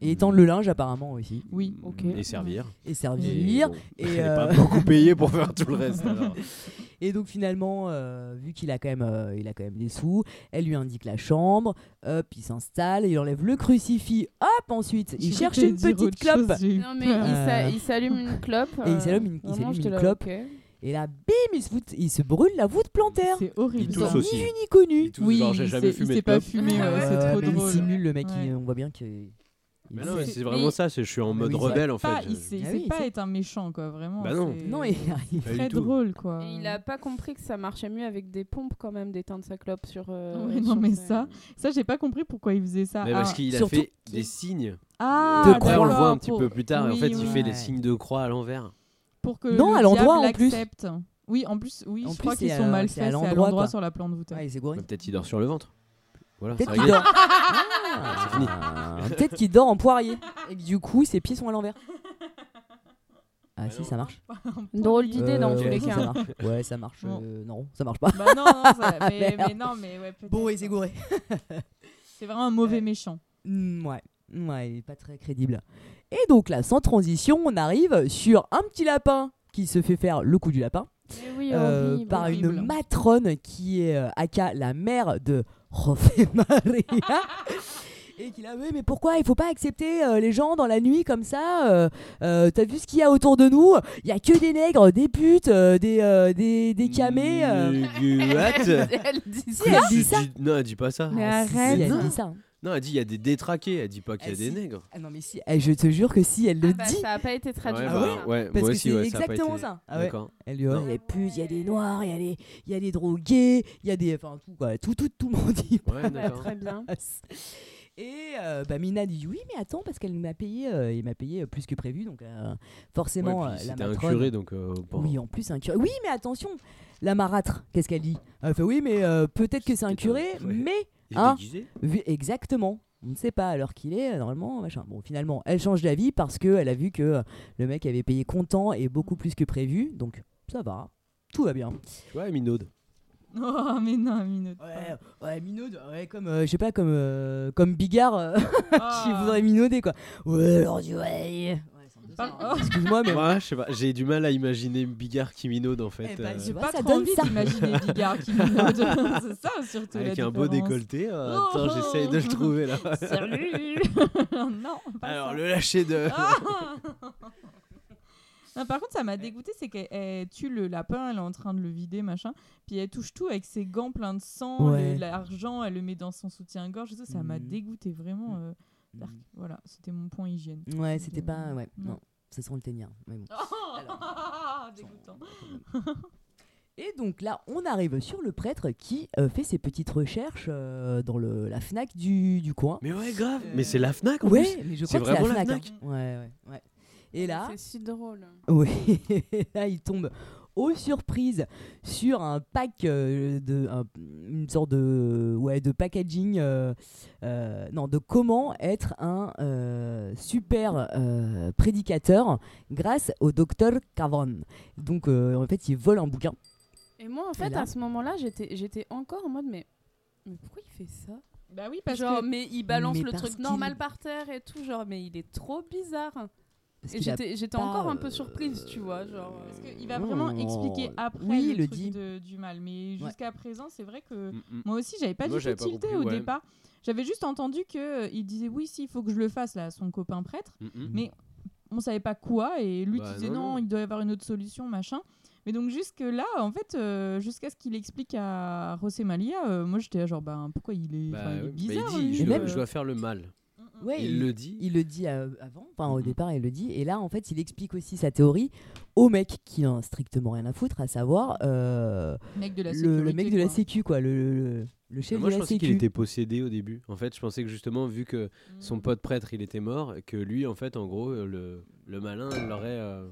A: Et il tend le linge apparemment aussi.
G: oui
H: ok.
I: Et servir.
A: Et
I: Et
A: servir.
I: bon,
A: Et,
I: elle est
A: euh,
I: pas beaucoup payée pour faire tout le reste. alors.
A: Et donc finalement, euh, vu qu'il a quand même, euh, il a quand même des sous, elle lui indique la chambre. Hop, il s'installe, il enlève le crucifix. Hop, ensuite, il
G: Je
A: cherche
G: voulais
A: une
G: dire
A: petite
G: autre chose,
A: clope.
G: j'ai eu
H: Non, mais
G: peur.
A: Euh.
H: il s'a- il s'allume une clope.
A: Et il
H: euh,
A: s'allume une- il
H: vraiment,
A: s'allume
H: j'étais
A: une
H: là,
A: clope.
H: ok.
A: Et là, bim, il se, fout- il se brûle la voûte plantaire.
G: c'est horrible
I: Il
G: ça.
I: tousse aussi.
A: Ni connu.
I: Il tousse,
G: oui
I: genre, j'ai
G: il
I: jamais
G: s'est- il
I: fumé de
G: s'est pas
I: clope.
G: fumé Ah ouais,
A: Ah Ouais,
G: c'est trop
A: Euh, mais
G: drôle
A: Il simule le mec,
G: Ouais.
A: il- on voit bien que. il-
I: Mais non, mais c'est
G: Mais-
I: vraiment ça. c'est- Je suis en
A: Mais
I: mode
A: oui, c'est
I: rebelle, en
G: Pas-
I: fait.
G: il s'est
A: Ah
G: c'est
A: oui,
G: pas
A: c'est-
G: être un méchant quoi vraiment
I: Bah non.
G: c'est-
A: Non, il arrive.
I: Pas du
G: très
I: tout.
G: drôle quoi
H: Et il a pas compris que ça marchait mieux avec des pompes quand même d'éteindre sa clope sur. euh,
G: Ouais, non,
H: sur
G: mais
H: sa-
G: ça, ça j'ai pas compris pourquoi il faisait ça.
I: Mais
G: Ah,
I: parce qu'il a
A: surtout
I: fait
A: qu'il-
I: des signes.
G: ah,
A: De
I: Après,
A: croix.
I: on le voit un
G: d'accord,
I: petit
G: pour-
I: peu plus tard. et en
G: oui,
I: fait, il
G: oui.
I: fait des
A: Ouais.
I: signes de croix à l'envers.
G: pour que
A: Non,
G: le
A: à l'endroit,
G: diable
A: en plus.
G: accepte. Oui, en plus, oui,
A: En
G: je
A: plus,
G: crois qu'ils
A: c'est
G: sont
A: à-
G: mal
A: c'est à
G: faits. C'est à
A: l'endroit,
G: l'endroit
A: quoi. Ah,
G: sur la plante voûte.
A: Ouais, c'est
I: Mais
A: gourri.
I: Peut-être il dort sur le ventre. Voilà,
A: Peut-être
I: ça
A: qu'il
I: y est.
A: dort. Ah,
I: c'est fini.
A: Peut-être qu'il dort en poirier. Et que du coup, ses pieds sont à l'envers. Ah si, ça marche.
H: Drôle d'idée dans
A: Euh,
H: tous
A: ouais,
H: les
A: si,
H: cas.
A: ça marche. Ouais, ça marche.
G: Bon.
A: euh, non, ça marche pas.
G: Bah non, non, ça- mais,
A: Merde.
G: mais non, mais ouais, peut-être.
A: Bon, et Zégoré.
G: C'est vraiment un mauvais méchant.
A: Mm, ouais. Ouais, il est pas très crédible. Et donc là, sans transition, on arrive sur un petit lapin qui se fait faire le coup du lapin
H: Mais oui,
A: euh,
H: horrible.
A: par une
G: horrible.
A: matrone qui est euh, aka la mère de José Maria. Et qui a oui, mais pourquoi il faut pas accepter euh, les gens dans la nuit comme ça euh, euh, T'as vu ce qu'il y a autour de nous Il y a que des nègres, des putes, euh, des, euh, des, des camés. euh.
I: What
H: Elle dit
A: Si, elle dit
I: Tu
A: ça.
I: dis- Non, elle dit pas ça.
H: Mais
A: Ah, si, si,
H: arrête.
A: elle
I: Non.
A: dit ça. hein.
I: Non, elle dit il y a des détraqués. Elle dit pas qu'il y a
A: Elle
I: des
A: dit-
I: nègres.
A: Ah non, mais si, eh, je te jure que si elle le
H: Ah bah,
A: dit.
H: ça a pas été traduit.
I: Ouais,
A: Ah
I: bah,
H: ça.
I: ouais,
A: Parce
I: moi
A: que
I: aussi,
A: c'est
I: ouais, ça a pas
A: exactement
I: été-
A: ça. Ah ouais.
I: D'accord.
A: Elle lui dit, il y a des putes, il y a des noirs, il y a les- il y a les drogués, il y a des. Enfin, tout, quoi. Tout, tout, tout le monde y
I: Ouais,
H: Bah,
I: d'accord.
H: très bien.
A: passe. Et euh, bah, Mina dit oui, mais attends, parce qu'elle m'a payé, euh, il m'a payé euh, plus que prévu, donc euh, forcément,
I: Ouais,
A: euh,
I: puis
A: la
I: C'était un
A: matrone.
I: curé, donc. euh, bon.
A: Oui, en plus, un curé. Oui, mais attention, la marâtre, qu'est-ce qu'elle dit Elle fait oui, mais euh, peut-être que c'est un
I: C'était un-
A: curé,
I: ouais.
A: mais
I: Il est
A: hein
I: déguisé
A: vu exactement. On ne sait pas alors qu'il est, euh, normalement, machin. Bon, finalement, elle change d'avis parce qu'elle a vu que euh, le mec avait payé content et beaucoup plus que prévu, donc ça va, tout va bien.
I: Tu vois, Minaude.
G: Oh, mais non, minute.
A: Ouais, ouais, minaude, ouais, comme, euh, je sais pas, comme, euh, comme Bigard euh, qui
G: Ah.
A: voudrait minauder, quoi. Ouais, alors, ouais. ouais c'est un peu ça, hein.
G: Par-
A: Excuse-moi, mais.
I: Moi, je sais pas, j'ai du mal à imaginer Bigard qui minaude en fait.
A: Eh ben,
I: euh,
A: tu
G: J'ai
A: vois,
G: pas
A: ça
G: trop
A: donne
G: envie
A: ça.
G: d'imaginer Bigard qui minaude. C'est ça, surtout.
I: Avec
G: la
I: un beau
G: différence.
I: décolleté. euh,
G: Oh
I: attends, j'essaye de le trouver là.
G: Salut Non, pas
I: Alors,
G: ça.
A: hein.
I: le lâcher de.
A: Oh.
G: Ah Non, par contre, ça m'a dégoûté, c'est qu'elle elle tue le lapin, elle est en train de le vider, machin, puis elle touche tout avec ses gants pleins de sang, le-
A: Ouais.
G: l'argent, elle le met dans son soutien-gorge, et tout, ça m'a
I: Mmh.
A: Mhm.
G: dégoûté vraiment. euh, dark. Voilà, c'était mon point hygiène.
A: Ouais, Mm. c'était pas. Ouais,
G: Non.
A: non. Ça sent le ténir. Mais bon.
G: Ah, dégoûtant.
A: Et donc là, on arrive sur le prêtre qui euh, fait ses petites recherches euh, dans le, la Fnac du, du coin.
I: Mais ouais, grave. Mais c'est la Fnac en
A: Euh, ouais,
I: plus.
A: mais je
I: c'est
A: crois que c'est la
I: vraiment la
A: Fnac. hein. Ouais, ouais, ouais. Et là,
H: C'est si drôle.
A: oui, là, il tombe aux surprises sur un pack euh, de un- une sorte de ouais de packaging euh, euh, non de comment être un euh, super euh, prédicateur grâce au docteur Cavon. Donc euh, en fait, il vole un bouquin.
H: Et moi, en fait,
A: là
H: à ce moment-là, j'étais j'étais encore en mode, mais, mais pourquoi il fait ça
G: Bah oui, parce
H: Genre,
G: que...
H: mais il balance
A: Mais
H: le
A: parce
H: truc
A: qu'il-
H: normal par terre et tout, genre, mais il est trop bizarre.
A: parce
H: Et
A: qu'il a
H: j'étais j'étais
A: pas,
H: encore un peu
A: euh,
H: surprise, tu vois, genre. euh,
G: parce que il va vraiment
I: Mmh.
A: Non.
G: expliquer après
A: Oui,
G: le,
A: le
G: truc
A: dit.
G: de- du mal, mais
A: Ouais.
G: jusqu'à présent, c'est vrai que...
I: Mm, mm.
G: Moi aussi, j'avais pas
I: Moi,
G: du
I: j'avais
G: tout
I: pas
G: tilté
I: compris,
G: au
I: ouais.
G: départ. J'avais juste entendu que euh, il disait oui, s'il faut que je le fasse là, à son copain prêtre.
I: Mm, mm.
G: Mais- On savait pas quoi et lui
I: Bah,
G: disait
I: non,
G: non,
I: non.
G: il doit y avoir une autre solution, machin. Mais donc jusque là, en fait, euh, jusqu'à ce qu'il explique à José Malia, euh, moi j'étais là, genre ben pourquoi il est,
I: Bah,
G: enfin, il est
I: ouais, bah,
G: bizarre.
I: il dit
G: lui, euh.
I: je,
A: Et
I: dois-
A: hein. même-
I: je dois faire le mal.
A: Mmh. Ouais,
I: il, le dit.
A: il le dit euh, avant, enfin au
I: Mhm.
A: départ il le dit, et là en fait il explique aussi sa théorie au mec qui en a strictement rien à foutre, à savoir euh,
G: mec de la
A: le, le mec de la
G: sécurité,
A: sécu quoi, le, le- le- le
I: Mais
A: chef
I: Bah, Moi,
A: de
I: je
A: la
I: pensais
A: sécu.
I: qu'il était possédé au début. En fait, je pensais que justement, vu que
G: quoi.
A: Mm.
I: son pote prêtre, il était mort, que lui, en fait, en gros, euh, le, le malin l'aurait. euh,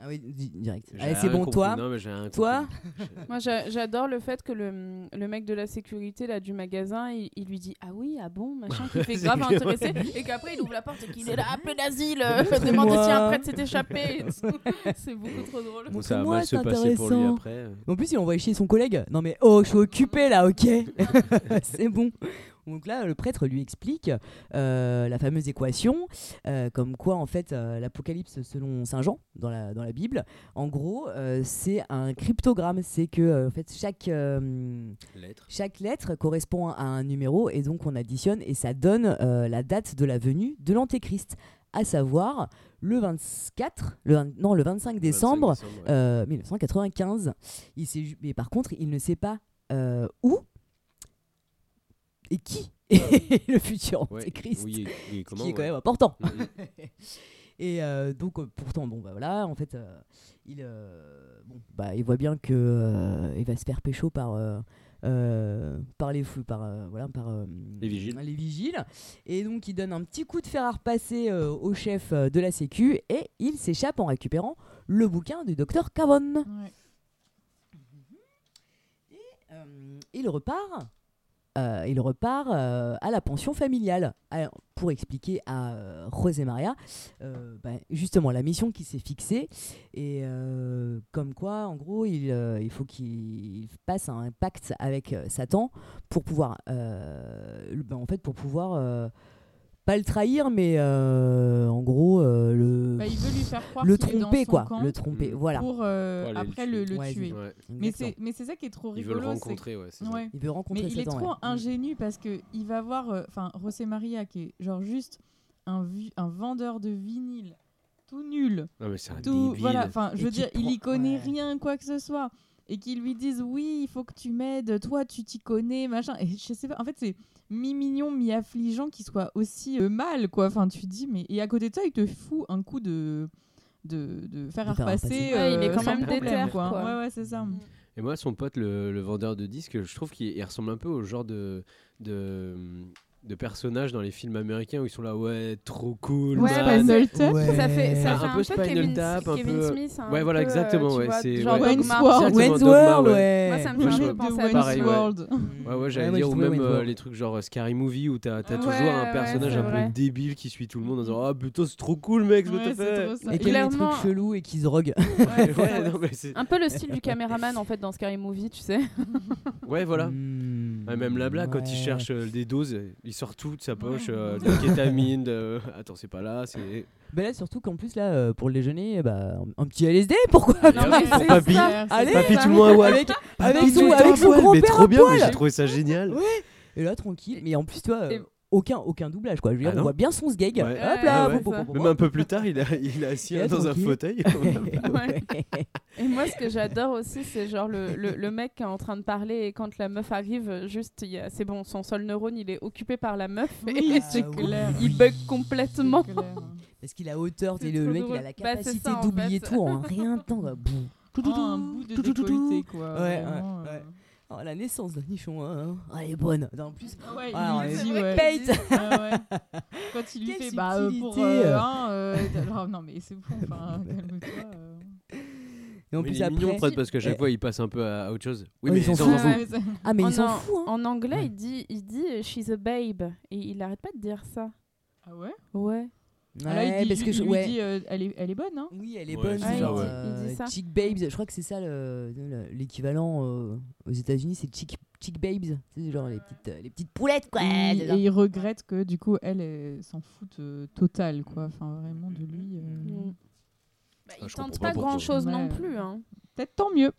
A: Ah oui, di- direct.
I: j'ai
A: Allez
I: rien
A: Ah, c'est bon
I: compris.
A: toi.
I: Non, mais j'ai rien
A: Toi
I: compris. Je-
H: Moi, j'a- j'adore le fait que le, le mec de la sécurité là du magasin, il, il lui dit ah oui, ah bon, machin, qui fait grave
I: clair.
H: intéressé, et qu'après il ouvre la porte et qu'il est là, appelez l'asile,
A: Montre-moi.
H: demandez si un prêtre s'est échappé. et tout. C'est beaucoup trop drôle.
I: Bon, ça va
A: Montre-moi,
I: mal se
A: c'est
I: passer pour lui
A: intéressant.
I: après. euh,
A: En plus il envoie chier son collègue. Non mais oh je suis occupé là, ok, c'est bon. Donc là, le prêtre lui explique euh, la fameuse équation, euh, comme quoi en fait euh, l'Apocalypse selon Saint Jean dans la, dans la Bible, en gros, euh, c'est un cryptogramme, c'est que euh, en fait chaque euh,
I: Lettre.
A: Chaque lettre correspond à un numéro et donc on additionne et ça donne euh, la date de la venue de l'Antéchrist, à savoir le 24, le, vingt- non, le 25 décembre
I: ouais.
A: euh, 1995. Il sait ju- mais par contre, il ne sait pas euh, où et qui est le futur
I: Ouais,
A: Antéchrist,
I: Oui, et- et
A: ce qui
I: comment
A: est quand
I: ouais.
A: même important.
I: Mm, mm.
A: Et euh, donc euh, pourtant bon bah voilà en fait euh, il euh, bon, bah il voit bien que euh, il va se faire pécho par euh, euh, par les fous par euh, voilà par euh,
I: Les vigiles.
A: les vigiles. et donc il donne un petit coup de fer à repasser euh, au chef euh, de la sécu et il s'échappe en récupérant le bouquin du docteur Cavon
G: Ouais.
A: Euh, il repart euh, il repart euh, à la pension familiale Alors, pour expliquer à euh, José Maria euh, ben, justement la mission qui s'est fixée et euh, comme quoi en gros il, euh, il faut qu'il passe un pacte avec euh, Satan pour pouvoir euh, le- ben, en fait pour pouvoir euh, pas le trahir mais euh, en gros euh, le
G: Bah, il veut lui faire croire
A: le
G: qu'il est dans
A: tromper
G: son
A: quoi
G: camp
A: le tromper
I: Mm.
A: voilà
G: pour euh,
I: Pour aller le
G: après le,
A: tuer.
G: le
A: Ouais,
G: tuer.
I: Ouais.
G: Mais
A: Exactement.
G: c'est mais c'est ça qui est trop
I: Ils veulent
G: rigolo.
I: le
G: c'est-
I: rencontrer, ouais. c'est ça.
G: Ouais.
A: il veut rencontrer
G: Mais il est
A: Satan,
G: trop
A: ouais. Mm.
G: ingénu parce que il va voir, euh, enfin, José Maria qui est genre juste un, vi- un vendeur de vinyle tout nul,
I: Non, mais c'est un
G: tout
I: débile.
G: voilà. Enfin, je
A: Et
G: veux
A: qui
G: dire, il y
A: prend-
G: connaît
A: ouais.
G: rien quoi que ce soit et qu'il lui dise oui, il faut que tu m'aides, toi tu t'y connais, machin. Et je sais pas. En fait, c'est mi mignon, mi affligeant qu'il soit aussi euh, mal quoi. Enfin, tu te dis mais et à côté de ça, il te fout un coup de de, de faire
A: De
G: à
A: faire à repasser.
G: repasser.
H: Ouais, il est
G: euh,
H: quand
G: sans
H: même
G: problème,
H: déter,
G: quoi.
H: quoi.
G: Ouais, ouais, c'est ça.
I: Et moi, son pote, le, le vendeur de disques, je trouve qu'il il ressemble un peu au genre de, de, de personnage dans les films américains où ils sont là, ouais, trop cool.
H: Ouais,
I: man.
H: bah, c'est-
G: Spinal Tap.
H: Ça fait, ça
I: Un
H: fait
I: peu
H: un, peu,
I: Spinal
H: Kevin,
I: Tap, un
H: Kevin
I: peu-
H: Smith. un
I: Ouais, voilà,
H: peu, euh,
I: exactement,
H: tu
I: ouais,
H: vois,
I: c'est-
H: genre
I: ouais.
H: Dogma.
G: Wayne's World.
I: Exactement,
A: Wentworth,
I: Dogma, ouais.
A: ouais.
H: Moi, ça me
I: Ouais,
H: fait
I: je
H: un peu
I: vois.
H: penser à
G: Wayne's
H: ça.
I: Pareil, ouais.
G: World.
I: Ouais, ouais, j'allais
A: Ouais, moi,
I: dire,
A: j'ai
I: ou
A: trouvé
I: même euh,
A: Wentworth.
I: les trucs genre euh, Scary Movie où t'as t'as
H: Ouais,
I: toujours un
H: ouais,
I: personnage
H: c'est
I: un peu
H: vrai.
I: débile qui suit tout le monde en disant, ah, putain, c'est trop cool, mec, ce que
G: Ouais,
I: t'as
G: c'est
I: fait.
G: trop ça.
A: et
G: Et
A: qu'il y a des
H: clairement-
A: trucs chelous et qu'il se rogue
H: Ouais, c'est
I: Ouais,
H: ça.
I: non, mais c'est-
H: Un peu le style du caméraman en fait dans Scary Movie, tu sais.
I: ouais, voilà.
A: Mm.
I: Ouais, Ah, même la blague, quand il
A: Ouais.
I: cherche euh, des doses, euh, il sort tout de sa poche,
G: Ouais.
I: euh, de la kétamine, de- euh, Attends, c'est pas là, c'est...
A: Bah là, surtout qu'en plus, là, euh, pour le déjeuner, bah, un- un petit LSD, pourquoi
H: Non,
I: hop,
H: mais
I: pour
H: c'est
I: papy.
H: ça.
A: Allez,
I: Papy,
H: bah,
I: tout le monde à Wall.
A: Eh, avec, avec
I: Papy, tout
A: son,
I: le monde
A: avec
I: à
A: son
I: Wall, mais
A: grand-père
I: trop
A: à
I: bien, mais
A: poil
I: j'ai trouvé ça génial.
A: Ouais. Et là, tranquille. Mais en plus, tu vois, euh,
H: Et-
A: aucun, aucun doublage, quoi. Je veux dire,
I: Ah
A: on
I: non.
A: voit bien son sgeg.
I: Ouais.
A: Hop
H: Ouais,
A: là,
H: ouais,
A: pou, pou,
H: ça.
A: pou, pou,
I: Même un peu plus tard, il, a, il est assis
A: Et là,
I: dans un
A: tranquille.
I: fauteuil.
H: Et moi, ce que j'adore aussi, c'est genre le, le, le mec qui est en train de parler et quand la meuf arrive, euh, juste, il y a- c'est bon, son seul neurone, il est occupé par la meuf
G: Oui,
H: et
G: c'est
A: Ah
G: clair.
A: oui.
H: il bug
G: Ah,
H: complètement.
A: Parce qu'il a hauteur,
H: C'est
A: t'es le
H: trop
A: mec, il
H: drôle.
A: a la
H: Bah, c'est
A: capacité
H: ça, en
A: d'oublier
H: fait.
A: tout en rien de temps. quoi. Boum. Tout, tout,
G: Oh, un
A: tout,
G: bout de
A: tout, tout, tout, tout.
G: décolleté, quoi.
A: Ouais,
G: vraiment,
A: ouais,
G: euh.
A: Oh, la naissance d'un nichon, hein. Ah, elle est bonne. Non, en plus,
G: Ouais, il
A: alors,
G: lui
A: les
G: dit,
A: vrais
G: ouais,
A: pètes.
G: il dit- Ah ouais. Quand il lui
A: Quelle
G: fait, bah, euh, pour.
A: subtilité,
G: euh,
A: euh.
G: hein, euh, t'as- genre, non, mais c'est bon, enfin, calme-toi. euh.
A: et en
I: Mais
A: plus
I: il est mignon,
A: après.
I: Fred, parce qu'à chaque
A: Eh.
I: fois, il passe un peu à, à autre chose. Oui,
A: Oh,
I: mais
A: ils s'en
I: ils
A: foutent.
I: s'en
A: fout.
I: foutent.
G: Ouais, c'est-
A: Ah, mais
H: en,
A: il s'en
H: an-
A: fout, hein.
H: en anglais,
A: Ouais.
H: il dit, il dit euh, she's a babe et il arrête pas de dire ça.
G: Ah ouais
H: Ouais.
G: Ah Là, il
A: Ouais,
G: dit-
A: parce que
G: il
A: je.
G: lui
A: ouais.
G: dit, euh, elle est- elle est bonne, hein
A: Oui, elle est
I: Ouais,
A: bonne.
I: c'est
A: genre,
I: ça, ouais.
A: euh,
H: Il dit ça.
A: Chick Babes, je crois que c'est ça le- le- l'équivalent euh, aux États-Unis, c'est Chick, Chick Babes. C'est genre les petites, euh, les petites poulettes, quoi.
G: Et-
A: c'est
G: et,
A: ça.
G: il regrette que du coup elle, elle s'en fout euh, total quoi enfin vraiment de lui
A: Mm.
H: Mm.
G: euh.
I: Ah,
H: Bah, il
I: je comprends
H: tente
I: pas
H: pas
I: pourquoi.
H: grand chose non
G: Ouais.
H: plus. Hein.
G: peut-être tant mieux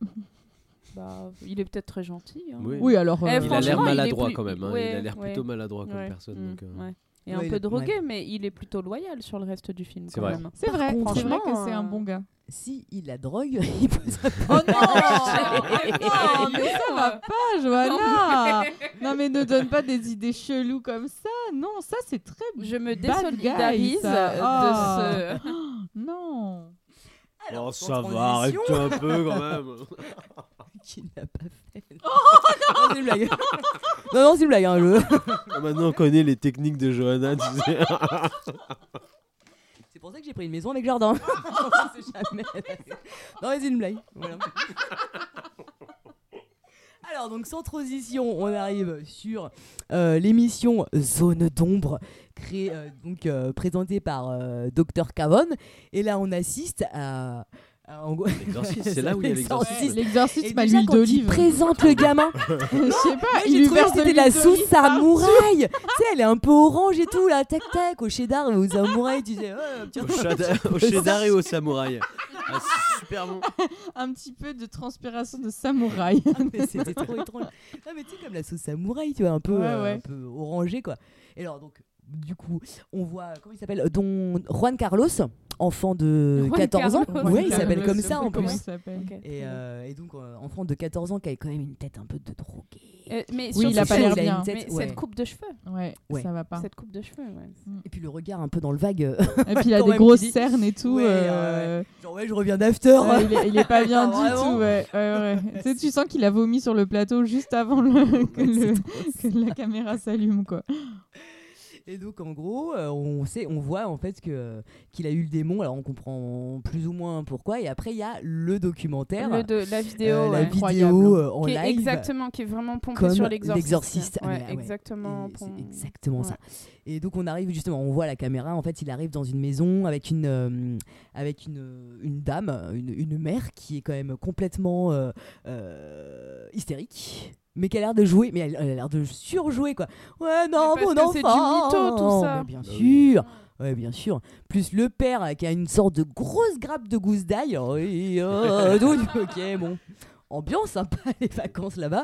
H: Bah, il est peut-être très gentil. hein.
I: Oui.
G: oui alors
H: Eh,
G: euh,
I: Il a l'air
H: Franchement, il est
I: maladroit
H: plus-
I: quand même. hein.
H: ouais,
I: il a l'air
H: ouais.
I: plutôt maladroit comme
H: Ouais.
I: personne.
H: Mm,
I: donc, euh,
H: ouais. Et
A: Ouais,
H: un
A: il
H: peu
A: est-
H: drogué,
A: ouais.
H: mais il est plutôt loyal sur le reste du film.
I: C'est
H: quand
I: vrai.
H: même.
G: c'est vrai
A: contre,
G: c'est vrai que
H: franchement,
G: c'est un
H: euh,
G: bon gars
A: Si il la drogue, il peut se
G: Oh non Non, mais ça va pas, Johanna Non, mais ne donne pas des idées cheloues comme ça. Non, ça, c'est très...
H: Je me
G: oh. Bad Oh. guy,
H: désolidarise
G: ça.
H: euh, de ce.
G: Non
I: Oh, ça
A: sans
I: va,
A: transition.
I: arrête-toi un peu quand même.
A: qui n'a pas fait.
G: Oh,
A: non, c'est une blague. non, non, c'est une blague. Hein, je-
I: Ah, Maintenant, on connaît les techniques de Johanna. Tu sais.
A: C'est pour ça que j'ai pris une maison avec jardin. On sait jamais. non, mais c'est une blague. Voilà. Alors, donc, sans transition, on arrive sur euh, l'émission Zone d'ombre, créée, euh, donc, euh, présentée par euh, Dr. Cavon. Et là, on assiste à. à- en gros-
I: L'exorciste, c'est là où il y a
A: Ça
I: l'exorciste.
A: exorciste. Et
G: L'exorciste m'a
A: déjà,
G: l'huile
A: quand il
G: d'olive.
A: présente le gamin,
G: Je sais pas,
A: Moi,
G: il
A: j'ai
G: lui
A: trouvé que
G: verse
A: c'était de la
G: l'huile
A: sauce
G: d'olive
A: samouraï. tu sais, elle est un peu orange et tout, là, tac tac, au cheddar et au samouraï. Tu sais, oh, tiens.
I: Au cheddar- au cheddar et au samouraï. Ah, c'est super bon.
G: par- Un petit peu de transpiration de samouraï.
A: Ah, mais c'était trop étrange. Non, mais tu sais, comme la sauce samouraï, tu vois, un peu,
G: Ouais,
A: euh, un
G: ouais.
A: peu orangée, quoi. Et alors, donc, du coup, on voit, euh, comment il s'appelle Don Juan Carlos, enfant de
H: Juan
A: 14 ans.
H: Carlos.
A: Ouais, il
H: Juan
A: s'appelle
H: Carlos,
A: comme ça en
H: oui,
A: plus.
H: comment
G: il s'appelle
H: Ok.
A: Et, euh, et donc, euh, enfant de 14 ans qui a quand même une tête un peu de drogué.
H: Euh, mais
G: Oui, il a
H: surtout,
G: pas
H: c'est-
G: l'air
A: une
G: bien.
A: tête,
H: Mais
A: ouais.
H: cette coupe de cheveux,
G: Ouais,
A: Ouais.
G: ça va pas.
H: cette coupe de cheveux, ouais.
A: Et puis le regard un peu dans le vague. euh,
G: Et puis il a
A: Quand
G: des
A: même, tu
G: grosses
A: dis-
G: cernes et tout.
A: Ouais,
G: euh,
A: Genre, ouais, je reviens d'after.
G: Ouais, il, est, il est pas bien du
A: Vraiment
G: tout. Ouais. Ouais, ouais. tu, sais, tu sens qu'il a vomi sur le plateau juste avant le- que,
A: Ouais, c'est
G: le-
A: trop
G: que la caméra s'allume. quoi.
A: Et donc en gros, euh, on sait, on voit en fait que euh, qu'il a eu le démon. Alors on comprend plus ou moins pourquoi. Et après il y a le documentaire,
H: Le de- la vidéo,
A: euh, la
H: ouais. hein.
A: vidéo euh, en
H: qui est
A: live.
H: exactement, qui est vraiment pompée
A: comme
H: sur l'exorciste.
A: l'exorciste. Ah,
H: Ouais,
A: mais là, ouais.
H: exactement.
A: Et
H: pom-
A: C'est exactement ça.
H: Ouais.
A: Et donc on arrive justement, on voit la caméra. En fait, il arrive dans une maison avec une euh, avec une, euh, une dame, une, une mère qui est quand même complètement euh, euh, hystérique. Mais qui a l'air de jouer, mais elle, elle a l'air de surjouer quoi. Ouais, non,
H: parce
A: mon
H: que
A: enfant
H: c'est du mytho, tout ça.
A: Mais bien
I: Bah
A: sûr Ouais, bien sûr. Plus le père euh, qui a une sorte de grosse grappe de gousse d'ail. Oh, et, euh, donc, ok, bon. Ambiance sympa les vacances là-bas.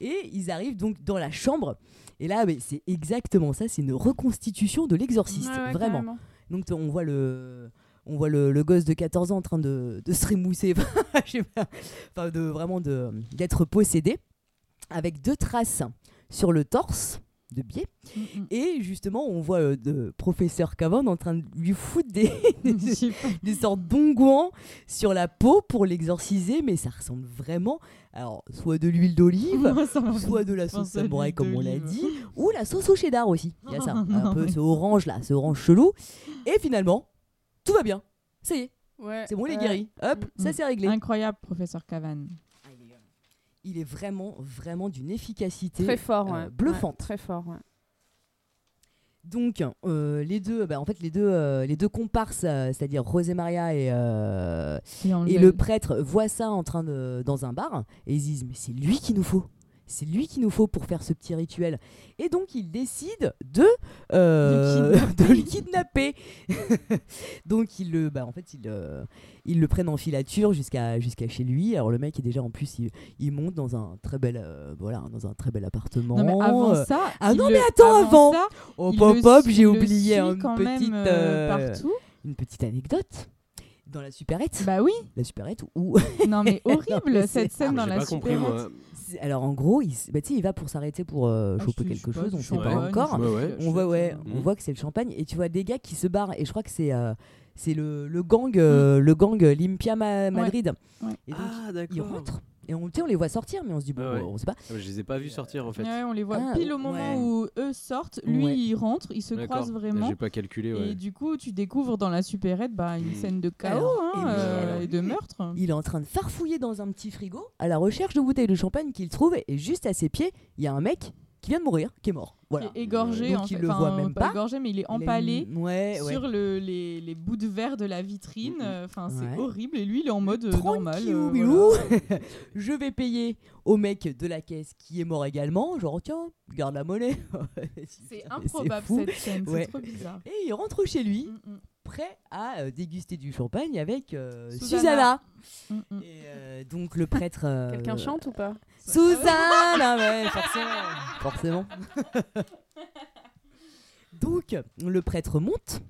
A: Et ils arrivent donc dans la chambre. Et là, mais c'est exactement ça. C'est une reconstitution de l'exorciste.
H: Ouais, ouais,
A: vraiment.
H: carrément.
A: Donc t- on voit le on voit le, le gosse de 14 ans en train de, de se rémousser, Enfin, je sais pas. enfin de vraiment de d'être possédé, avec deux traces sur le torse de biais.
G: Mm,
A: Et justement, on voit euh, de- professeur Cavan en train de lui foutre des,
G: mm. Je sais pas.
A: des sortes d'onguents sur la peau pour l'exorciser, mais ça ressemble vraiment, alors soit de l'huile d'olive,
G: Moi, ça m'a fait
A: soit de la
G: penser
A: sauce
G: à l'huile
A: samouraï comme on l'a
G: d'olive.
A: dit, ou la sauce au cheddar aussi. Il y a ça,
G: Non,
A: un peu
G: mais-
A: ce orange là, ce orange chelou. Et finalement, tout va bien. Ça y est,
H: Ouais,
A: c'est bon, il est
H: ouais.
A: guéri. Hop,
G: Mm.
A: ça c'est réglé.
G: Incroyable, professeur Cavan.
A: Ah, il est- Il est vraiment, vraiment d'une efficacité.
H: Très fort, ouais.
A: euh, bluffante.
H: Ouais, très fort, ouais.
A: Donc euh, les deux, bah, en fait les deux, euh, les deux comparses, euh, c'est-à-dire Rosé Maria et, euh, et le prêtre voient ça en train de dans un bar et ils disent mais c'est lui qu'il nous faut. C'est lui qu'il nous faut pour faire ce petit rituel. Et donc ils décident de, euh,
G: De
A: de le kidnapper. donc ils le, bah, en fait ils, euh, ils le prennent en filature jusqu'à jusqu'à chez lui. Alors le mec est déjà en plus il, il monte dans un très bel, euh, voilà, dans un très bel appartement.
G: Non, mais avant
A: Euh,
G: ça.
A: ah
G: il
A: non,
G: le-
A: mais attends, avant
G: ça,
A: Oh
G: il
A: pop
G: le
A: pop,
G: suit-
A: j'ai
G: il le
A: oublié
G: suit
A: une
G: quand même,
A: petite
G: euh,
A: euh,
G: partout.
A: une petite anecdote dans la supérette,
G: Bah oui.
A: la supérette où
G: Non mais horrible
A: mais
G: cette
A: c'est- Ah,
G: scène dans
I: Ah, J'ai
G: la
I: pas compris,
G: supérette.
I: moi.
A: C'est- alors en gros, il, s- bah, tu sais, il va pour s'arrêter pour euh,
G: Ah,
A: choper
G: je sais-
A: quelque
G: je sais
A: chose,
G: pas,
A: on
G: du
A: sait pas
G: champagne,
A: encore.
G: je sais
I: Ouais,
G: pas, je
A: On voit
G: sais
A: ouais,
G: pas.
A: on
I: Mm.
A: voit que c'est le champagne et tu vois des gars qui se barrent et je crois que c'est euh, c'est le, le gang euh, le gang euh, Limpia Ma- Madrid.
G: Mm. Ouais.
A: Et donc
I: Ah,
A: ils rentrent et on, tu sais, on les voit sortir mais on se dit bon,
I: Ouais, ouais.
A: on sait pas.
I: Ah, mais Je les ai pas vus sortir en fait.
G: Ouais, on les voit
A: Ah,
G: pile au moment
A: ouais.
G: où eux sortent, lui
A: Ouais.
G: il rentre, il se
I: D'accord. Ah,
G: croise vraiment.
I: J'ai pas calculé,
G: Et
I: ouais.
G: du coup, tu découvres dans la supérette bah, une
I: Mm.
G: scène de chaos
A: Alors,
G: hein,
A: et lui,
G: euh,
I: alors
G: et de meurtre.
A: Il est en train de farfouiller dans un petit frigo à la recherche de bouteilles de champagne qu'il trouve et juste à ses pieds, il y a un mec qui vient de mourir, qui est mort. Voilà.
G: Qui est égorgé,
A: Donc
G: en
A: il
G: fait.
A: le
G: Enfin,
A: voit même
G: pas
A: pas.
G: égorgé, mais il est
A: Il a une-
G: empalé
A: Eh ouais, ouais.
G: sur le- les, les bouts de verre de la vitrine. euh, Enfin,
A: Ouais.
G: c'est horrible. Et lui, il est en mode euh, normal. euh,
A: Tranquillou, bilou. je vais payer au mec de la caisse qui est mort également. Genre, tiens, garde la monnaie. Mais
G: C'est improbable
A: fou.
G: cette scène,
A: Ouais.
G: c'est trop bizarre.
A: Et il rentre chez lui,
G: Mm, mm,
A: prêt à euh, déguster du champagne avec euh, Susanna.
G: Susanna. mm, mm.
A: Et euh, donc le prêtre. euh,
H: Quelqu'un chante ou pas
A: Susanna ah ouais, forcément. forcément. Donc, le prêtre monte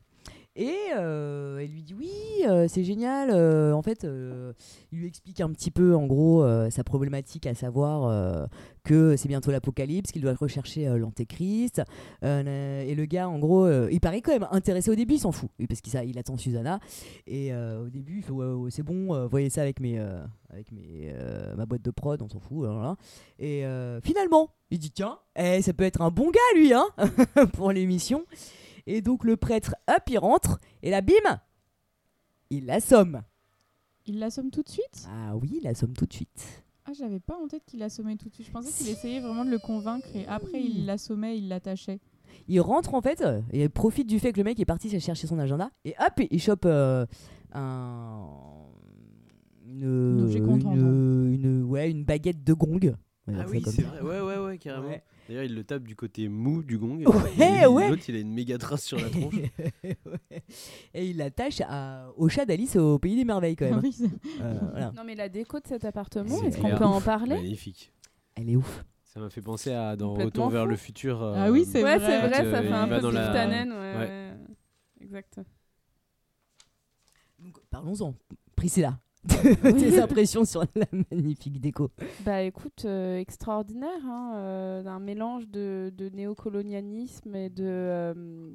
A: et euh, elle lui dit oui, euh, c'est génial. euh, en fait, euh, il lui explique un petit peu, en gros, euh, sa problématique, à savoir euh, que c'est bientôt l'apocalypse, qu'il doit rechercher euh, l'antéchrist. Euh, et le gars, en gros, euh, il paraît quand même intéressé au début, il s'en fout, Oui, parce qu'il s'a- il attend Susanna. Et euh, au début, il fait ouais, ouais, c'est bon, euh, voyez ça avec mes, euh, avec mes, euh, ma boîte de prod, on s'en fout. hein, hein. Et euh, finalement, il dit tiens, eh, ça peut être un bon gars lui, hein, pour l'émission. Et donc le prêtre, hop, il rentre et la bim, il l'assomme.
G: Il l'assomme tout de suite
A: Ah oui, il l'assomme tout de suite.
G: Ah, j'avais pas en tête qu'il l'assommait tout de suite. Je pensais qu'il
A: Si.
G: essayait vraiment de le convaincre et après il l'assommait, il l'attachait.
A: Il rentre en fait euh, et profite du fait que le mec est parti chercher son agenda et hop, il chope euh, un une,
G: objet contendant.
A: une, une- ouais, une baguette de gong. On va dire
I: Ah
A: ça
I: oui,
A: comme
I: c'est
A: ça.
I: vrai. Ouais, ouais, ouais, carrément.
A: Ouais.
I: D'ailleurs, il le tape du côté mou du gong.
A: Ouais,
I: Et
A: ouais.
I: L'autre, il a une méga trace sur la tronche.
A: Ouais. et il l'attache à- au chat d'Alice au pays des merveilles quand
G: Ah
A: même.
G: oui, c'est-
A: Euh, voilà.
H: Non, mais la déco de cet appartement,
I: C'est
H: est-ce qu'on
I: clair.
H: peut en parler
I: Magnifique.
A: Elle est ouf.
I: Ça m'a fait penser à dans
H: Complètement
I: Retour vers
H: fou.
I: le futur. euh,
G: Ah oui, c'est
H: Ouais,
G: vrai.
H: c'est vrai,
I: Euh,
H: ça fait
I: il
H: un
I: va
H: peu
I: dans
H: Steve
I: la-
H: Tannen, ouais,
I: ouais.
H: ouais. Exact.
A: Donc, parlons-en. Priscilla, tes impressions sur la magnifique déco.
H: Bah écoute, euh, extraordinaire, hein, euh, un mélange de, de néocolonialisme et de, euh,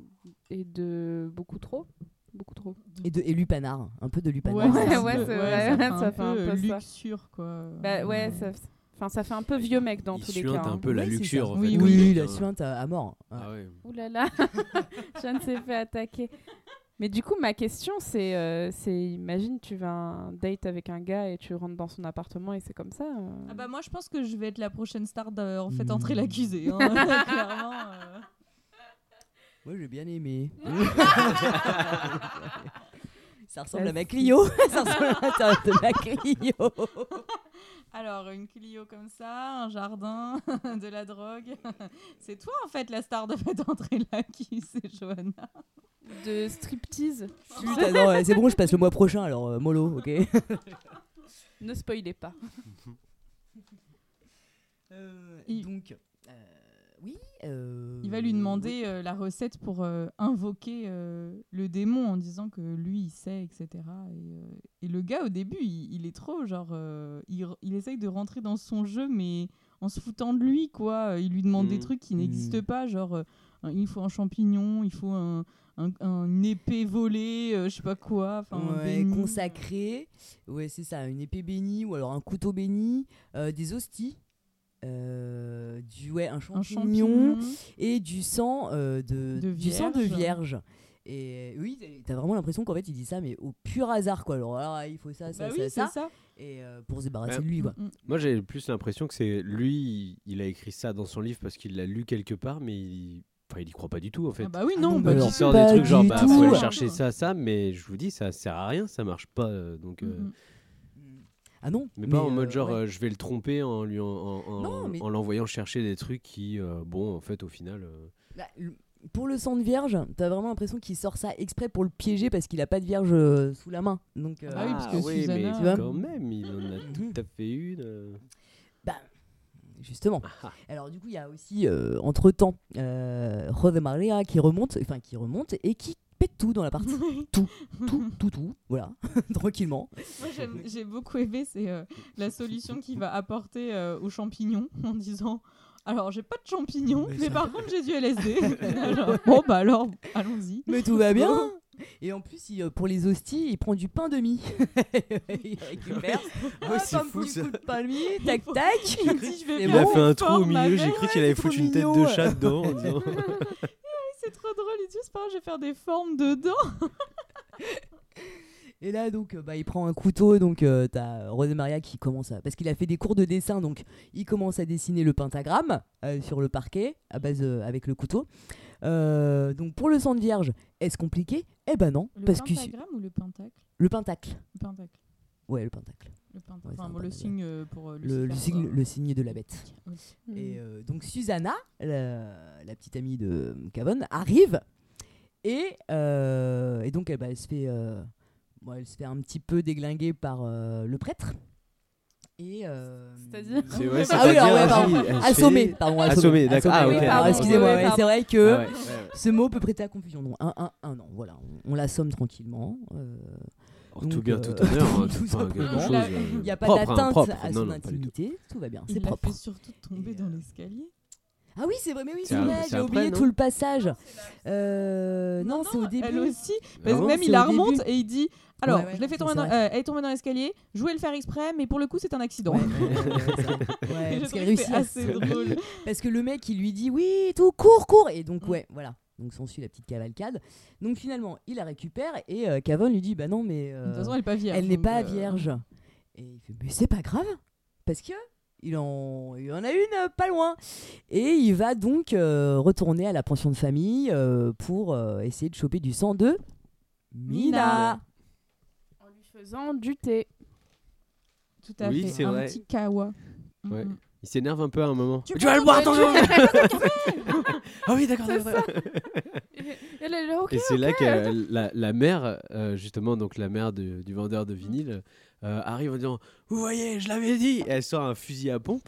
H: et de beaucoup trop. Beaucoup trop.
A: Et de et lupanar, hein. un peu de lupanar.
H: Ouais,
A: sensible.
H: ouais, c'est
G: ça
H: vrai,
G: fait
H: ça
G: un
H: fait un
G: peu
H: peu ça.
G: luxure, quoi.
H: Bah ouais, ça, Enfin, ça fait un peu vieux mec dans
I: il
H: tous les
I: suinte
H: cas.
I: un
H: hein.
I: peu la
A: Oui, c'est
I: luxure.
A: ça.
I: en fait,
A: Oui,
I: comme
A: oui,
I: mec, hein.
A: la suinte à, à mort. Ouais.
I: Ah ouais.
H: Ouh là là, Jeanne s'est fait attaquer. Mais du coup, ma question, c'est, euh, c'est imagine, tu vas à un date avec un gars et tu rentres dans son appartement et c'est comme ça. euh.
G: Ah bah moi je pense que je vais être la prochaine star de, en fait
A: Mm.
G: entrer l'accusé. hein. Clairement, euh.
A: Moi, j'ai bien aimé. Ça ressemble à ma Clio. Ça ressemble à l'intérieur de ma Clio.
G: Alors une Clio comme ça, un jardin, de la drogue. C'est toi en fait la star de fait entrer l'accusé, Johanna.
H: De striptease,
A: Putain, non, ouais, c'est bon, je passe le mois prochain, alors euh, mollo, ok
H: ne spoilez pas.
G: Il-
A: Euh, Donc, oui.
G: Il va lui demander euh, la recette pour euh, invoquer euh, le démon en disant que lui il sait, etc. Et, euh, et le gars au début il, il est trop genre euh, il, r- il essaye de rentrer dans son jeu mais en se foutant de lui quoi. Il lui demande des
I: Mm.
G: trucs qui
A: Mm.
G: n'existent pas genre euh, un- il faut un champignon, il faut un, un, un épée volée, euh, je sais pas quoi. Enfin un
A: Ouais,
G: béni.
A: consacré. Ouais, c'est ça, une épée bénie ou alors un couteau béni, euh, des hosties, euh, du ouais, un champignon,
G: Un champignon.
A: et du sang euh, de,
G: De
A: du sang de
G: vierge.
A: vierge. Et euh, oui, t'as- t'as vraiment l'impression qu'en fait il dit ça, mais au pur hasard quoi. Alors, ah, il faut ça, ça,
G: Bah oui,
A: ça,
G: c'est
A: ça,
G: ça.
A: et euh, pour se débarrasser
I: Ouais.
A: de lui quoi.
G: Mm, mm.
I: Moi, j'ai plus l'impression que c'est lui, il a écrit ça dans son livre parce qu'il l'a lu quelque part, mais il... Enfin, il y croit pas du tout en fait.
G: Ah bah oui,
A: Ah
G: non,
A: non,
G: bah
A: bah
I: il
A: alors,
G: tu-
I: sort
A: pas
I: des trucs genre
A: du
I: bah
A: tout.
I: faut aller
A: Ouais.
I: chercher ça ça mais je vous dis ça sert à rien ça marche pas euh, donc euh,
G: Mm, mm.
A: Ah non.
I: mais, pas en
A: euh,
I: mode genre
A: ouais.
I: euh, je vais le tromper en lui en, en- en-
A: Non, mais-
I: en l'envoyant chercher des trucs qui euh, bon en fait au final euh,
A: Bah, le- pour le sang de vierge, t'as vraiment l'impression qu'il sort ça exprès pour le piéger parce qu'il a pas de vierge euh, sous la main. Donc, euh,
G: Ah oui, parce que
I: oui,
G: Susanna-
A: Tu vois
I: mais quand même il en a tout à fait une euh.
A: Justement.
I: Ah.
A: Alors du coup, il y a aussi euh, entre temps euh, Rodemaria qui remonte, enfin qui remonte et qui pète tout dans la partie, tout, tout, tout, tout, voilà, tranquillement.
G: Moi, j'aime- j'ai beaucoup aimé, c'est euh, la solution qu'il va apporter euh, aux champignons en disant Alors, j'ai pas de champignons, mais,
A: Mais
G: par contre, j'ai du LSD. Genre, bon, bah alors, allons-y.
A: Mais tout va bien. Et en plus, il, euh, pour les hosties, il prend du pain demi. il récupère.
I: Ouais,
A: Hop,
I: c'est
A: un
I: fou,
A: petit
I: ça.
A: coup de pain demi, tac tac.
G: Il me dit Je vais
A: Et
I: il
A: bon,
I: a
G: faire une
I: fait Eh ben, un trou au
G: forme
I: milieu j'ai
G: avec.
I: cru qu'il allait
A: trop
I: foutre une tête
A: mignon,
I: de
A: ouais.
I: chat dedans en disant,
G: C'est trop drôle, il dit C'est pas grave, je vais faire des formes dedans.
A: Et là, donc, euh, bah, il prend un couteau. Donc, euh, t'as Rodemaria qui commence à. Parce qu'il a fait des cours de dessin. Donc, il commence à dessiner le pentagramme euh, sur le parquet, à base euh, avec le couteau. Euh, donc, pour le sang de vierge, est-ce compliqué Eh ben non.
G: Le
A: parce que.
G: pentagramme ou le pentacle
A: Le pentacle.
G: Le pentacle.
A: Ouais, le pentacle.
G: Le, pentacle.
A: Ouais, c'est
G: Enfin,
A: un
G: bon, le
A: pentagramme.
G: signe euh, pour euh,
A: Le, le
G: Lucifer,
A: signe,
G: quoi.
A: le signe de la bête.
G: Oui.
A: Et
H: Hmm.
A: euh, donc, Susanna, la, la petite amie de Cavon, arrive. Et, euh, et donc, elle, bah, elle se fait. euh, bon, elle se fait un petit peu déglinguer par euh, le prêtre. Et. euh,
H: C'est-à-dire
I: c'est ouais,
A: Ah oui,
I: c'est-à-dire,
A: alors, ouais, pardon.
I: vas-y, elle se
A: Assommé,
I: fait-
A: pardon,
I: Assommé, d'accord.
A: Assommé,
I: Ah, ok.
A: oui, pardon,
I: Oui,
A: excusez-moi,
H: oui,
A: ouais,
H: pardon.
A: c'est vrai que
I: Ah ouais, ouais, ouais.
A: ce mot peut prêter à confusion. Donc, un, un, un an, voilà, on, on l'assomme tranquillement. euh,
I: Oh,
A: Donc,
I: tout bien tout
A: euh,
I: honneur
A: tout
I: hein, tout enfin, quelque
A: simplement.
I: chose
G: Là,
I: euh,
A: Il n'y a pas
I: propre, hein,
A: d'atteinte
I: propre.
A: à
I: Non,
A: son
I: non, pas du tout.
A: intimité, tout va bien, c'est
G: Il l'a
A: propre.
G: fait surtout tomber
A: Et,
G: dans
A: euh,
G: l'escalier.
A: Ah oui, c'est vrai, mais oui, c'est
I: C'est à-
A: vrai,
I: c'est
A: j'ai
I: après,
A: oublié
I: non
A: tout le passage. Euh, non, c'est au
G: Elle
A: début.
G: aussi,
I: Ah
G: Parce que
I: bon
G: même
A: C'est
G: il la
A: au début.
G: remonte et il dit Alors,
A: Ouais, ouais,
G: je l'ai fait
A: c'est
G: tomber dans,
A: vrai.
G: euh, elle est tombée dans l'escalier, je voulais le faire exprès, mais pour le coup, c'est un accident.
A: Ouais, ouais, ouais, ouais, c'est vrai. Ouais,
G: Et je
A: parce qu'elle
G: trouvais que
A: réussit
G: c'est
A: à
G: assez
A: se-
G: drôle.
A: Parce que le mec, il lui dit oui, et tout, cours, cours. Et donc,
G: Mm.
A: ouais, voilà. Donc, s'ensuit la petite cavalcade. Donc, finalement, il la récupère et euh, Cavon lui dit bah non, mais.
G: De toute
A: euh,
G: façon, elle n'est pas vierge.
A: Elle n'est
G: donc,
A: pas
G: euh,
A: vierge. Et il fait, mais c'est pas grave, parce que il en, il en a une euh, pas loin. Et il va donc euh, retourner à la pension de famille euh, pour euh, essayer de choper du sang de Mina.
G: Mina.
H: En lui faisant du thé.
G: Tout à
I: Oui,
G: fait.
I: c'est
G: un
I: vrai.
G: petit kawa.
I: Ouais.
G: Mm, mm.
I: il s'énerve un peu à un moment
G: Tu
I: tu vas le boire ton ah oui d'accord
H: C'est
I: d'accord.
H: ça. Et Elle est là, ok.
I: Et c'est là que euh, la, la mère, euh, justement, donc la mère de- du vendeur de vinyle, euh, arrive en disant Vous voyez, je l'avais dit Et Elle sort un fusil à pompe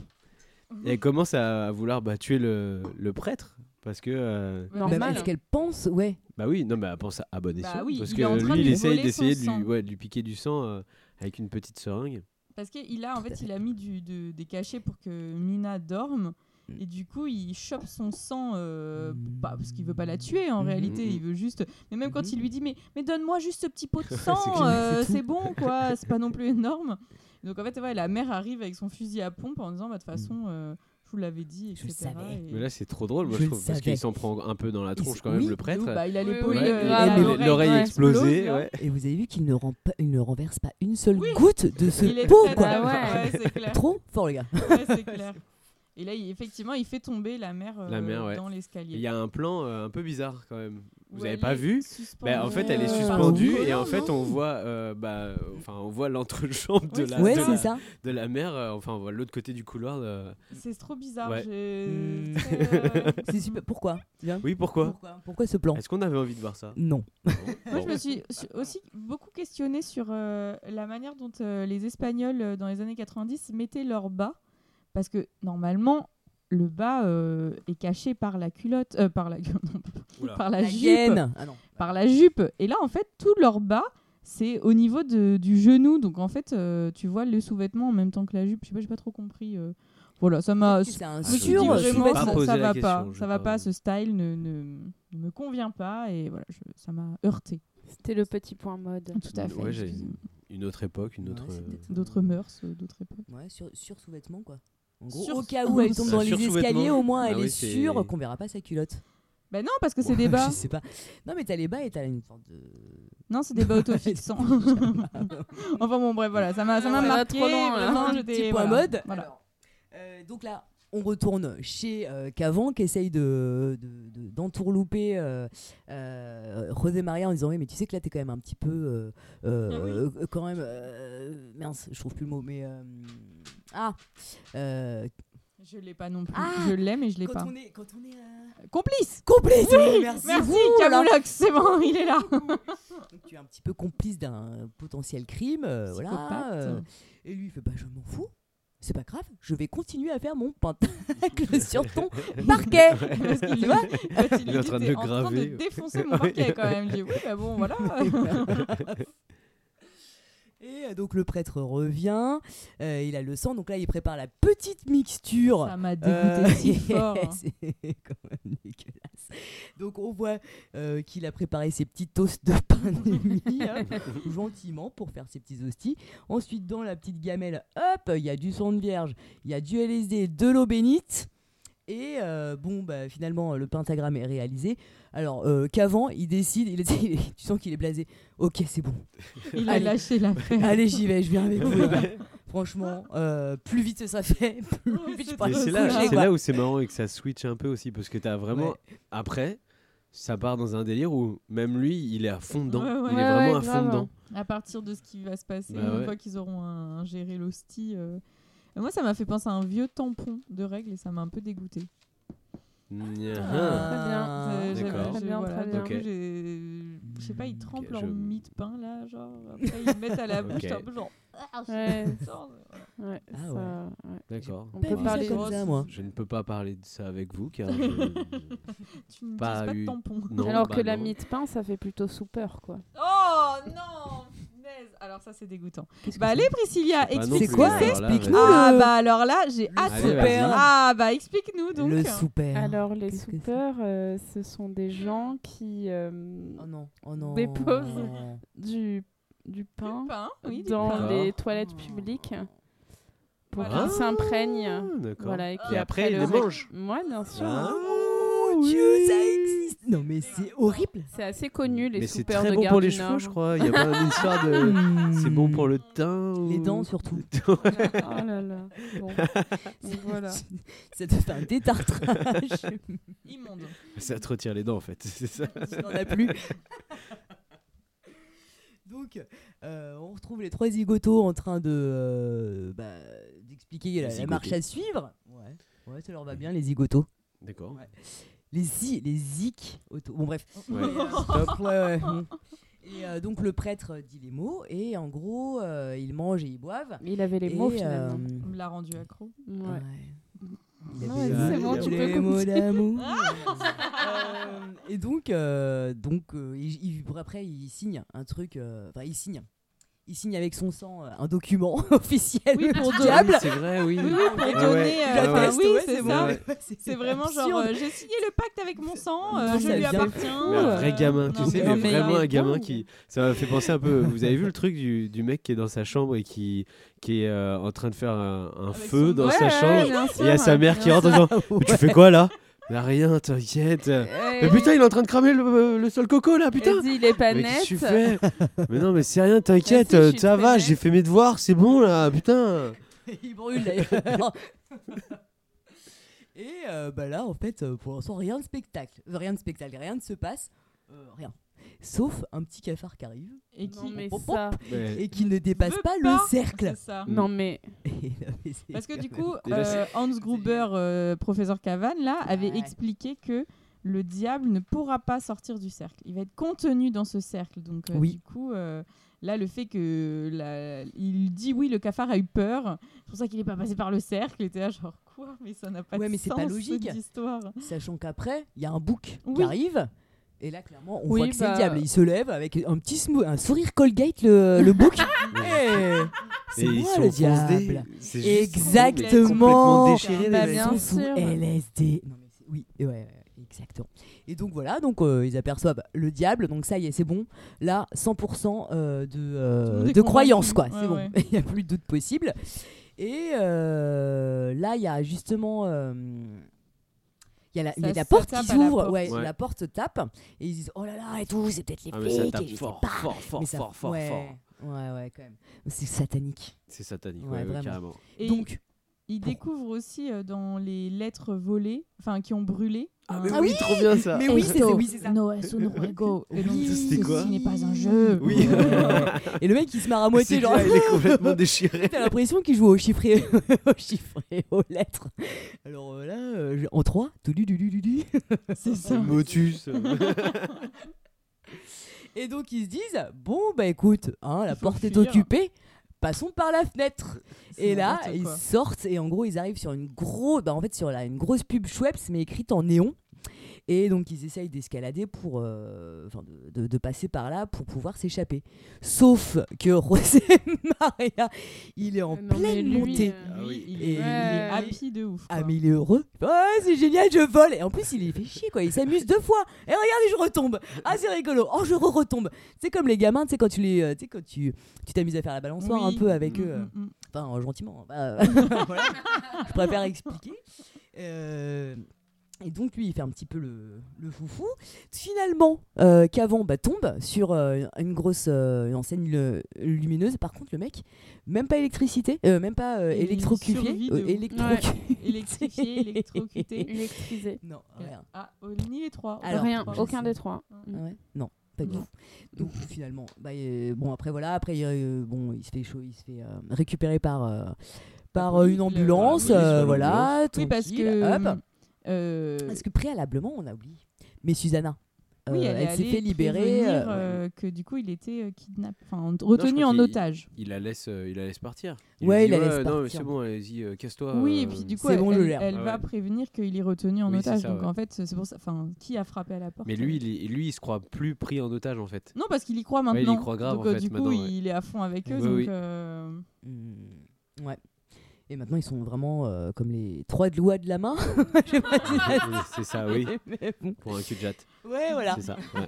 G: Mhm.
I: et elle commence à, à vouloir bah, tuer le, le prêtre. Parce que. euh,
G: Bah,
A: Bah,
H: Normal.
A: Est-ce qu'elle pense Ouais.
I: bah oui, non, mais elle pense à, à bon escient.
G: oui,
I: parce
G: il
I: que
G: est en train de
I: lui, il
G: lui
I: essaye
G: voler
I: d'essayer
G: son
I: de, lui-
G: sang.
I: ouais, de lui piquer du sang euh, avec une petite seringue.
G: Parce qu'il a, en
A: Tout à
G: fait,
A: fait.
G: il a mis du, de- des cachets pour que Mina dorme.
A: Mm.
G: Et du coup, il chope son sang, euh, bah, parce qu'il veut pas la tuer en
A: Mhm.
G: réalité, il veut juste. Mais même
A: Mm.
G: quand il lui dit, mais, mais donne-moi juste ce petit pot de sang,
I: clair,
G: euh,
I: c'est tout.
G: c'est bon quoi, c'est pas non plus énorme. Donc en fait, ouais, la mère arrive avec son fusil à pompe en disant, bah, de toute façon, euh, je vous l'avais dit,
A: Mm. Je
G: etc.
A: le savais.
G: et-
I: Mais là, c'est trop drôle, moi,
A: Je
I: je,
A: le
I: trouve, parce
A: savais.
I: qu'il s'en prend un peu dans la
A: Il-
I: tronche quand même,
A: oui,
I: le prêtre.
G: Bah, hein. il a
H: Oui,
G: les
H: oui,
G: paules,
I: Ouais,
G: euh,
H: grave,
G: et
I: l'oreille- l'oreille
G: explose,
I: explosée,
G: là.
I: ouais.
A: Et vous avez vu qu'il ne, rend pas- il ne renverse pas une seule goutte de ce
G: Il est
A: pot,
G: très
A: quoi.
G: drôle,
H: Ah ouais.
G: ouais, c'est clair.
A: Trop fort, les gars.
G: Ouais, c'est clair. Et là, il- effectivement, il fait tomber la mère, euh,
I: La mère, ouais.
G: dans
I: Il
G: l'escalier.
I: y a un plan euh, un peu bizarre quand même. Vous
G: Où
I: n'avez
G: elle
I: pas
G: est
I: vu
G: suspendue,
I: Bah, en fait, elle est
G: euh,
I: suspendue
G: par un
I: et en
G: collant,
I: fait,
G: non
I: on voit, euh, bah, enfin, on voit l'entrejambe de
G: Oui,
I: la,
G: Ah,
A: ouais,
I: de
A: c'est
I: la-
A: ça.
I: de la mère. euh, enfin, on voit l'autre côté du couloir. euh.
G: C'est trop bizarre.
I: Ouais.
G: j'ai-
A: Hmm.
G: très, euh,
A: C'est super. Pourquoi Viens.
I: Oui, pourquoi
A: pourquoi Pourquoi ce plan
I: Est-ce qu'on avait envie de voir ça
A: Non.
G: Moi, je me suis su- aussi beaucoup questionnée sur euh, la manière dont euh, les Espagnols, euh, dans les années 90, mettaient leur bas. Parce que normalement, le bas euh, est caché par la culotte, euh, par la, non,
I: Oula.
G: par la,
A: La
G: jupe,
A: hyène. Ah non.
G: par la jupe. Et là, en fait, tout leur bas, c'est au niveau de- du genou. Donc, en fait, euh, tu vois le sous-vêtement en même temps que la jupe. Je sais pas, j'ai pas trop compris. euh. Voilà, ça m'a.
A: Ah, C'est un
I: je me dis
A: sûr.
I: que
G: Vraiment,
I: je vais
A: sous-vêtement.
I: pas
G: ça,
I: poser
G: ça
I: la
G: va
I: question,
G: pas,
I: je
G: ça
I: vais
G: va
I: pas-
G: pas, ce style ne, ne- ne me convient pas et voilà, je- ça m'a heurté.
H: C'était le petit point mode.
G: Tout à fait.
I: Ouais, j'ai-
G: excusez-moi.
I: Une autre époque, une
A: Ouais,
I: autre.
A: c'est
I: euh,
A: peut-être-
G: D'autres mœurs, euh, d'autres époques.
A: Ouais, sur, sur sous-vêtement, quoi. En gros,
G: Sur-
A: au cas où elle tombe
I: Un
A: dans les
I: sur sous-vêtement.
A: escaliers, au moins
I: Ah
A: elle
I: oui,
A: est
I: c'est-
A: sûre qu'on verra pas sa culotte.
G: Ben non, parce que c'est
A: Ouais,
G: des bas.
A: Je sais pas. Non, mais t'as les bas et t'as une sorte de.
G: Non, c'est des bas autofixants. enfin bon, bref, voilà, ça m'a ça m'a
H: Ouais, on va
G: marqué.
H: trop loin, là.
G: vraiment,
A: hein. Un
G: j'étais-
A: petit point
G: Ah, voilà,
A: mode.
G: voilà.
A: Alors, euh, donc là, on retourne chez euh, Cavan qui essaye de, de- de- d'entourlouper euh, euh, Rodé Maria en disant Oui, mais tu sais que là, t'es quand même un petit peu. euh,
G: Ah
A: euh, euh, Quand même. euh, mince, je trouve plus le mot, mais. euh, ah euh,
G: Je l'ai pas non plus.
A: Ah
G: je l'aime et je l'ai
A: quand,
G: pas.
A: on est, quand on est. euh,
G: Complice
A: Complice Merci,
G: Merci,
A: vous, voilà.
G: Camoulox, c'est bon, il est là.
I: Euh,
A: Donc, tu es un petit peu complice d'un potentiel crime, euh, voilà.
G: Psychopathe.
A: euh, et lui, il fait Bah, je m'en fous. C'est pas grave, je vais continuer à faire mon pentacle sur ton parquet.
G: Parce qu'il
A: Tu
G: lui-
A: vois
G: quand il
I: Il est
G: lui
I: en
G: dit,
I: train de
G: T'es
I: le graver.
G: de défoncer mon parquet quand même. Je dis, oui, bah bon, voilà.
A: Et euh, donc le prêtre revient, euh, il a le sang, donc là il prépare la petite mixture.
G: Ça m'a dégoûté
A: Euh,
G: si fort. hein.
A: c'est quand même dégueulasse. Donc on voit euh, qu'il a préparé ses petits toasts de pain de mie, hein, gentiment pour faire ses petits hosties. Ensuite dans la petite gamelle, hop, il y a du sang de vierge, il y a du LSD, de l'eau bénite. Et euh, bon, bah, finalement, le pentagramme est réalisé. Alors, euh, qu'avant, il décide, il est- il est- tu sens qu'il est blasé. Ok, c'est bon.
G: Il a
A: Allez.
G: lâché l'affaire.
A: Allez, j'y vais, je viens avec vous. les gars. Franchement, euh, plus vite ça fait, plus
G: Ouais,
A: vite
G: Oh, c'est
A: je
G: Par
A: pars me
I: Mais
G: le
I: c'est
G: coup,
I: là,
A: coucher,
I: c'est
A: quoi.
I: là où c'est marrant et que ça switch un peu aussi, parce que t'as vraiment
A: Ouais.
I: après, ça part dans un délire où même lui, il est à fond dedans.
G: Ouais, ouais.
I: Il est
H: Ouais,
I: vraiment
H: ouais,
I: à fond
H: grave.
I: dedans.
G: à partir de ce qui va se passer
I: Bah
G: une
I: ouais.
G: fois qu'ils auront un, un géré l'hostie. euh. Et Moi, ça m'a fait penser à un vieux tampon de règles et ça m'a un peu dégoûté.
A: Ah,
I: Nya.
H: Très bien,
G: Euh, j'avais-
I: Ah, D'accord.
G: j'ai-
H: Très bien,
G: voilà,
H: très
G: du
H: bien.
G: coup,
I: Ok.
G: j'ai- Je sais pas, ils trempent
I: Ok,
G: leur
I: je-
G: mie de pain là, genre. Après, ils le mettent à la bouche,
I: Ok.
G: t'es un peu genre. Ah, je
H: Ouais,
G: sors.
H: ouais,
A: Ah
H: ça,
A: ouais.
H: ouais.
I: D'accord.
H: On
A: Pas
H: peut
A: vu ça
H: parler
A: comme ça, moi.
I: Je ne peux pas parler de ça avec vous car je-
G: Tu ne
I: Pas
G: pas, pas de
I: eu-
G: tampon.
I: non,
H: Alors
I: bah
H: que la
I: non.
H: mie de pain, ça fait plutôt soupeur, quoi.
G: Oh non punaise. Alors, ça, c'est dégoûtant.
A: Qu'est-ce que
G: Bah,
A: c'est
G: allez, Priscilla,
I: sais pas non
G: explique
A: C'est
I: plus,
G: ce que
A: quoi
I: alors
G: c'est.
I: là,
A: Explique-nous
I: vas-y.
G: Ah,
A: le-
G: bah alors là, j'ai
A: Le
G: hâte.
I: Allez, vas-y.
G: Ah, bah explique-nous donc.
A: Le super.
H: Alors, les
A: Qu'est-ce que c'est
H: soupeurs, euh, ce sont des gens qui. euh,
A: Oh non, oh non.
H: Dépose. du, du pain
G: Du pain, oui, du
H: dans
G: pain.
H: les toilettes publiques pour
G: Voilà.
H: qu'ils s'imprègnent.
I: Ah, D'accord.
H: Voilà, et,
I: Et après, il
H: le
I: les mange.
H: Ouais, bien sûr.
I: Ah,
A: Oh
I: oui.
A: Dieu, ça existe. Non mais c'est horrible.
H: C'est assez connu, les
I: Mais c'est
H: soupeurs
I: très
H: de
I: bon
H: Gare
I: pour
H: du
I: les cheveux,
H: Nord.
I: je crois. Il y a pas une histoire de. Mm. C'est bon pour le teint.
A: Les
I: ou-
A: dents, surtout.
H: Oh là là. Bon. Donc, voilà.
A: Ça te fait un détartrage.
G: Immonde.
I: Ça te retire les dents en fait. C'est ça.
A: tu n'en as plus. Donc, euh, on retrouve les trois zigotos en train de euh, bah, d'expliquer la- la,
I: zigotos.
A: marche à suivre. Ouais. ouais, ça leur va bien les zigotos.
I: D'accord.
A: Les zi, les zic auto. Bon bref.
I: Ouais.
A: Et, euh, ouais, ouais, bon. Et euh, donc le prêtre dit les mots et en gros euh, ils mangent et ils boivent.
H: Il avait les
A: Et,
H: mots finalement.
A: euh,
G: On me l'a rendu accro.
H: Ouais.
A: Il
H: Non,
A: avait
H: vas-y, c'est
A: il
H: bon,
A: avait
H: tu peux
A: les mots
H: continuer.
A: d'amour. Euh, et donc, euh, donc euh, il- il- après, il signe un truc. euh, Enfin, il signe. il signe avec son sang euh, un document officiel
G: Oui,
A: pour
G: pour
A: le
G: donner-
A: diable.
I: C'est vrai, oui.
G: Oui, oui, pour
I: Ah ouais.
G: donner.
I: Ah
G: euh,
I: ouais.
G: enfin, oui, c'est
I: bon,
G: ça.
I: ouais.
G: C'est vraiment genre,
A: absurde.
G: euh, j'ai signé le pacte avec mon sang, euh,
A: Non,
G: je
A: ça
G: lui
A: vient
G: appartiens.
I: Mais un vrai
G: euh,
I: gamin, tu
G: non,
I: sais,
G: non,
I: mais
G: mais
I: vraiment
G: il est
I: un gamin
G: bon.
I: qui. Ça m'a fait penser un peu. Vous avez vu le truc du, du mec qui est dans sa chambre et qui, qui est euh, en train de faire un, un
G: Avec
I: feu
G: son-
I: dans
H: Ouais,
I: sa
H: ouais,
I: chambre
H: bien
I: et il y a
H: sûr.
I: sa mère qui rentre en disant
A: Ah
I: Mais tu fais quoi là Bah, Rien, t'inquiète.
A: Eh,
I: Mais putain, il est en train de cramer le, le sol coco là, putain
H: Elle dit, il est pas
I: Mais
H: net.
I: qu'est-ce que tu fais Mais non, mais c'est rien, t'inquiète,
H: Vas-y, je
I: euh,
H: suis
I: ça
H: très
I: va,
H: net.
I: j'ai fait mes devoirs, c'est bon là, putain
A: il brûle d'ailleurs. Et euh, bah là, en fait, euh, pour l'instant, rien de spectacle. Euh, Rien de spectacle, rien ne se passe. Euh, rien. Sauf un petit cafard qui arrive
G: Et qui
H: Non, mais
A: Pop, pop.
H: ça.
I: Mais-
A: et qui ne dépasse
G: Euh, veut
A: pas,
G: pas.
A: le cercle.
G: C'est ça.
H: Non, mais.
A: Et non, mais c'est
G: Parce que
A: quand
G: du
A: même-
G: coup,
I: Déjà,
G: euh,
I: c'est-
G: Hans Gruber, euh, professeur Cavan, là, avait
A: Ouais.
G: expliqué que le diable ne pourra pas sortir du cercle. Il va être contenu dans ce cercle. Donc, euh,
A: Oui.
G: du coup, euh, là, le fait que. la- Il dit oui, le cafard a eu peur. C'est pour ça qu'il n'est pas passé par le cercle. Et t'es là, genre, quoi Mais ça n'a pas
A: Ouais,
G: de
A: mais c'est
G: sens,
A: pas logique.
G: cette histoire.
A: Sachant qu'après, il y a un bouc
G: Oui.
A: qui arrive. Et là, clairement, on
H: Oui,
A: voit que c'est le
H: bah-
A: diable. Il se lève avec un petit smou- un sourire Colgate, le, le bouc. Et c'est
I: Et ils
A: moi
I: sont
A: le
I: foncedés.
A: diable.
I: C'est juste-
A: Exactement.
I: complètement déchirés, les
H: Bah,
I: mecs.
H: bien
A: sont sous
H: sûr.
A: LSD. Non, mais c'est- oui, ouais, ouais, exactement. Et donc voilà, donc euh, ils aperçoivent le diable, donc ça y est, c'est bon. Là, 100% euh, de, euh,
G: Tout le monde est
A: de croyance, quoi.
G: convaincu.
A: C'est
G: Ouais,
A: bon, il n'y a plus de doute possible. Et euh, là, il y a justement. euh, il y a la, il y a
G: Ça-
A: la
G: ça
A: porte
G: tape
A: qui
G: à la
A: s'ouvre,
G: porte.
A: ouais,
I: Ouais.
A: la porte tape, et ils disent Oh là là, et tout, c'est peut-être les
I: Ah, mais
A: flics,
I: ça
A: et
I: tape
A: je sais
I: fort,
A: pas.
I: fort, fort,
A: Mais ça-
I: fort, fort,
A: ouais,
I: fort.
A: Ouais, ouais, quand même. C'est satanique.
I: C'est satanique,
A: Ouais,
I: ouais, ouais,
A: vraiment.
I: carrément.
G: Et
A: donc,
G: il
A: pour-
G: découvre aussi euh, dans les lettres volées, enfin, qui ont brûlé. un-
A: Ah, oui,
I: trop bien
G: euh,
I: ça
A: mais oui, c'est oui, c'est ça.
G: No, es un juego. Et donc,
A: Oui,
I: c'était quoi
G: ceci n'est pas un jeu.
I: Oui.
A: Et le mec, il se marre à moitié,
I: C'est
A: genre.
I: clair, il est complètement déchiré.
A: T'as l'impression qu'il joue au chiffré, au chiffré, aux lettres. Alors euh, là, euh, je- en 3, tout du du du du du.
G: C'est ça.
I: Motus.
A: Et donc ils se disent bon bah écoute, hein, la
G: faut
A: porte est
G: fuir.
A: occupée, passons par la fenêtre.
G: C'est
A: Et là,
G: n'importe
A: ils
G: quoi.
A: sortent et en gros, ils arrivent sur une grosse bah, en fait sur la, une grosse pub Schweppes mais écrite en néon. Et donc ils essayent d'escalader pour euh, enfin, de, de- de passer par là pour pouvoir s'échapper. Sauf que José Maria, il est en
H: Non, mais
A: pleine
H: lui,
A: montée.
H: euh,
I: Ah oui.
G: il,
A: Et-
G: il est
H: Ouais.
G: happy de ouf.
A: Ah
G: quoi.
A: mais il est heureux. Ouais c'est génial, je vole. Et en plus il est fait chier quoi, il s'amuse deux fois. Et regardez je retombe. Ah c'est rigolo. Oh je retombe. C'est comme les gamins, tu sais quand tu les, euh, tu sais quand tu, tu t'amuses à faire la balançoire
G: Oui.
A: un peu avec
G: Mm,
A: eux. euh,
G: mm, mm.
A: Enfin euh, gentiment. bah, euh, voilà. Je préfère expliquer. Euh, Et donc lui, il fait un petit peu le, le foufou. Finalement, euh, Cavan bah, tombe sur euh, une grosse euh, une enseigne lu- lumineuse. Par contre, le mec, même pas électricité, euh, même pas euh,
G: Il survit
A: électrocuté,
G: de
A: euh,
G: ouf.
A: électrocu-
G: Électrifié, électrocuté.
H: Électrisé.
A: Non, rien.
G: Ah, oh, ni les trois.
A: Alors,
H: Rien,
A: je
H: aucun des trois.
A: Ah ouais Non, pas du
H: Non.
A: tout. Donc finalement, bah, euh, bon après voilà, après euh, bon, il se fait chaud, il se fait euh, récupérer par euh, par euh,
G: police,
A: une
G: le-
A: ambulance,
I: la police,
A: euh,
I: ouais,
A: voilà.
G: Oui, parce
A: tranquille,
G: que.
A: hop.
G: euh,
A: Parce que préalablement, on a oublié. Mais Susanna, euh,
G: oui, elle, est
A: s'est
G: allée
A: fait libérer.
G: prévenir,
A: euh,
G: euh, que du coup, il était euh, kidnappé, enfin retenu
I: crois
G: en
I: qu'il-
G: otage.
I: Il la laisse, euh, il la laisse partir.
A: Ouais,
I: lui
A: il la
I: dit,
A: laisse
I: Non, mais
A: partir.
I: c'est bon, allez-y, euh, casse-toi.
G: Oui, et
I: euh,
G: puis du coup,
A: c'est
G: elle,
A: bon, je
G: elle-
A: l'ai. hein.
G: elle
I: Ah
G: va
I: ouais.
G: prévenir qu'il est retenu en
I: Oui, c'est
G: otage.
I: ça,
G: donc
I: ouais.
G: en fait, c'est pour ça. Enfin, qui a frappé à la porte euh
I: Mais lui, il, est- lui, il se croit plus pris en otage en fait.
G: Non, parce qu'il y croit
I: Ouais, il y
G: maintenant.
I: croit grave,
G: donc
I: en
G: euh,
I: fait,
G: du coup,
I: maintenant, ouais.
G: il est à fond avec eux.
I: Oui,
G: donc,
I: oui.
G: euh,
A: hmm, ouais. Et maintenant, ils sont vraiment euh, comme les trois de lois de la main. Je sais pas si ça
I: Oui, c'est ça, oui.
A: mais bon.
I: Pour un cul de jatte.
A: Ouais, voilà.
I: C'est ça. ouais.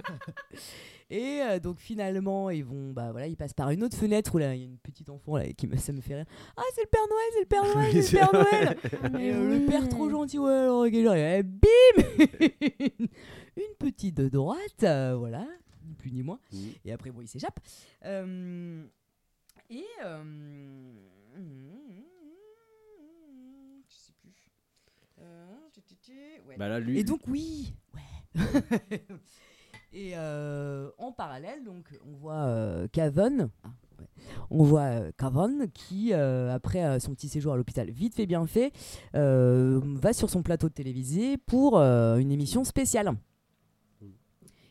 A: Et euh, donc finalement, ils vont, bah voilà, ils passent par une autre fenêtre où là, il y a une petite enfant là qui me, ça me fait rire. Ah, c'est le Père Noël, c'est le Père Noël,
I: Oui,
A: c'est le Père
I: c'est vrai.
A: Noël. Et, euh, le père trop gentil, ouais, alors, ok, genre, et bim Une petite de droite, euh, voilà, ni plus ni moins.
I: Mhm.
A: Et après, bon, il s'échappe. Euh, et. euh, je sais plus. Euh, tu, tu, tu, ouais.
I: Bah là, lui.
A: Et donc, oui Ouais Et euh, en parallèle, donc, on voit euh, Cavan. Ah, ouais. On voit euh, Cavan qui, euh, après euh, son petit séjour à l'hôpital, vite fait bien fait, euh, va sur son plateau de télévisé pour euh, une émission spéciale.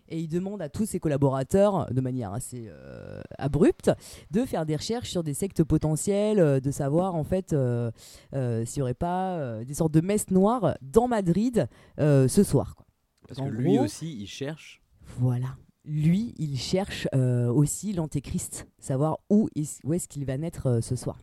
A: Et il demande à tous ses collaborateurs, de manière assez euh, abrupte, de faire des recherches sur des sectes potentielles, euh, de savoir en fait euh, euh, s'il n'y aurait pas euh, des sortes de messes noires dans Madrid euh, ce soir. quoi.
I: Parce
A: en
I: que lui
A: gros-
I: aussi, il cherche
A: Voilà. lui, il cherche euh, aussi l'antéchrist, savoir où, est- où est-ce qu'il va naître euh, ce soir.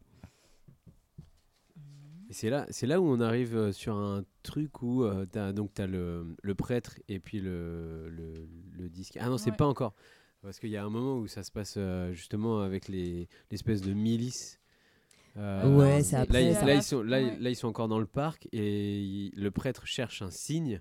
I: Et c'est là, c'est là où on arrive euh, sur un truc où euh, t'as donc t'as le, le prêtre et puis le, le, le disque. Ah non, c'est
G: Ouais.
I: pas encore. Parce qu'il y a un moment où ça se passe euh, justement avec les l'espèce de milice. Euh,
A: Ouais, c'est
I: là,
A: après,
I: ils-
A: ça.
I: là, ils sont, là,
G: Ouais.
I: là, ils sont encore dans le parc et il- le prêtre cherche un signe.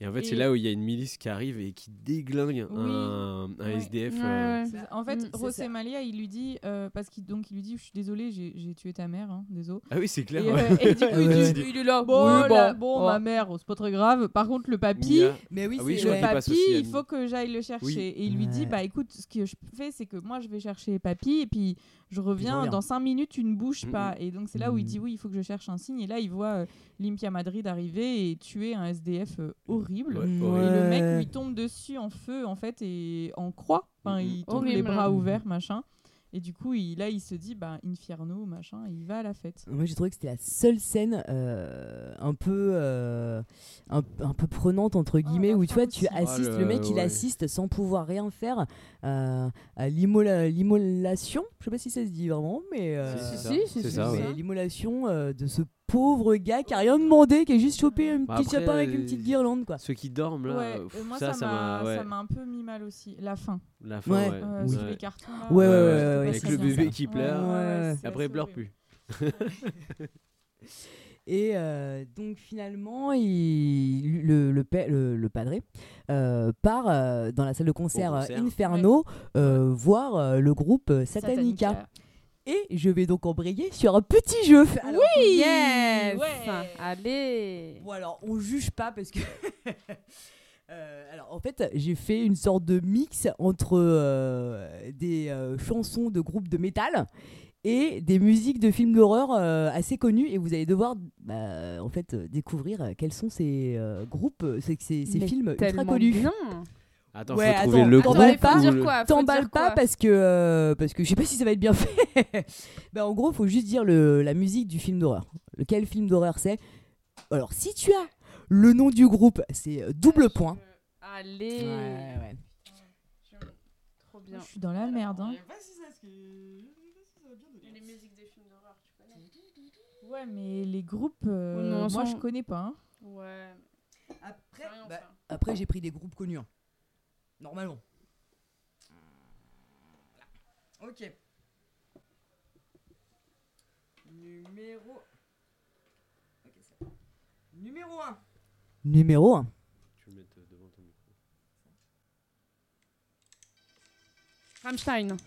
I: Et en fait, c'est
G: Et-
I: là où il y a une milice qui arrive et qui déglingue
G: Oui.
I: un, un
G: Ouais.
I: SDF.
H: Ouais,
I: euh,
H: ouais.
G: C'est ça. En fait,
H: Mm, c'est
G: Ross
A: ça.
G: et Malia, il lui dit, euh, parce qu'il donc, il lui dit Je suis désolé, j'ai j'ai tué ta mère, hein, désolé.
I: Ah oui, c'est
G: Et,
I: clair.
G: euh, et du coup, il,
A: Ouais.
G: dit, il est là Bon,
A: Oui,
G: la-
A: bon.
G: bon,
A: Oh.
G: ma mère, oh, c'est pas très grave. Par contre, le papy.
I: Mia.
A: Mais
I: Ah oui,
A: c'est-
I: je
A: ouais.
I: l'ai
G: Le
I: pas
G: papy,
I: associé à
G: il
I: nous.
G: faut que j'aille le chercher.
I: Oui.
G: Et il lui dit
A: Ouais.
G: Bah écoute, ce que je fais, c'est que moi, je vais chercher papy, et puis je
A: Je
G: reviens.
A: reviens.
G: dans 5 minutes, tu ne bouges
I: Mm,
G: pas. Et donc, c'est là où il
A: Mm.
G: dit Oui, il faut que je cherche un signe. Et là, il voit euh, Limpia Madrid arriver et tuer un SDF euh, horrible.
I: Ouais,
A: Mm,
I: horrible.
G: Et le
A: Ouais.
G: mec lui tombe dessus en feu, en fait, et en croix. Enfin,
I: Mhm.
G: il tombe les
H: Horrible.
G: bras ouverts, machin. Et du coup, il, là, il se dit, bah, Infierno, machin, et il va à la fête.
A: Moi, j'ai trouvé que c'était la seule scène euh, un peu euh, un, un peu prenante entre guillemets où tu vois, tu
G: Ah,
A: assistes le,
I: le-
A: mec, il
I: ouais.
A: assiste sans pouvoir rien faire euh, à l'immola- l'immolation. Je sais pas si ça se dit vraiment, mais euh,
I: Si, si,
H: Si, si,
I: c'est
H: si,
I: ça,
A: mais
I: ouais.
A: l'immolation euh, de ce pauvre gars qui a rien demandé, qui a juste chopé un
I: Bah,
A: petit
I: après,
A: chapeau avec une
I: euh,
A: petite guirlande quoi.
I: Ceux qui dorment là,
G: Ouais,
I: pff,
G: et moi,
I: ça,
G: ça,
I: ça
G: m'a
I: m'a. ouais.
G: ça m'a un peu mis mal aussi. La fin.
I: La fin,
A: Ouais.
I: ouais.
G: Euh,
A: Oui.
G: sur les
I: Ouais.
G: cartons. là.
A: Ouais, ouais,
I: ouais,
A: ouais, ouais,
I: Avec
A: c'est
I: le
A: ça,
I: bébé
A: ça.
I: qui
G: Ouais,
I: pleure.
G: ouais,
A: Ouais.
G: c'est
I: Après, il
G: assez
I: pleure
G: horrible.
I: plus.
A: Et euh, donc finalement, il, le, le, pa- le, le padré euh, part euh, dans la salle de concert, euh,
I: concert.
A: Inferno euh, voir euh, le groupe euh, Satanica. Et je vais donc embrayer sur un petit jeu. Alors,
H: Yes
G: Ouais.
H: Allez
A: Bon alors, on juge pas parce que... Euh, alors en fait, j'ai fait une sorte de mix entre euh, des euh, chansons de groupes de métal et des musiques de films d'horreur euh, assez connus et vous allez devoir bah, en fait euh, découvrir euh, quels sont ces euh, groupes, euh, ces, ces- ces
H: Mais
A: films ultra
H: Tellement
A: connus. Ah,
H: bien
I: Attends,
A: Ouais,
I: faut trouver
A: attends,
I: le
A: attends,
I: groupe.
A: mais
H: Attends, il
A: pas-
H: faut
I: ou le-
H: dire quoi faut
A: T'emballe
H: dire
A: pas
H: quoi
A: parce que euh, parce que je sais pas si ça va être bien fait. bah en gros, faut juste dire le, la musique du film d'horreur. Lequel film d'horreur c'est Alors si tu as le nom du groupe, c'est euh, double point.
H: Allez
A: Ouais,
H: Trop
G: Je
H: bien.
G: suis dans la merde. Hein.
H: Les musiques des films d'horreur, tu connais
G: Ouais, mais les groupes, euh,
H: Oui, mais on
G: moi,
H: s'en-
G: je connais pas. hein.
H: Ouais.
A: ouais. Après,
H: c'est rien,
A: bah,
H: ça.
A: après j'ai pris des groupes connus. hein. Normalement. Voilà. Ok. Numéro. Ok, ça va. Numéro 1. Numéro 1.
H: Rammstein.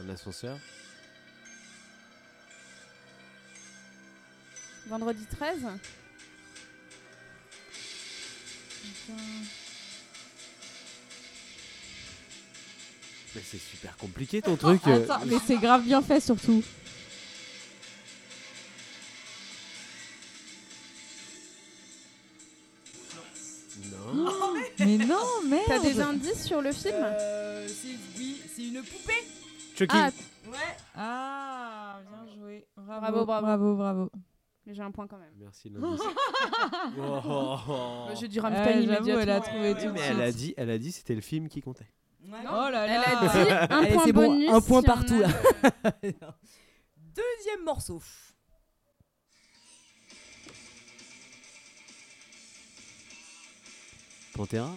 I: Un ascenseur.
H: Vendredi 13
I: Mais c'est super compliqué ton truc. euh,
G: Attends, mais c'est grave bien fait surtout.
I: Non.
G: Oh, Mais non, merde.
H: T'as des indices sur le film
A: Euh, c'est dit- c'est une poupée
I: Chucky.
H: Ah,
A: Ouais.
G: Ah, bien joué.
H: Bravo,
G: Bravo,
H: bravo.
G: bravo, bravo. bravo.
H: mais j'ai un point quand même.
I: Merci l'indice. Oh, oh, oh.
H: J'ai du
G: Rammstein
H: Rammstein
G: Ouais, Ah, j'avoue,
H: immédiatement.
G: elle a immédiatement. trouvé tout
I: Mais
G: de
I: elle a
G: suite.
I: dit, elle a dit, c'était le film qui comptait.
G: Oh là
H: Elle a
G: là.
H: dit un
A: Allez,
H: point
A: c'est bon,
H: bonus.
A: un point
H: si on
A: partout,
H: a-
A: là. Deuxième morceau.
I: Pantera.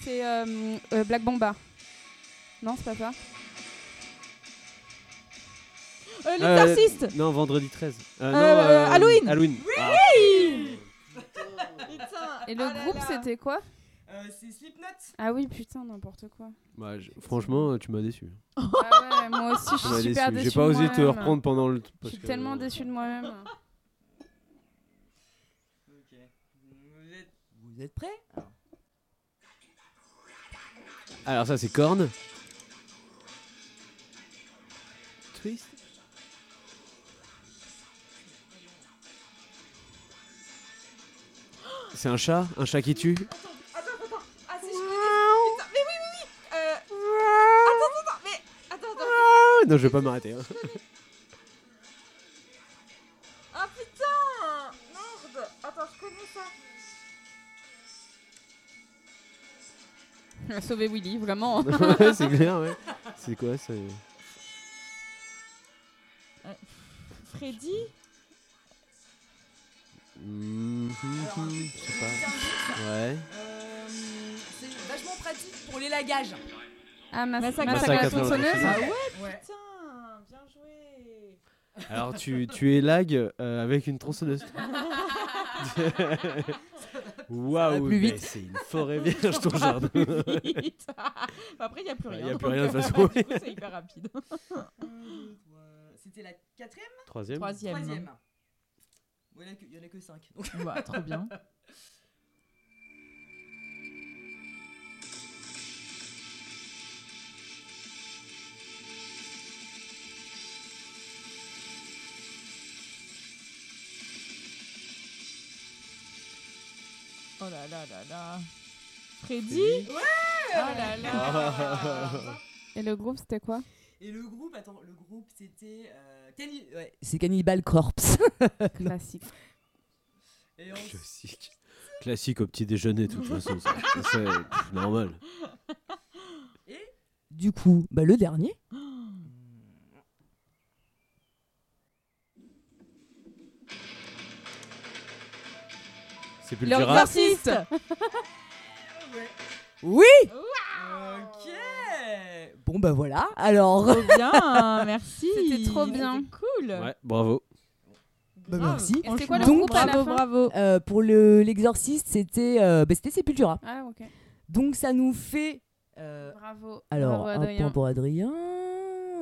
H: C'est euh, euh, Black Bomba. Non, c'est pas ça.
G: Euh, L'exorciste.
I: Euh, non, vendredi 13. Euh, non,
G: euh, Halloween.
I: Halloween. Ah,
J: ah
H: Et le groupe, c'était quoi Euh,
A: c'est Slipknot.
H: Ah oui, putain, n'importe quoi.
I: bah, je- franchement, tu m'as déçu.
H: Ah ouais, moi aussi, je
I: Tu m'as
H: suis super
I: déçu.
H: déçue.
I: J'ai
H: de
I: pas osé te
H: moi-même.
I: reprendre pendant le.
H: Je
I: parce
H: suis
I: que- euh,
H: tellement déçue de moi-même.
A: Vous êtes, vous êtes prêts
I: Alors ça, c'est Korn. Twist. C'est un chat, un chat qui tue. Ah
J: Ah, Euh,
I: non, je vais pas m'arrêter. hein.
J: Ah putain Merde Attends, je connais ça.
H: On a sauvé Willy, vraiment.
I: Ouais, c'est clair, ouais. C'est quoi ça
J: Freddy
I: Mhm, Je sais pas. Ouais.
J: Euh, C'est vachement pratique pour les lagages.
H: Ah, Mas-
G: Massacre
I: à
H: Massacre à la
I: Catherine
H: tronçonneuse.
I: Rochelle.
J: Ah ouais,
F: Ouais.
J: Putain, bien joué.
I: Alors, tu, tu es lag euh, avec une tronçonneuse. Waouh,
A: plus
I: mais
A: vite.
I: c'est une forêt vierge ton jardin.
G: Vite. Après, il n'y a plus
I: Bah,
G: rien.
I: y a
G: donc,
I: plus rien, de toute
G: euh,
I: façon.
G: du coup, C'est hyper rapide.
J: C'était la quatrième
I: Troisième.
G: Troisième.
J: Troisième. Bon, il n'y en a que cinq. donc.
G: Ouah, Bah, trop bien. Oh là là là là. Freddy
I: Freddy.
G: Oh là là
H: Et le groupe, c'était quoi
J: Et le groupe, attends, le groupe c'était. euh, Cani- ouais.
A: C'est Cannibal Corpse.
H: Classique.
J: Et on-
I: Classique. Classique au petit déjeuner, de toute façon. ça. Ça, C'est pff, normal.
A: Du coup, bah, le dernier.
I: C'est
H: L'exorciste
A: Oui
I: Ah.
J: Ok Euh,
A: Bon, bah voilà. Alors,
G: Trop bien, merci
H: C'était trop bien.
G: C'était Cool
I: Ouais, bravo.
A: bah, merci.
H: Et c'était quoi le
A: Donc,
H: groupe à la
G: Bravo,
H: fin
G: bravo
A: Euh, pour le- l'exorciste, c'était euh, bah, c'était Sepultura.
H: Ah, ok.
A: Donc, ça nous fait. euh,
H: Bravo.
A: alors,
H: Bravo,
A: un
H: Adrien.
A: point pour Adrien.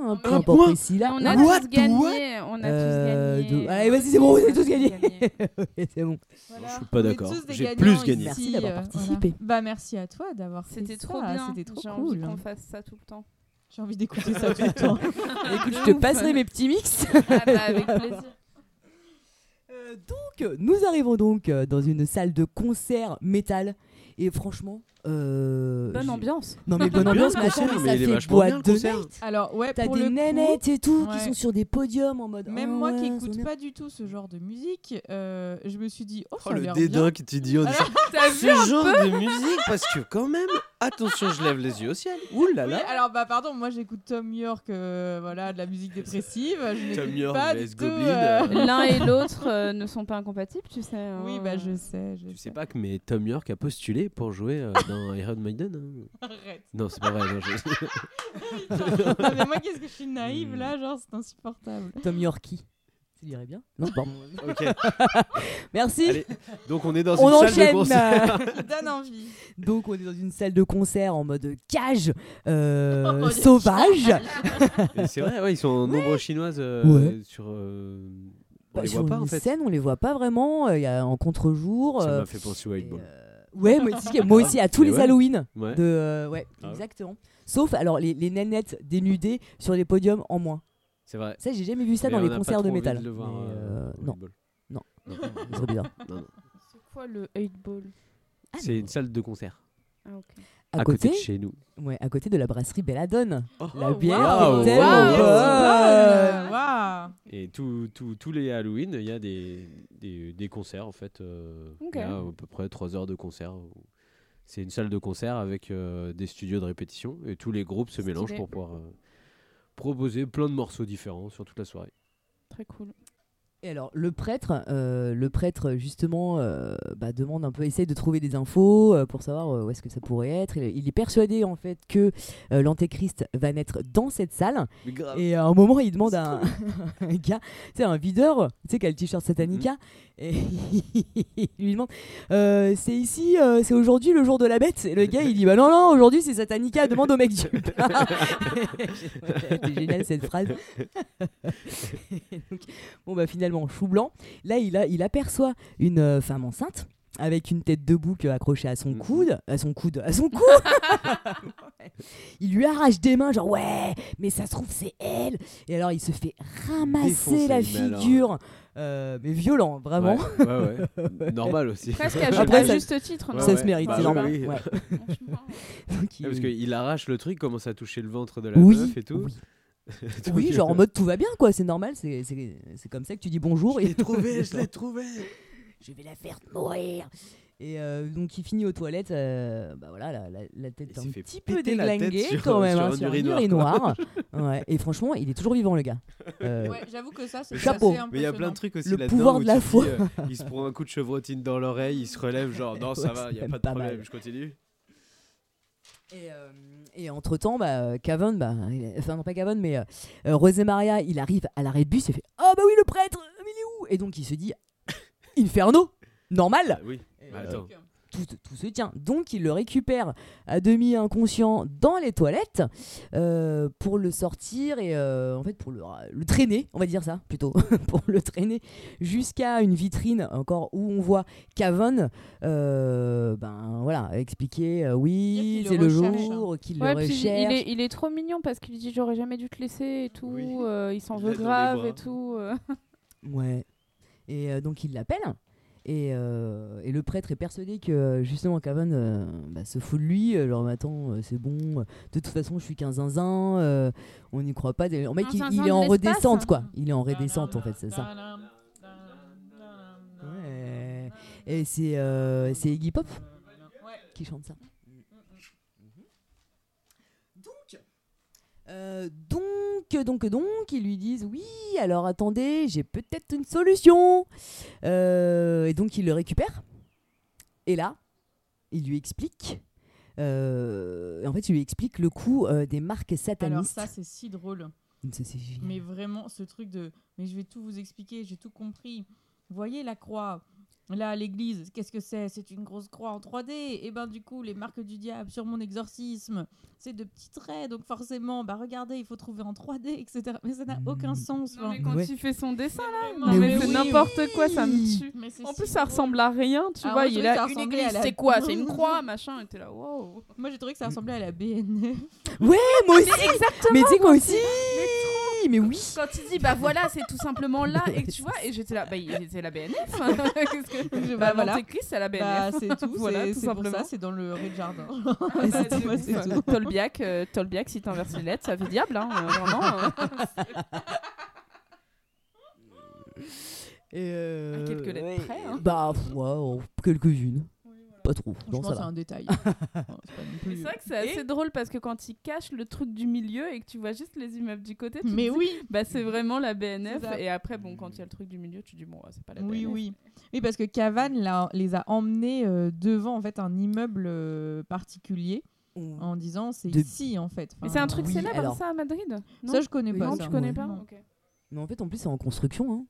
A: Un
H: mais
A: point
H: un
A: pour
I: point
A: Priscilla.
H: Ah, bah, on a
A: Ah, What
H: tous gagné. On a
A: Euh,
H: tous gagné.
A: deux. Allez, vas-y, c'est bon, vous avez
H: On a
A: tous gagné. Ouais, c'est bon.
I: Je suis pas
G: On est
I: d'accord.
G: tous des
I: J'ai
G: gagnants
I: plus gagné.
A: Merci
G: ici,
A: d'avoir
G: euh,
A: participé.
G: voilà. Bah merci à toi d'avoir fait
H: C'était
G: ça,
H: trop bien.
G: C'était trop
H: J'ai envie
G: cool.
H: qu'on fasse ça tout le temps.
G: J'ai envie d'écouter ça tout le temps.
A: Écoute, je
H: De
A: te
H: ouf.
A: passerai mes petits mix.
H: Ah bah, avec plaisir.
A: Euh, donc, nous arrivons donc euh, dans une salle de concert métal. Et franchement, euh,
H: Bonne
A: j'ai-
H: ambiance.
A: Non mais bonne
I: Bien,
A: ambiance,
I: le
A: mais attends,
I: concert,
A: mais
I: mais
A: ça
I: il est
A: fait
I: vachement bien,
A: boîte
I: le
A: de
I: concert.
A: night.
G: Alors ouais,
A: T'as
G: pour
A: des
G: le coup,
A: nanettes et tout qui
G: ouais.
A: sont sur des podiums en mode.
G: même
A: ah
G: moi qui
A: ouais,
G: écoute
A: c'est
G: pas du tout ce genre de musique, euh, je me suis dit oh,
I: Oh,
G: ça a
I: le
G: l'air
I: dédain
G: bien.
I: qui tu dis.
H: T'as
I: ce genre de musique parce que quand même attention je lève les yeux au ciel ouh là
G: Oui,
I: là
G: alors bah pardon, moi j'écoute Tom York, euh, voilà, de la musique dépressive. Je
I: Tom
G: n'écoute
I: York,
G: pas
I: Les
G: du tout,
I: Goblins,
G: euh,
I: euh,
H: L'un et l'autre euh, ne sont pas incompatibles, tu sais. hein.
G: Oui, bah
A: Oh.
G: je sais, je
I: tu sais pas que mais Tom York a postulé pour jouer euh, dans Iron Maiden hein.
G: Arrête.
I: non c'est pas vrai non, je-
G: Non, mais moi qu'est-ce que je suis naïve
I: Hmm.
G: là, genre c'est insupportable.
A: Tom Yorkie. Tu dirais bien Non, pardon.
I: Ok,
A: Merci.
I: Allez, donc on est dans
A: on
I: une salle de
A: enchaîne.
I: concert
A: euh,
G: Ça donne envie.
A: donc on est dans une salle de concert en mode cage euh,
G: Oh, les
A: sauvage.
I: Et c'est vrai ouais ils sont en nombre chinoise euh,
A: Ouais.
I: sur euh, on
A: Bah,
I: les
A: sur
I: voit pas
A: une
I: en fait
A: scène, on les voit pas vraiment. euh, Il y a en contre-jour.
I: ça
A: euh,
I: m'a fait penser au
A: et,
I: 8 Ball
A: euh, ouais, moi aussi, moi aussi, à tous
I: Mais
A: les
I: ouais.
A: Halloween.
I: ouais
A: De, euh, ouais,
I: Ah ouais.
A: exactement. Sauf alors les, les nanettes dénudées sur les podiums en moins.
I: c'est vrai
A: Ça, j'ai jamais vu ça
I: Mais
A: dans
I: on
A: les
I: a pas
A: concerts
I: trop
A: de
I: envie
A: métal.
I: le voir,
A: Mais,
I: euh,
A: euh,
I: au
A: non,
I: Halloween Ball.
A: non.
I: Non,
A: c'est trop bizarre.
I: non, non.
H: C'est quoi le 8 ball
I: c'est une salle de concert
H: Ah, ok.
A: Ah, À,
I: à
A: côté,
I: côté de chez nous
A: ouais, à côté de la brasserie Belladone.
I: Oh.
A: la
G: Oh,
A: bière
I: waouh,
A: est tellement
I: waouh,
A: bonne.
G: bonne. euh, Waouh.
I: Et tous tous- tous les Halloween, il y a des, des, des concerts en fait. euh,
H: Ok.
I: il y a à peu près 3 heures de concert. C'est une salle de concert avec euh, des studios de répétition et tous les groupes se
H: Stylé.
I: mélangent pour pouvoir euh, proposer plein de morceaux différents sur toute la soirée.
H: Très cool.
A: Et alors, le prêtre, euh, le prêtre justement, euh, bah, demande un peu, essaye de trouver des infos euh, pour savoir euh, où est-ce que ça pourrait être. Il, il est persuadé en fait que euh, l'antéchrist va naître dans cette salle. Et à un moment, il demande à un, un gars, tu sais, un videur, tu sais, qui a le t-shirt Satanica, et il lui demande euh, C'est ici, euh, c'est aujourd'hui le jour de la bête Et le gars, il dit Bah non, non, aujourd'hui c'est Satanica, demande au mec du bar. C'est génial cette phrase. Donc, bon, bah finalement, chou blanc. Là, il, a, il aperçoit une euh, femme enceinte. Avec une tête de bouc euh, accrochée à son
I: Mhm.
A: coude, à son coude, à son cou. il lui arrache des mains, genre ouais, mais ça se trouve c'est elle. Et alors il se fait ramasser
I: Défoncer,
A: la
I: mais alors-
A: figure, euh, mais violent, vraiment.
I: Ouais, ouais, ouais. Normal aussi.
H: Presque à, ju-
A: Après,
H: à
A: ça-
H: juste titre.
I: Ouais,
H: non
A: ça
I: ouais.
A: se mérite,
I: Bah
A: c'est
I: oui,
A: normal.
I: oui. Ah,
A: Ouais.
H: Franchement.
A: Donc, il-
I: Parce qu'il arrache le truc, commence à toucher le ventre de la
A: Oui,
I: meuf et tout.
A: oui.
I: Donc,
A: oui, genre en
I: euh,
A: mode tout va bien, quoi. C'est normal, c'est c'est- c'est comme ça que tu dis bonjour.
I: Je l'ai
A: et
I: trouvé, je l'ai trouvé.
A: Je vais la faire mourir. Et euh, donc il finit aux toilettes, euh, bah voilà, la, la- la tête
I: Il
A: un
I: s'est fait
A: petit peu
I: péter la tête
A: déglinguée
I: sur-
A: quand même,
I: sur
A: hein,
I: un
A: sur un
I: urinoir,
A: urinoir. Ouais. Et franchement, il est toujours vivant le gars. Euh,
G: Ouais, j'avoue que ça, c'est
A: Chapeau.
G: assez
I: Mais il y a plein
G: impressionnant.
I: de trucs aussi
A: Le
I: là-dedans
A: pouvoir
I: où
A: de la
I: tu te
A: foi.
I: dis, euh, il se prend un coup de chevrotine dans l'oreille, il se relève, genre non, ça
A: Ouais,
I: va,
A: c'est
I: il n'y a
A: même
I: pas de
A: pas
I: problème,
A: mal.
I: je continue.
A: Et, euh, et entre-temps, bah, Cavan, bah, il- enfin non pas Cavan, mais euh, euh, Rosé Maria, il arrive à l'arrêt de bus et fait « Oh bah oui, le prêtre Mais il est où ?» Et donc il se dit « Inferno Normal
I: Ah oui,
A: Et,
I: bah,
A: euh,
I: attends.
A: tout, tout se tient. Donc il le récupère à demi inconscient dans les toilettes euh, pour le sortir et euh, en fait pour le, le traîner, on va dire ça plutôt, pour le traîner jusqu'à une vitrine encore où on voit Cavan, euh, ben voilà, expliquer euh, oui
G: Dire
A: c'est le
G: qu'il le recherche, hein.
A: jour qu'il
H: Ouais,
A: le
H: puis il-
A: recherche.
H: il, est, il est trop mignon parce qu'il dit j'aurais jamais dû te laisser et tout,
I: Oui.
H: euh, il s'en
I: Il
H: veut
I: l'a dans les
H: grave
I: bras.
H: et tout. euh.
A: Ouais. Et euh, donc il l'appelle. Et, euh, et le prêtre est persuadé que euh, justement Cavan euh, bah, se fout de lui, euh, genre mais attends euh, c'est bon, euh, de toute façon je suis qu'un zinzin, euh, on n'y croit pas. Le mec
H: Un
A: il,
H: zinzin
A: il est
H: de
A: en
H: l'espace,
A: redescente
H: hein.
A: quoi, il est en redescente en fait c'est ça. Ouais. Et c'est euh, c'est Iggy Pop qui chante ça. Donc, euh, donc, donc, donc, ils lui disent oui. Alors attendez, j'ai peut-être une solution. Euh, et donc ils le récupèrent. Et là, il lui explique. euh, en fait, il lui explique le coup euh, des marques
G: Alors
A: satanistes.
G: ça, c'est si drôle.
A: Ça, c'est génial.
G: Mais vraiment, ce truc de. Mais je vais tout vous expliquer, j'ai tout compris. Voyez la croix. Là, l'église, qu'est-ce que c'est C'est une grosse croix en 3D. Et ben du coup, les marques du diable sur mon exorcisme, c'est de petits traits. Donc forcément, bah regardez, il faut trouver en 3D, etc. Mais ça n'a aucun
A: Mm.
G: sens. hein.
H: Non, mais
G: enfin.
H: quand
A: Ouais.
H: il fait son dessin là,
G: Vraiment,
H: non, Hmm. mais,
A: mais
H: c'est
A: oui.
H: n'importe quoi, ça me tue.
G: Mais c'est
H: En
G: si
H: plus, ça
G: drôle.
H: ressemble à rien, tu
G: Ah,
H: vois.
G: moi, je
H: il
G: trouvais que ça
H: a une
G: ressemblait
H: église,
G: à la-
H: c'est quoi C'est une croix, machin. Et t'es là, wow.
G: Moi, j'ai trouvé
H: Hmm.
G: que ça ressemblait à la BNF.
A: Eh, moi aussi. Mais tu sais que moi aussi. Mais oui.
H: Quand il dit, bah voilà, c'est tout simplement là, et que tu vois, et j'étais là, bah il était la BNF. hein. Qu'est-ce que.
G: Bah,
H: Bah,
G: voilà.
H: Monte Christ, c'est la
G: Bah,
H: BNF.
G: c'est tout.
H: Voilà,
G: c'est-
H: tout
G: c'est pour
H: simplement.
G: ça, c'est dans le rez de jardin.
A: c'est
G: Bah,
H: Ouf.
G: c'est tout.
H: Tolbiac, euh, Tolbiac, si t'inverses les lettres, ça fait diable, hein, euh, vraiment. hein.
A: Et euh,
H: À quelques lettres
A: ouais,
H: près, hein.
A: Bah, pff, ouais, oh, quelques-unes. Pas trop. Non,
G: Franchement,
A: ça
G: c'est
A: va.
G: un détail. Bon, c'est pas non
H: Mais
G: plus- euh.
H: C'est vrai que c'est assez drôle parce que quand ils cachent le truc du milieu et que tu vois juste les immeubles du côté, tu te
G: Mais
H: dis,
G: oui,
H: bah c'est vraiment la BNF.
G: C'est ça.
H: Et après, bon, quand il y a le truc du milieu, tu dis, bon, ouais, c'est pas la
G: oui,
H: BNF.
G: oui. Oui, parce que Cavane l'a- les a emmenés euh, devant en fait un immeuble euh, particulier en disant c'est
A: De-
G: ici en fait.
H: Mais
G: Enfin,
H: c'est un truc
A: Oui,
H: célèbre,
A: alors.
H: ça, à Madrid Non,
G: Ça je connais pas.
H: non
G: ça.
H: tu connais
A: ouais.
H: pas
G: Non.
H: Ok.
A: Mais en fait, en plus, c'est en construction. Hein.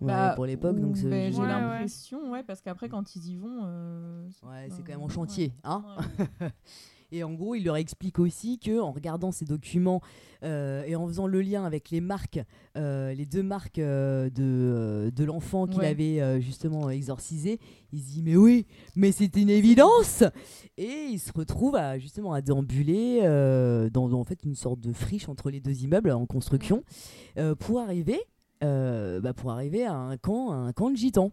A: Ouais,
G: Bah,
A: pour l'époque, donc c'est.
G: ben, j'ai
H: Ouais,
G: l'impression, ouais, parce qu'après quand ils y vont. euh,
A: Ouais,
G: pas-
A: c'est quand même en chantier, hein.
G: Ouais.
A: Et en gros, il leur explique aussi que, en regardant ces documents euh, et en faisant le lien avec les marques, euh, les deux marques euh, de, euh, de l'enfant qu'il
G: Ouais.
A: avait euh, justement exorcisé, il se dit mais oui, mais c'est une évidence. Et il se retrouve à justement à déambuler euh, dans, dans, en fait une sorte de friche entre les deux immeubles en construction euh, pour arriver. euh, bah, pour arriver à un camp, à un camp de gitans.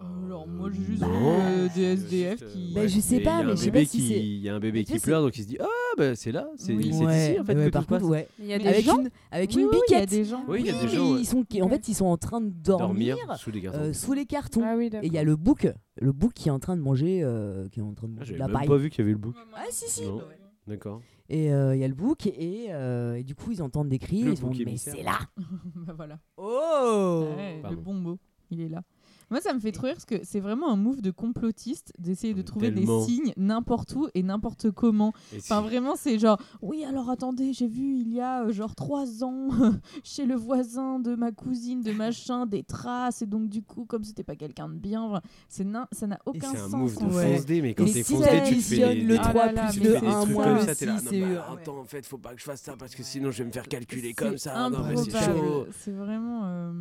I: euh,
G: Alors, moi, j'ai juste
I: non,
A: vu, euh,
I: euh,
G: des SDF
I: juste,
G: qui-
I: euh,
A: Bah, je sais
I: et il y a
A: pas,
I: un
A: mais je sais
I: bébé
A: pas si
I: qui-
A: c'est-
I: Il y a un bébé
A: Mais
I: qui
A: tu
I: pleure, donc il se dit Ah, bah c'est là, c'est
G: Oui.
I: c'est
A: Ouais,
I: ici en fait
A: ouais,
I: que
A: par
I: tout se passe.
A: contre, ouais.
H: Mais il y a
G: Mais
H: des
A: Avec
H: gens.
A: une, avec
G: Oui,
A: une
G: oui, il y a
A: piquette.
G: des gens.
I: Oui, il y a
A: Oui,
I: des gens ouais,
A: ils sont qui- en
H: Ok.
A: fait ils sont en train de dormir,
I: dormir sous des cartons.
A: euh, sous les cartons
H: Ah oui,
A: et il
H: d'accord.
A: y a le bouc le bouc qui est en train de manger euh, qui est en train de
I: Ah,
A: manger
I: J'avais
A: de la
I: même
A: paille
I: pas vu qu'il y avait le bouc.
A: ah si si
I: Non. D'accord.
A: et euh, il y a le bouc et, euh, et du coup ils entendent des cris
I: Le
A: et ils se
I: bouc
A: disent, mais
I: émissaire.
A: c'est là
G: Bah, voilà.
A: oh
G: Ouais, le
I: Pardon.
G: bon mot, il est là. Moi, ça me fait trop rire parce que c'est vraiment un move de complotiste d'essayer de
I: Ah, Mais
G: trouver
I: tellement.
G: des signes n'importe où et n'importe comment.
I: Et
G: Enfin,
I: si-
G: vraiment, c'est genre, oui, alors attendez, j'ai vu il y a euh, genre trois ans chez le voisin de ma cousine, de machin, des traces, et donc du coup, comme c'était pas quelqu'un de bien, voilà, c'est nain- ça n'a aucun
I: C'est
G: sens.
I: un move de
G: en fait.
A: Ouais.
I: fonce-dé, mais quand
A: et
I: t'es
A: si
I: foncé,
A: ça
I: tu te fais
A: additionne
I: des-
A: le
I: des-
G: Ah
A: 3
G: là là,
A: plus
I: tu
G: mais
A: le
I: fais des
A: 1
I: trucs
A: moins
I: comme
A: le
I: ça, t'es là,
A: 6
I: non, bah.
A: c'est
I: mais
A: euh,
I: attends, en fait, faut pas que je fasse ça parce que sinon je vais me faire calculer
G: C'est
I: comme ça. Non, mais c'est
G: improbable.
I: chaud.
G: C'est vraiment. euh,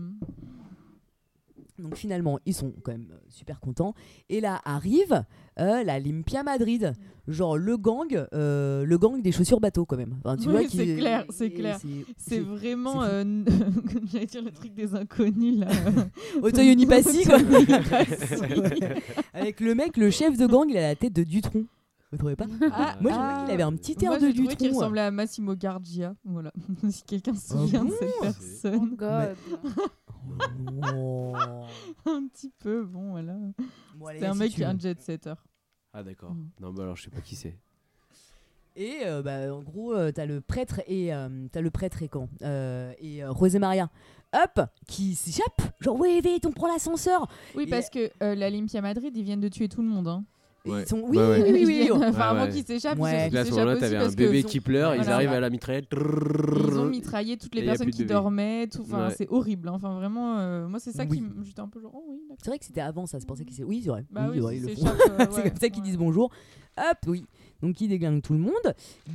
A: donc finalement ils sont quand même euh, super contents et là arrive euh, la Limpia Madrid genre le gang euh, le gang des chaussures bateau quand même Enfin, tu
G: Oui,
A: vois
G: c'est
A: qu'ils-
G: clair, c'est
A: et
G: clair. C'est
A: c'est
G: vraiment,
A: c'est fou.
G: euh, n- j'allais dire le truc des inconnus là.
A: Otoyoni Passi, quoi.
G: Otoyoni Passi.
A: Avec le mec, le chef de gang, il a la tête de Dutron. Vous trouvez pas
G: Ah,
A: Moi, j'ai
G: ah.
A: trouvé qu'il avait un petit air
G: Moi,
A: de
G: j'ai trouvé qu'il
A: Dutron.
G: ressemblait à Massimo Gargia. Voilà. si quelqu'un se
A: Ah
G: souvient de
A: bon
G: cette
H: Oh
G: personne,
A: Bah,
H: god.
A: Non.
G: un petit peu, bon, voilà.
A: euh. Bon, allez,
G: C'est un
A: si
G: mec,
A: tu veux.
G: un jet setter.
I: Ah d'accord.
G: Mm.
I: Non, bah alors je sais pas qui c'est.
A: Et euh, bah, en gros, euh, t'as le prêtre et euh, t'as le prêtre et quand euh, et euh, Rosé Maria, hop, qui s'échappe. Genre oui, vite, on prend l'ascenseur.
G: Oui,
A: Et-
G: parce que euh, la Limpia Madrid, ils viennent de tuer tout le monde. Hein.
A: Et
I: Ouais.
A: Ils sont oui,
I: Ouais, ouais.
A: oui, oui,
G: Ils
A: oui,
G: viennent-
A: oui.
G: enfin,
I: Ouais,
G: avant
I: ouais.
G: qu'ils s'échappent,
A: Ouais.
G: ils
I: Donc là, à
G: se-
I: ce
G: s'échappent
I: moment-là,
G: aussi
I: t'avais un
G: parce que
I: bébé
G: ils ont-
I: qui pleure, ils
G: Voilà.
I: arrivent à la mitraillette.
G: Ils ont mitraillé toutes
I: Et
G: les
I: y a
G: personnes
I: plus de
G: qui
I: bébé.
G: dormaient, tout. Enfin,
I: Ouais.
G: c'est horrible. hein. Enfin, vraiment, euh, moi, c'est ça
A: Oui.
G: qui. m- J'étais un peu genre, oh oui, d'accord.
A: C'est vrai que c'était avant ça. C'est pour ça qu'ils s'é- oui, c'est vrai.
G: Bah
A: oui, c'est vrai,
G: oui,
A: ils le
G: s'ils
A: font.
G: s'échappent, euh,
A: c'est
G: ouais,
A: comme ça qu'ils
G: ouais.
A: disent bonjour. Hop, oui. Donc ils déglinguent tout le monde.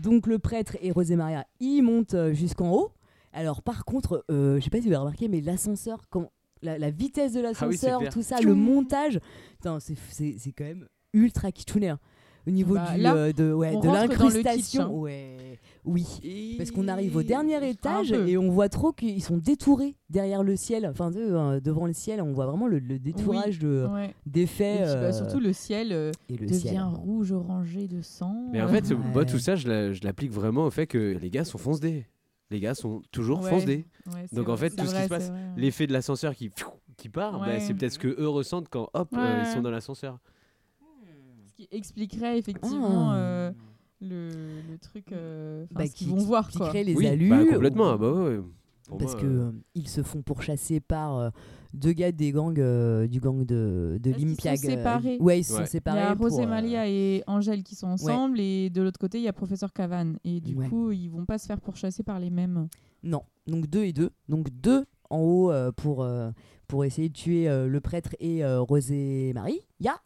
A: Donc le prêtre et Rosé Maria, ils montent euh, jusqu'en haut. Alors par contre, euh, je sais pas si vous avez remarqué, mais l'ascenseur, quand la, la vitesse
G: Ah
A: de
I: oui, c'est
A: l'ascenseur,
I: clair.
A: tout ça, le montage, putain, c'est- c'est c'est quand même ultra kitschouné. hein. Au niveau
G: Bah,
A: du,
G: là,
A: euh, de, ouais,
G: on
A: de
G: rentre dans le kitsch,
A: l'incrustation.
G: hein.
A: Ouais. Oui.
I: Et-
A: Parce qu'on arrive au dernier étage
G: peu.
A: et on voit trop qu'ils sont détourés derrière le ciel, enfin de- euh, devant le ciel, on voit vraiment le, le détourage de,
G: Ouais. Et
A: d'effets.
G: puis, bah,
A: euh,
G: surtout, le ciel euh,
A: et le
G: devient
A: ciel.
G: rouge orangé de sang.
I: Mais en
G: euh,
I: fait,
A: Ouais.
I: moi, tout ça, je la- je l'applique vraiment au fait que les gars sont foncedés. Les gars sont toujours
G: Ouais.
I: foncedés.
G: ouais, c'est
I: Donc, en
G: vrai,
I: fait,
G: c'est
I: tout ce qui
G: vrai,
I: se passe,
G: c'est vrai, ouais.
I: L'effet de l'ascenseur qui, pfiou, qui part, bah,
G: Ouais.
I: c'est peut-être ce que eux ressentent quand hop, euh,
H: Ouais.
I: ils sont dans l'ascenseur.
G: Ce qui expliquerait effectivement
A: Ah.
G: euh, le, le truc. euh, enfin,
A: Bah,
G: ce qu'ils
A: qui
G: vont voir, quoi.
A: expliquerait les
I: oui,
A: alus.
I: bah, complètement. ah bah ouais, ouais. Pour
A: Parce
I: moi,
A: que
I: euh,
A: euh, ils se font pourchasser par euh, deux gars des gangs euh, du gang de, de
G: Est-ce qu'ils sont
A: Limpiag. euh,
G: séparés
A: Ouais, ils se
I: Ouais.
A: sont
G: Il y
A: séparés.
G: a
A: pour,
G: Rosé
A: euh,
G: Malia et Angèle qui sont ensemble, et de l'autre côté, il y a Professeur Cavan. Et du
A: Ouais.
G: coup, ils vont pas se faire pourchasser par les mêmes.
A: Non, donc deux et deux. Donc deux en haut euh, pour, euh, pour essayer de tuer euh, le prêtre et euh, Rosé Marie. Ya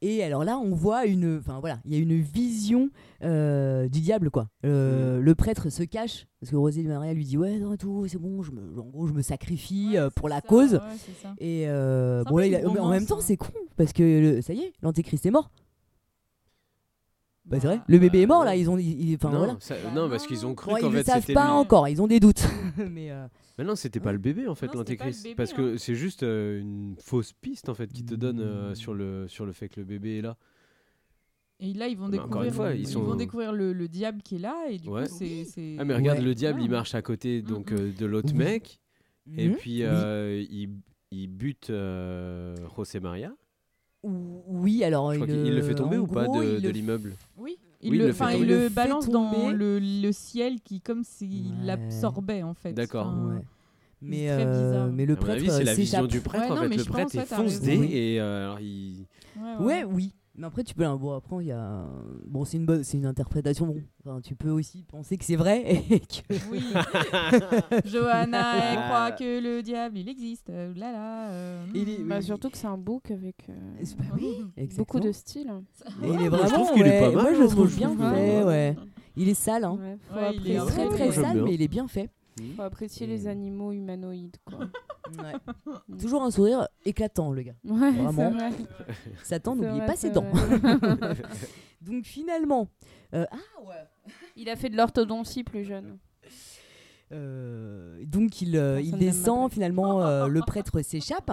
A: Et alors là, on voit une. Enfin voilà, il y a une vision euh, du diable, quoi. Euh,
G: Mm.
A: Le prêtre se cache, parce que Rosé Marie lui dit Ouais, non, et tout, c'est bon, je me, en gros, je me sacrifie euh, pour la cause. Et euh,
G: C'est un
A: bon,
G: peu
A: là,
G: une
A: il a- mais en
G: romance,
A: même temps,
G: hein.
A: c'est con, parce que le- ça y est, l'antéchrist est mort. Bah, c'est vrai, le bébé est mort, là, ils ont. ils- ils- Enfin
I: non,
A: voilà.
I: ça-
G: Bah
I: non,
G: non,
I: parce qu'ils ont cru
A: Bon,
I: qu'en
A: ils
I: fait
A: le savent
I: c'était
A: pas
I: lui.
A: encore, ils ont des doutes. Mais. euh,
I: Mais non, c'était pas le bébé en
G: Non, c'était
I: fait,
G: pas le
I: l'antéchrist.
G: bébé, hein.
I: Parce que c'est juste euh, une fausse piste en fait qui te donne euh, sur, le, sur le fait que le bébé est là.
G: Et là, ils vont
I: Mais encore
G: découvrir,
I: une fois, ils
G: ils
I: sont-
G: vont découvrir le, le diable qui est là, et du
I: Ouais.
G: coup, c'est. c'est-
I: Ah, mais regarde,
A: Ouais.
I: le diable
G: Ah. Mmh.
I: il marche à côté
G: Mm,
I: donc
G: mm.
I: euh, de l'autre
A: Oui.
I: mec, et
A: mhm.
I: puis euh, il, il bute euh, José Maria.
A: Ou- Oui, alors
I: Je crois
A: il, euh,
I: qu'il il le fait tomber
A: en
I: ou pas
A: gros,
I: de,
A: il
I: de
A: le-
I: l'immeuble
G: Oui,
I: Oui,
G: il
I: il
G: le,
I: le fait
G: enfin, il
I: tomber.
G: le
A: Il le fait
G: balance dans
A: tomber.
G: le, le ciel qui, comme s'il
A: Ouais.
G: l'absorbait, en fait.
I: D'accord.
G: Enfin,
A: Ouais. Mais,
G: très
A: euh,
G: bizarre.
A: mais le
I: À mon
A: prêtre
I: avis, c'est la
A: euh,
I: vision
A: s'échappe.
I: du prêtre
G: Ouais,
I: en
G: non,
I: fait.
G: mais
I: Le
G: je
I: prêtre
G: pense,
I: est
G: ouais, t'as raison.
I: foncedé
A: Oui.
I: et euh, alors il.
G: ouais, ouais.
A: Ouais, oui. Mais après, tu peux. hein, Bon, après, il y a. Bon, c'est une bonne, c'est une interprétation. Bon, enfin, tu peux aussi penser que c'est vrai et que.
G: Oui. Johanna, elle
I: Ah.
G: croit que le diable, il existe. euh, Là, là. euh,
A: Il est-
H: Bah,
A: oui.
H: surtout que c'est un book avec euh,
A: C'est pas- oui,
H: beaucoup
A: exactement.
H: de style.
A: Et il est
I: Moi, je
A: vraiment.
I: trouve qu'il est pas
A: ouais,
I: mal,
A: Moi, je
I: hein,
A: le trouve
I: je
A: bien
I: trouve que-
A: fait. Ouais. Il est sale, hein.
H: Ouais, faut,
G: Ouais, il
A: Il
G: est
A: est
G: un
A: très
H: apprécier,
G: peu-
A: très
I: J'aime
A: sale,
I: bien.
A: mais il est bien fait.
H: faut apprécier
A: Et-
H: les animaux humanoïdes quoi.
A: Toujours un sourire éclatant, le gars.
H: Ouais,
A: Vraiment.
H: c'est vrai.
A: Satan,
H: C'est
A: n'oubliez
H: vrai,
A: pas ses
H: c'est
A: dents.
H: vrai.
A: Donc finalement, euh,
H: Il a fait de l'orthodontie plus jeune.
A: Euh, donc il, euh, il
H: Personne n'aime ma
A: descend
H: blague.
A: finalement, euh, le prêtre s'échappe,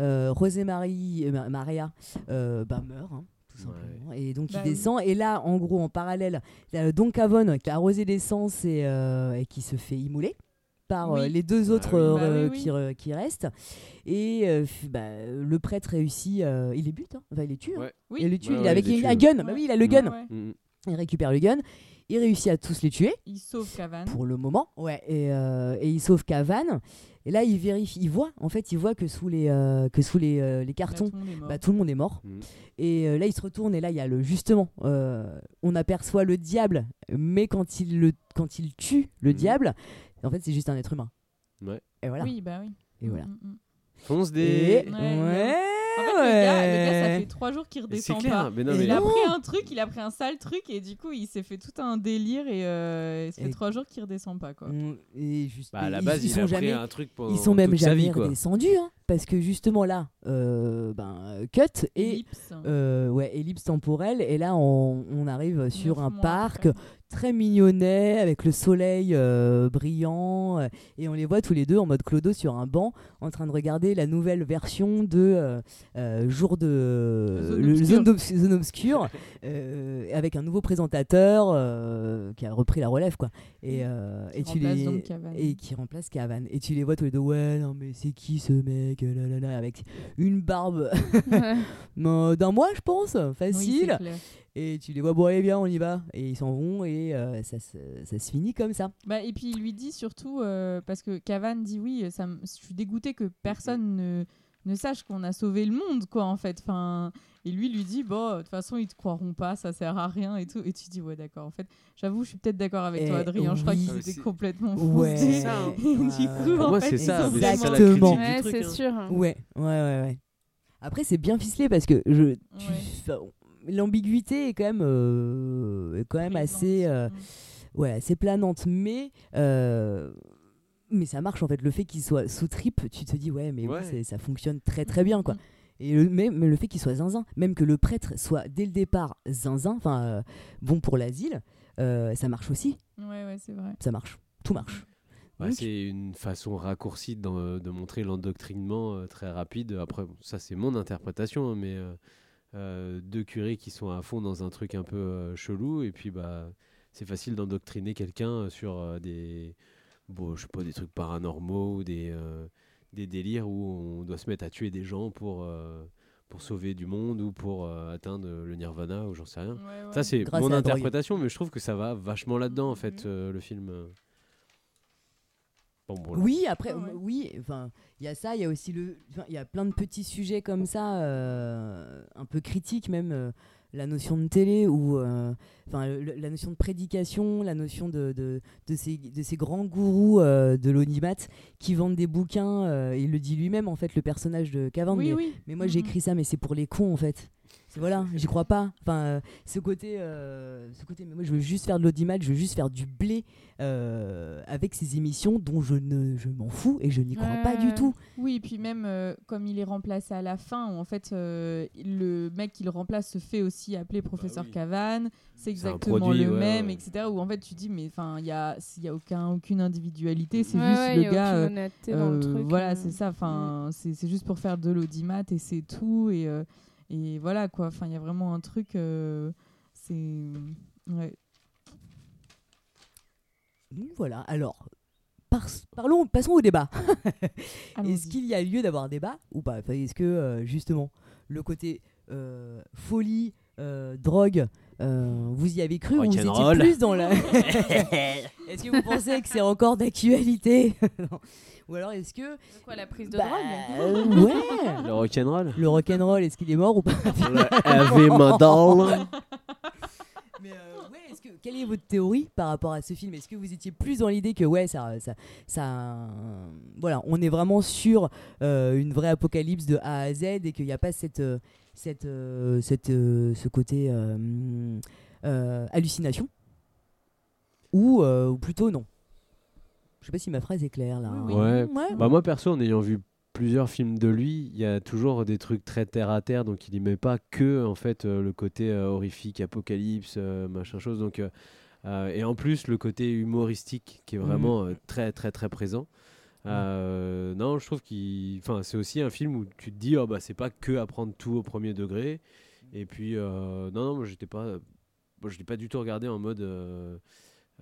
A: euh, Rosé-Marie, euh, Ma- Maria euh, bah, meurt. hein, tout simplement. Et donc
G: Bah
A: il descend, et là en gros en parallèle, il y a Don Cavone qui a arrosé d'essence et, euh, et qui se fait immoler par euh,
G: Oui.
A: les deux
I: Ah
A: autres
I: oui.
A: euh,
G: Bah oui, oui.
A: Qui, re- qui restent. Et euh, f- bah, le prêtre réussit, euh, il les bute, hein. enfin il les tue. hein.
I: Ouais.
G: Oui.
A: Il les tue,
I: Ouais,
A: il
I: ouais,
A: a avec
I: il les
A: il a
I: tue,
A: un gun, bah oui, il a le gun,
G: Ouais, ouais.
I: Mm.
A: il récupère le gun, il réussit à tous les tuer
G: Il sauve Cavan.
A: pour le moment. Ouais. Et, euh, et il sauve Cavane. Et là, il vérifie, il voit, en fait, il voit que sous les, euh, que sous les, euh, les
G: Là,
A: cartons,
G: tout le monde est mort.
A: bah, tout le monde est mort.
I: Mm.
A: Et euh, là, il se retourne et là, il y a le justement, euh, on aperçoit le diable, mais quand il, le, quand il tue le
I: Mm.
A: diable, en fait, c'est juste un être humain.
I: Ouais.
A: Et voilà.
G: Oui, bah oui.
A: Et voilà.
G: Mm, mm, mm.
A: Et
I: Foncedé.
A: ouais.
G: Ouais, En fait, le, gars, le gars, ça fait trois jours qu'il
I: Et C'est
G: redescend
I: clair.
G: pas.
I: Ah Mais non,
A: Et
I: mais
G: Il a
A: Non.
G: pris un truc, il a pris un sale truc, et du coup, il s'est fait tout un délire, et euh, il se fait
A: Et-
G: trois jours qu'il redescend pas, quoi.
A: Mm, Et juste.
I: Bah, à
A: et
I: la
A: ils-
I: base,
A: ils,
I: il
A: sont
I: a pris
A: jamais,
I: un truc pendant
A: ils sont même
I: toute sa
A: jamais
I: vie, quoi.
A: redescendus hein, parce que justement là, euh, ben, cut et
G: Ellipse.
A: euh, ouais, ellipse temporelle. Et là, on, on arrive sur
G: Neuf
A: un
G: mois
A: parc
G: après.
A: très mignonnet, avec le soleil euh, brillant. euh, Et on les voit tous les deux en mode clodo sur un banc, en train de regarder la nouvelle version de euh, euh, Jour de.
G: Zone
A: le-
G: obscure.
A: Zone d'obs- Zone Obscure, euh, avec un nouveau présentateur euh, qui a repris la relève, quoi. Et, euh, et tu
G: remplace
A: les.
G: donc Cavani.
A: Et qui remplace Cavane. Et tu les vois tous les deux, ouais, non, mais c'est qui ce mec euh, là, là, là, Avec une barbe
H: Ouais.
A: euh, d'un mois, je pense,
G: Oui,
A: facile.
G: c'est clair.
A: et tu les vois, bon, allez, bien, on y va. Et ils s'en vont et euh, ça, se- ça se finit comme ça.
G: Bah, et puis il lui dit surtout, euh, parce que Cavane dit oui, ça me- je suis dégoûté que personne ne, ne sache qu'on a sauvé le monde, quoi, en fait. Enfin, et lui lui dit, bon, de toute façon, ils te croiront pas, ça sert à rien et tout. Et tu dis, ouais, d'accord, en fait, j'avoue, je suis peut-être d'accord avec
A: Eh,
G: toi, Adrien, je crois
A: oui.
G: que c'était
I: C'est-
G: complètement
A: Ouais.
G: foncé.
I: C'est ça, hein.
G: Et du coup,
I: Pour
G: en
I: moi,
G: fait,
I: c'est ça,
G: ils
I: mais
G: sont
I: c'est ça la critique
A: Exactement.
I: du
H: Ouais,
I: truc,
H: c'est
I: hein.
H: sûr.
A: Ouais, ouais, ouais, ouais. Après, c'est bien ficelé parce que je. tu-
G: Ouais.
A: enfin, L'ambiguïté est quand même, euh, est quand même
G: vraiment
A: assez, euh,
G: présents.
A: ouais, assez planante, mais, euh, mais ça marche en fait. Le fait qu'il soit sous trip, tu te dis, ouais, mais oui,
I: Ouais.
A: c'est- ça fonctionne très très bien quoi. Et le, même le fait qu'il soit zinzin, même que le prêtre soit dès le départ zinzin, enfin euh, bon pour l'asile, euh, ça marche aussi.
G: Ouais, ouais, c'est vrai.
A: ça marche. Tout marche.
I: Ouais,
A: Donc-
I: c'est une façon raccourcie d'en- euh, de, montrer l'endoctrinement euh, très rapide. Après, bon, ça c'est mon interprétation, hein, mais euh, euh, deux curés qui sont à fond dans un truc un peu euh, chelou, et puis bah c'est facile d'endoctriner quelqu'un euh, sur euh, des, bon, je sais pas, des trucs paranormaux ou des, euh, des délires où on doit se mettre à tuer des gens pour, euh, pour sauver du monde ou pour euh, atteindre le nirvana ou j'en sais rien.
G: Ouais, ouais.
I: Ça c'est
A: Grâce
I: mon
A: à la drogue.
I: interprétation, mais je trouve que ça va vachement là-dedans en fait,
G: Mhm.
I: euh, le film. euh. Bon, bon,
A: Oui, après,
G: Ah ouais.
A: euh, oui, enfin, il y a ça, il y a aussi le, enfin, il y a plein de petits sujets comme ça, euh, un peu critiques même, euh, la notion de télé ou, euh, enfin, le- la notion de prédication, la notion de, de, de ces, de ces grands gourous euh, de l'onimat qui vendent des bouquins. euh, il le dit lui-même en fait, le personnage de Cavand.
G: Oui,
A: mais,
G: oui.
A: mais moi j'ai
G: Mhm.
A: écrit ça, mais c'est pour les cons en fait. C'est- Voilà, j'y crois pas. Enfin, euh, ce côté, euh, ce côté. Mais moi, je veux juste faire de l'audimat, je veux juste faire du blé euh, avec ces émissions dont je ne, je m'en fous et je n'y crois pas du
H: Ouais.
A: tout.
G: Oui, et puis même euh, comme il est remplacé à la fin, où en fait euh, le mec qui le remplace se fait aussi appeler professeur
I: Ah oui.
G: Cavane, c'est
I: C'est un
G: exactement
I: produit,
G: le
I: ouais,
G: même,
I: ouais.
G: etc. Où en fait tu dis, mais enfin, il y a, s'il y a aucun, aucune individualité, c'est
H: Ouais,
G: juste
H: ouais, y
G: le
H: a
G: gars.
H: aucune
G: euh,
H: honnêteté dans le
G: euh,
H: truc,
G: voilà,
H: euh.
G: c'est ça, enfin, c'est c'est juste pour faire de l'audimat et c'est tout. Et, euh, et voilà quoi, enfin, il y a vraiment un truc. euh, c'est. Ouais.
A: Donc, Voilà. Alors, par- parlons, passons au débat. Est-ce
G: Allons-y.
A: qu'il y a lieu d'avoir débat ou pas Enfin, Est-ce que euh, justement le côté euh, folie, euh, drogue, euh, vous y avez cru ou vous étiez
I: Rock'n'roll.
A: plus dans la Est-ce que vous pensez que c'est encore d'actualité Non. Ou alors est-ce que
H: De quoi la prise de
A: Bah,
H: drogue
A: euh, Ouais.
I: Le rock'n'roll
A: Le rock'n'roll, est-ce qu'il est mort ou pas
I: Ave Madal
A: Mais euh, ouais, est-ce que, quelle est votre théorie par rapport à ce film Est-ce que vous étiez plus dans l'idée que ouais, ça, ça, ça, voilà, on est vraiment sur euh, une vraie apocalypse de A à Z et qu'il n'y a pas cette, euh, cette, euh, cette, euh, ce côté euh, hum, euh, hallucination ou, euh, ou plutôt non Je sais pas si ma phrase est claire là.
G: Oui, oui.
I: Ouais.
A: Ah, Ouais.
I: Bah moi perso, en ayant vu plusieurs films de lui, il y a toujours des trucs très terre à terre, donc il y met pas que en fait euh, le côté euh, horrifique, apocalypse, euh, machin chose. Donc euh, euh, et en plus le côté humoristique qui est vraiment euh, très très très présent. Euh, non, je trouve qu'il, enfin, c'est aussi un film où tu te dis, oh bah c'est pas que apprendre tout au premier degré. Et puis euh, non, non, moi j'étais pas, moi, je l'ai pas du tout regardé en mode euh,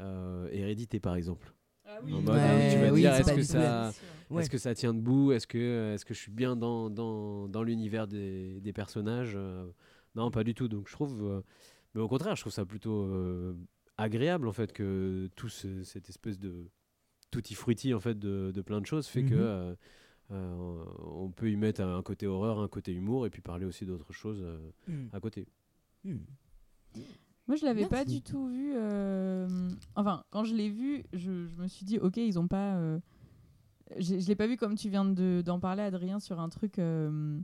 I: euh, hérédité par exemple. En mode,
A: Ouais,
I: euh, tu vas
A: oui,
I: dire,
A: c'est
I: est-ce
A: pas
I: que
A: du tout
I: ça,
A: la- Ouais.
I: est-ce que ça tient debout Est-ce que, est que je suis bien dans, dans, dans l'univers des, des personnages Euh, Non, pas du tout. Donc je trouve. euh, mais au contraire, je trouve ça plutôt euh, agréable en fait que tout ce- cette espèce de tutti frutti en fait de, de plein de choses fait que
A: Mhm.
I: euh, euh, on peut y mettre un côté horreur, un côté humour et puis parler aussi d'autres choses euh,
A: Hmm.
I: à côté.
A: Hmm.
G: Moi, je l'avais pas
A: Merci.
G: du tout vu. euh, Enfin, quand je l'ai vu, je, je me suis dit, ok, ils ont pas. euh, Je je l'ai pas vu comme tu viens de- d'en parler, Adrien, sur un truc. euh,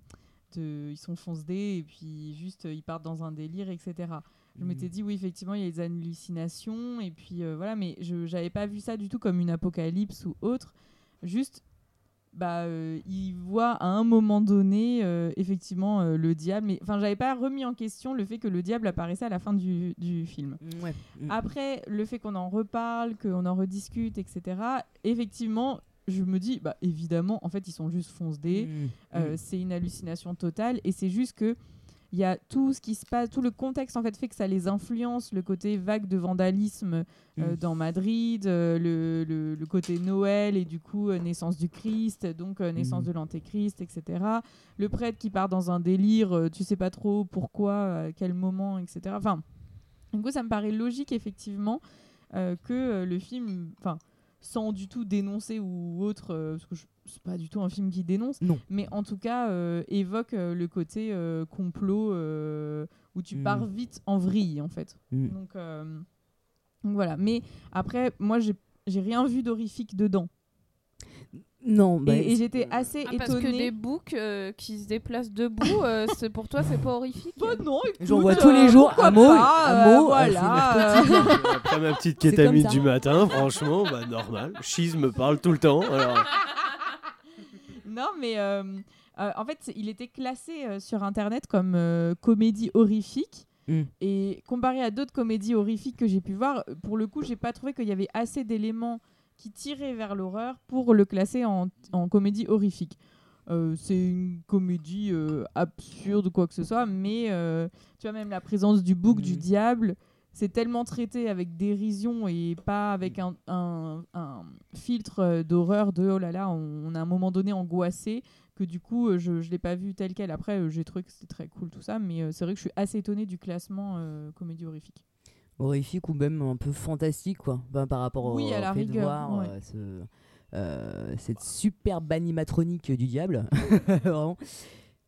G: de... Ils sont foncedés et puis juste euh, ils partent dans un délire, etc. Je m'étais dit, oui, effectivement, il y a des hallucinations et puis euh, voilà, mais je j'avais pas vu ça du tout comme une apocalypse ou autre. Juste bah, euh, il voit à un moment donné, euh, effectivement, euh, le diable. Mais enfin, j'avais pas remis en question le fait que le diable apparaissait à la fin du, du film.
A: Hmm. Ouais.
G: Après, le fait qu'on en reparle, qu'on en rediscute, etc., effectivement, je me dis, bah, évidemment, en fait, ils sont juste fonce-dés.
A: Mm.
G: Euh,
A: Mm.
G: c'est une hallucination totale et c'est juste que il y a tout ce qui se passe, tout le contexte en fait fait que ça les influence, le côté vague de vandalisme euh,
A: Mm.
G: dans Madrid, euh, le, le- le côté Noël et du coup euh, naissance du Christ, donc euh, naissance
A: Mm.
G: de l'antéchrist, etc. Le prêtre qui part dans un délire, euh, tu sais pas trop pourquoi, à quel moment, etc. Enfin, du coup ça me paraît logique effectivement euh, que euh, le film, enfin sans du tout dénoncer ou autre, euh, parce que je- c'est pas du tout un film qui dénonce,
A: Non.
G: mais en tout cas euh, évoque euh, le côté euh, complot euh, où tu
A: Mm.
G: pars vite en vrille en fait.
A: Mm.
G: Donc, euh, donc voilà. Mais après, moi j'ai j'ai rien vu d'horrifique dedans.
A: Non, bah,
G: et et j'étais assez
H: Ah, parce que
G: étonnée.
H: des boucs euh, qui se déplacent debout, euh, c'est pour toi, c'est pas horrifique.
G: Bah non,
A: J'en
G: écoute,
A: vois tous les
G: euh,
A: jours
G: pourquoi
A: un mot,
G: pas,
A: un
G: euh,
A: mot. euh, c'est
G: voilà.
A: mercredi.
G: euh,
I: Après ma petite
A: C'est comme
I: kétamine
A: ça.
I: du matin, franchement, bah normal. Cheese me parle tout le temps. Alors,
G: Non, mais euh, euh, en fait, il était classé euh, sur Internet comme euh, comédie horrifique.
A: Mm.
G: Et comparé à d'autres comédies horrifiques que j'ai pu voir, euh, pour le coup, j'ai pas trouvé qu'il y avait assez d'éléments qui tiraient vers l'horreur pour le classer en, en comédie horrifique. Euh, c'est une comédie euh, absurde ou quoi que ce soit, mais euh, tu vois, même la présence du bouc, du
A: Mm.
G: diable, c'est tellement traité avec dérision et pas avec un, un- un filtre euh, d'horreur de oh là là, on, on a un moment donné angoissé que du coup euh, je ne l'ai pas vu tel quel. Après, euh, j'ai trouvé que c'était très cool tout ça, mais euh, c'est vrai que je suis assez étonnée du classement euh, comédie horrifique.
A: horrifique ou même un peu fantastique quoi Ben, par rapport au
G: Oui, à la
A: fait de
G: rigueur,
A: voir
G: ouais.
A: euh, ce- euh, cette superbe animatronique du diable vraiment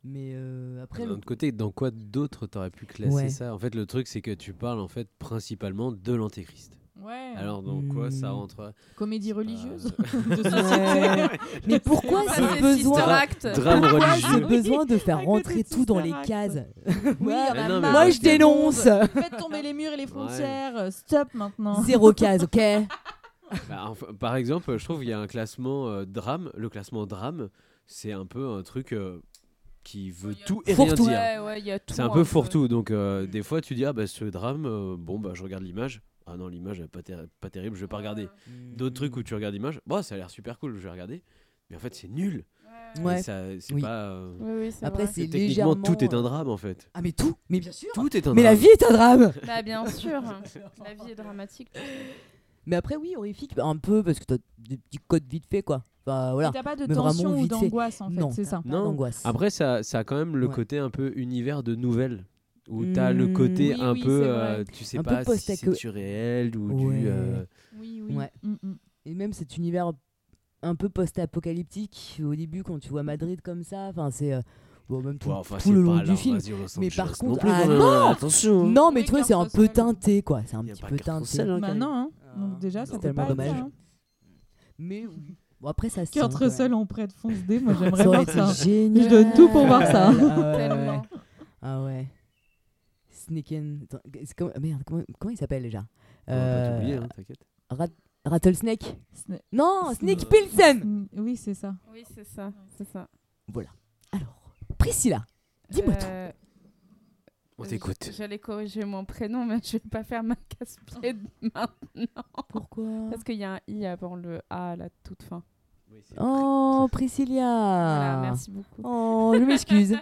A: mais euh, après
I: d'un
A: le-
I: autre côté, dans quoi d'autre t'aurais pu classer
A: Ouais.
I: ça En fait, le truc, c'est que tu parles en fait principalement de l'antéchrist.
G: Ouais,
I: Alors, dans quoi ça
A: Hmm.
I: rentre euh,
G: comédie
I: pas-
G: religieuse de
A: Ouais.
G: société.
A: mais pourquoi
H: Ah,
A: ce
H: c'est
A: besoin
H: Sister Act.
I: Drame
A: pourquoi ce
I: religieux.
A: besoin de faire
G: à côté
A: rentrer
G: de
A: tout dans les
G: Sister Act.
A: cases
G: Oui,
A: Ouais.
G: on
I: Mais
G: a
I: non,
G: marre.
I: mais
A: moi
I: parce
A: je
I: que-
A: dénonce
G: Faites tomber les murs et les frontières, euh, stop maintenant.
A: zéro case ok
I: Bah, enfin, par exemple, je trouve qu'il y a un classement euh, drame. Le classement drame, c'est un peu un truc euh, qui veut tout et rien
A: Fourre-tout.
I: dire.
H: Ouais, ouais, il y a tout.
I: C'est un
H: hein,
I: peu fourre-tout. Donc, euh,
H: Mm.
I: des fois, tu dis, ah bah, ce drame, euh, bon, bah, je regarde l'image. Ah non, l'image, elle est pas, ter- pas terrible, je vais pas regarder. D'autres trucs où tu regardes l'image, bah, ça a l'air super cool, je vais regarder. Mais en fait, c'est nul.
A: Ouais.
I: Et ça, c'est
A: Oui.
I: pas. euh,
H: Oui, oui, c'est
A: Après,
H: vrai.
A: c'est
I: techniquement,
A: légèrement
I: tout est un drame, en fait.
A: ah mais tout mais bien sûr
I: Tout est un drame.
A: mais la vie est un drame
H: Bah, bien sûr. La vie est dramatique.
A: mais après oui horrifique bah, un peu parce que t'as des petits codes vite fait quoi Bah, voilà
G: T'as pas de
A: Mais vraiment
G: tension ou
A: vite fait.
G: d'angoisse en fait,
A: non
G: c'est ça.
A: pas
I: Non.
A: d'angoisse.
I: Après, ça, ça a quand même le
A: Ouais.
I: côté un peu univers de nouvelles. Où t'as le
A: Mm.
I: côté
G: Oui,
I: un
G: oui,
I: peu.
G: c'est
I: euh,
G: vrai.
I: tu sais
A: Un peu
I: pas si
A: post-aco-
I: c'est du réel ou
A: Ouais.
I: du. euh,
G: Oui, oui.
A: Ouais.
G: Mm, mm.
A: et même cet univers un peu post-apocalyptique au début quand tu vois Madrid comme ça enfin c'est euh, bon même tout,
I: ouais, enfin,
A: tout
I: c'est
A: le
I: pas
A: long
I: à
A: du
I: la
A: film
I: Vas-y, Los
A: Mais par
I: Angeles
A: contre-
I: non,
A: ah
I: plus,
A: non
I: attention
A: non mais tu
G: Oui,
A: vois c'est un
G: carte
A: peu
G: sociale.
A: teinté quoi c'est un
I: Y a
A: petit
I: pas
A: peu
I: carte
A: teinté
I: sociale, hein,
G: Bah
I: carrément.
G: non, hein. donc déjà
A: C'est
G: ça fait
A: tellement
G: pas
A: dommage.
G: ça, hein.
A: mais oui. bon après ça se
G: Kurt
A: tient,
G: Russell en prêtre fonce D, moi
A: quoi.
G: j'aimerais
A: ça aurait
G: voir
A: été
G: ça.
A: génial
G: Je donne tout pour voir ça.
A: ah
H: Euh,
A: ouais, ouais, ouais.
H: Tellement.
A: ah ouais Snaken Attends, c'est comme- merde comment, comment il s'appelle déjà
I: On va pas
A: Euh,
I: t'oublier, hein, t'inquiète.
A: Rat- Rattlesnake
G: Sna-
A: non
G: Snake.
A: Snake Pilsen
G: Mm, Oui, c'est ça.
H: Oui, c'est ça. C'est ça.
A: alors Priscilla dis-moi tout
H: Euh,
I: On
H: j-
I: t'écoute.
H: J'allais corriger mon prénom, mais je vais pas faire ma casse-pied de main.
A: pourquoi
H: Parce qu'il y a un i avant le a à la toute fin.
A: oh Priscilla
I: Ah.
H: Voilà, merci beaucoup.
A: Oh, je m'excuse.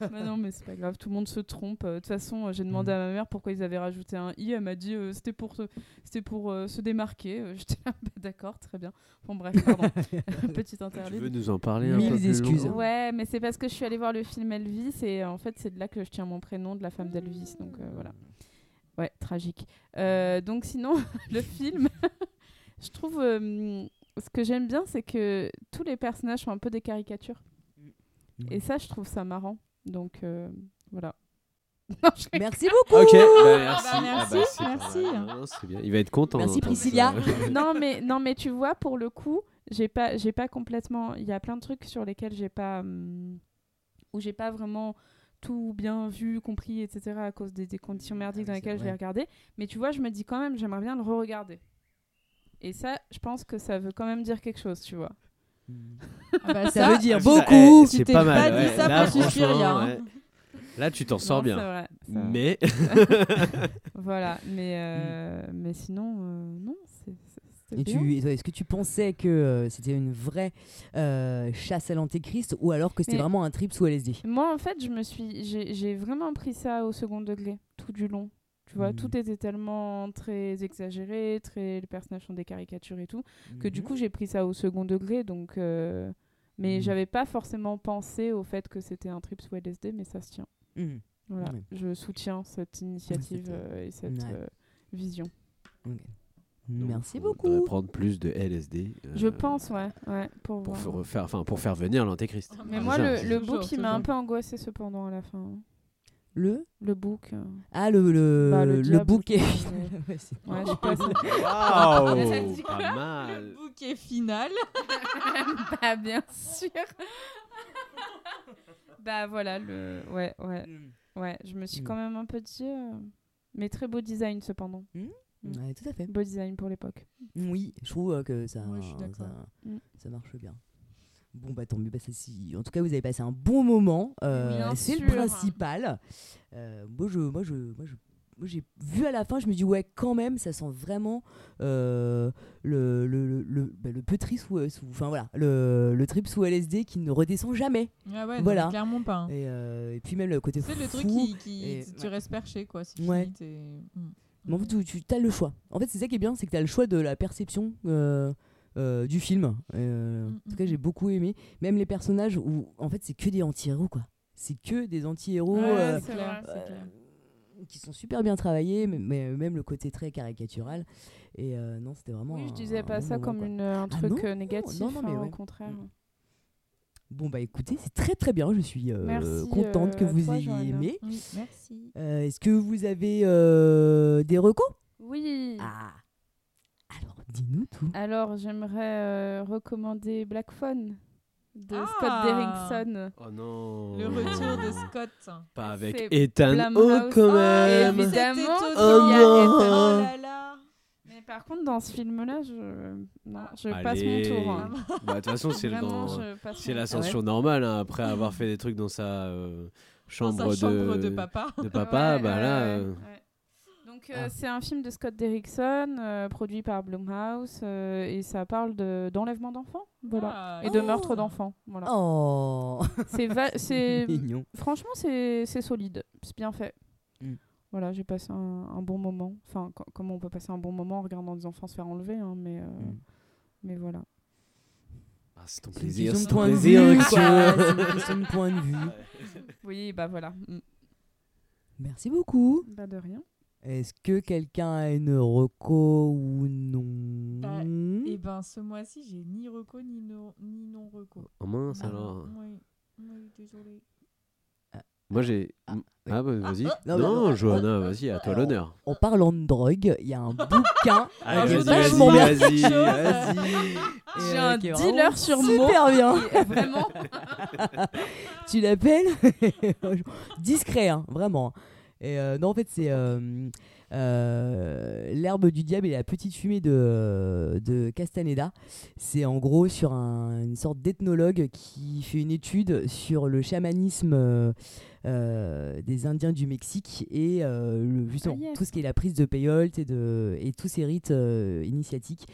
H: Bah non, mais c'est pas grave, tout le monde se trompe. Euh, De toute façon, euh, j'ai demandé à ma mère pourquoi ils avaient rajouté un i. Elle m'a dit euh, c'était pour, te- c'était pour euh, se démarquer. Euh, J'étais là, bah, d'accord, très bien. Bon, bref, pardon. Petite
I: Tu veux
H: interlude.
I: nous en parler un
A: Mille
I: peu plus
A: excuses.
I: longtemps
H: Ouais, mais c'est parce que je suis allée voir le film Elvis et euh, en fait, c'est de là que je tiens mon prénom de la femme d'Elvis. Donc euh, voilà. Ouais, tragique. Euh, donc sinon, le film, je trouve. euh, ce que j'aime bien, c'est que tous les personnages sont un peu des caricatures.
A: Mm.
H: Et ça, je trouve ça marrant. Donc euh, voilà. Non, je rigole.
A: Merci beaucoup.
I: Ok, bah, merci.
G: bah, merci,
I: Ah, bah, c'est pas
G: merci.
I: mal. Non, c'est bien. Il va être content.
A: hein.
I: hein,
A: Merci,
I: euh,
A: Priscilla.
I: d'entendre ça.
H: non mais non mais tu vois pour le coup j'ai pas j'ai pas complètement il y a plein de trucs sur lesquels j'ai pas hum, où j'ai pas vraiment tout bien vu compris etc à cause des, des conditions merdiques
A: Mmh, ah oui,
H: dans
A: c'est
H: lesquelles je l'ai
A: vrai.
H: regardé mais tu vois je me dis quand même j'aimerais bien le re-regarder et ça je pense que ça veut quand même dire quelque chose tu vois
G: Ah bah,
A: Ça
G: ça,
A: veut dire
I: Ah,
A: beaucoup.
I: eh,
G: Tu
I: C'est
G: t'es
I: pas mal.
G: pas dit
I: ouais.
G: ça
I: Là,
G: pour Suspiria,
I: franchement,
G: hein.
I: ouais. Là, tu t'en sors
H: Non,
A: hein.
H: c'est
I: bien.
H: vrai, c'est vrai.
I: Mais
H: Voilà, mais, euh, mais sinon, euh, non, c'est. c'est- c'est
A: Mmh. Et
H: bien.
A: tu, et toi, est-ce que tu pensais que euh, c'était une vraie euh, chasse à l'antéchrist ou alors que c'était
H: Mais-
A: vraiment un trip sous LSD
H: Moi, en fait, je me suis, j'ai j'ai vraiment pris ça au second degré tout du long. Tu vois,
A: Mhm.
H: tout était tellement très exagéré, très les personnages sont des caricatures et tout, que du
A: Mhm.
H: coup, j'ai pris ça au second degré. Donc, euh, mais
A: Mhm.
H: j'avais pas forcément pensé au fait que c'était un trip sous LSD, mais ça se tient.
A: Mhm.
H: Voilà,
A: Ouais.
H: je soutiens cette initiative
A: Cette,
H: euh, et cette
A: ouais.
H: euh, vision.
A: Merci
I: Donc, on
A: beaucoup.
I: devrait prendre plus de LSD. euh,
H: Je pense, ouais, ouais, pour,
I: Pour
H: voir.
I: faire, refaire- enfin, pour faire venir l'antéchrist.
H: Mais
I: C'est
H: moi,
I: ça.
H: le, le
G: Toujours,
H: book, il m'a
G: toujours.
H: un peu angoissé cependant à la fin. hein.
A: Le
H: Le book. euh,
A: ah le le,
H: Bah, le
A: le
H: diable,
A: bouquet.
H: je sais pas,
A: Ouais, c'est-
H: Ouais, je sais pas, ça-
I: Waouh, Pas mal.
G: bouquet final.
H: Bah, bien sûr. bah voilà, le... ouais, ouais,
A: Hmm.
H: ouais. Je me
A: Mm.
H: suis quand même un peu dit. euh, Mais très beau design cependant. Hmm.
A: Ouais, tout à fait.
H: Beau design pour l'époque.
A: Oui, je trouve euh, que ça,
G: Ouais, je suis d'accord.
A: ça,
H: Mm.
A: ça marche bien. Bon, bah tant mieux. Bah, ça, si... En tout cas, vous avez passé un bon moment. euh,
H: bien
A: c'est le
H: sûr.
A: principal. Euh, moi, je, moi, je, moi, je- moi, j'ai vu à la fin, je me dis, ouais, quand même, ça sent vraiment euh, le, le, le, le, bah, le peu trip sous, sous- enfin, voilà, le, le trip sous LSD qui ne redescend jamais.
G: Ah ouais, non,
A: Voilà.
G: clairement pas. hein.
A: Et, euh, et puis, même le côté.
G: C'est le
A: fou,
G: truc qui, qui-
A: et-
G: tu
A: ouais.
G: restes perché quoi. C'est
A: Ouais.
G: fini, t'es- Mm.
A: Mais en fait, tu, tu as le choix. En fait, c'est ça qui est bien, c'est que tu as le choix de la perception euh, euh, du film. Euh,
G: Mm,
A: En tout cas,
G: mm,
A: j'ai beaucoup aimé. Même les personnages où, en fait, c'est que des anti-héros, quoi. C'est que des anti-héros
G: Ouais,
A: euh,
G: c'est clair.
A: euh, qui sont super bien travaillés, mais, mais même le côté très caricatural. Et euh, non, c'était vraiment.
H: Oui, je
A: un-
H: disais
A: un
H: pas
A: bon
H: ça
A: moment,
H: comme
A: ah, quoi.
H: une, un truc
A: non,
H: euh, négatif,
A: non, non, mais
H: hein,
A: ouais. Mm.
H: au contraire.
A: Bon, bah écoutez, c'est très très bien. Je suis euh,
H: Merci,
A: contente
H: euh,
A: que
H: à
A: vous
H: toi,
A: ayez
H: Johanna.
A: aimé.
G: Oui, merci.
A: Euh, Est-ce que vous avez euh, des recos
H: Oui.
A: Ah Alors, dis-nous tout.
H: Alors, j'aimerais euh, recommander Black Phone de
G: Ah.
H: Scott Derrickson.
I: Oh non.
G: Le retour de Scott. Oh,
I: Pas avec
H: C'est
I: Ethan Hawke
H: Blumhouse.
I: quand
H: Ah,
G: Et
I: même.
H: évidemment.
G: c'était Toto.
I: Oh
G: Il y a
I: non.
G: Ethan. Oh là là.
H: Mais par contre, dans ce film-là, je, non, je passe mon
I: Allez.
H: tour. hein.
I: Bah, De toute façon, c'est le dans-
H: Vraiment, je passe
I: c'est
H: mon-
I: l'ascension normale hein, après avoir fait des trucs dans sa euh,
G: Dans
I: chambre,
G: sa chambre de papa.
I: de papa,
H: Ouais,
I: bah
H: ouais,
I: là.
H: ouais,
I: euh,
H: ouais. Donc euh,
A: Ah.
H: c'est un film de Scott Derrickson euh, produit par Blumhouse euh, et ça parle de- d'enlèvement d'enfants, voilà,
G: Ah,
H: et de
A: Oh.
H: meurtre d'enfants, voilà.
A: Oh
H: C'est va- c'est
A: Mignon.
H: franchement c'est c'est solide, c'est bien fait.
A: Mm.
H: Voilà, j'ai passé un, un bon moment. Enfin, co- comment on peut passer un bon moment en regardant des enfants se faire enlever, hein, mais euh,
A: Mm.
H: mais voilà.
I: ah, c'est ton
A: C'est une
I: plaisir.
A: question de
I: C'est ton
A: point Ah. de
I: plaisir.
A: vue,
I: Alexio.
A: quoi. C'est une question de point de vue.
H: Oui, bah voilà. Mm.
A: Merci beaucoup.
H: Bah de rien.
A: Est-ce que quelqu'un a une reco ou non
G: Bah, Et ben ce mois-ci, j'ai ni reco ni non ni non reco.
I: Oh mince
G: Ah,
I: alors. hein.
G: Oui, oui, désolé.
I: Moi j'ai. Ah, bah vas-y.
A: Non,
I: Non,
A: non,
I: Johanna, vas-y, à toi l'honneur.
A: En parlant de drogue, il y a un bouquin.
G: Alors,
A: qui est
G: je voudrais
A: vachement
G: vous
A: bien.
G: dire quelque chose.
A: Et,
H: Ah, J'ai
A: euh,
H: un
A: qui est
H: dealer
A: vraiment
H: sur
A: Super bien.
H: Vraiment.
A: Tu l'appelles Discret, hein, vraiment. Et euh, non, en fait, c'est euh, euh, L'herbe du diable et la petite fumée de, de Castaneda. C'est en gros sur un- une sorte d'ethnologue qui fait une étude sur le chamanisme euh, euh, des Indiens du Mexique et euh, le- justement
H: Ah, yes.
A: tout ce qui est la prise de peyote et, de, et tous ces rites euh, initiatiques.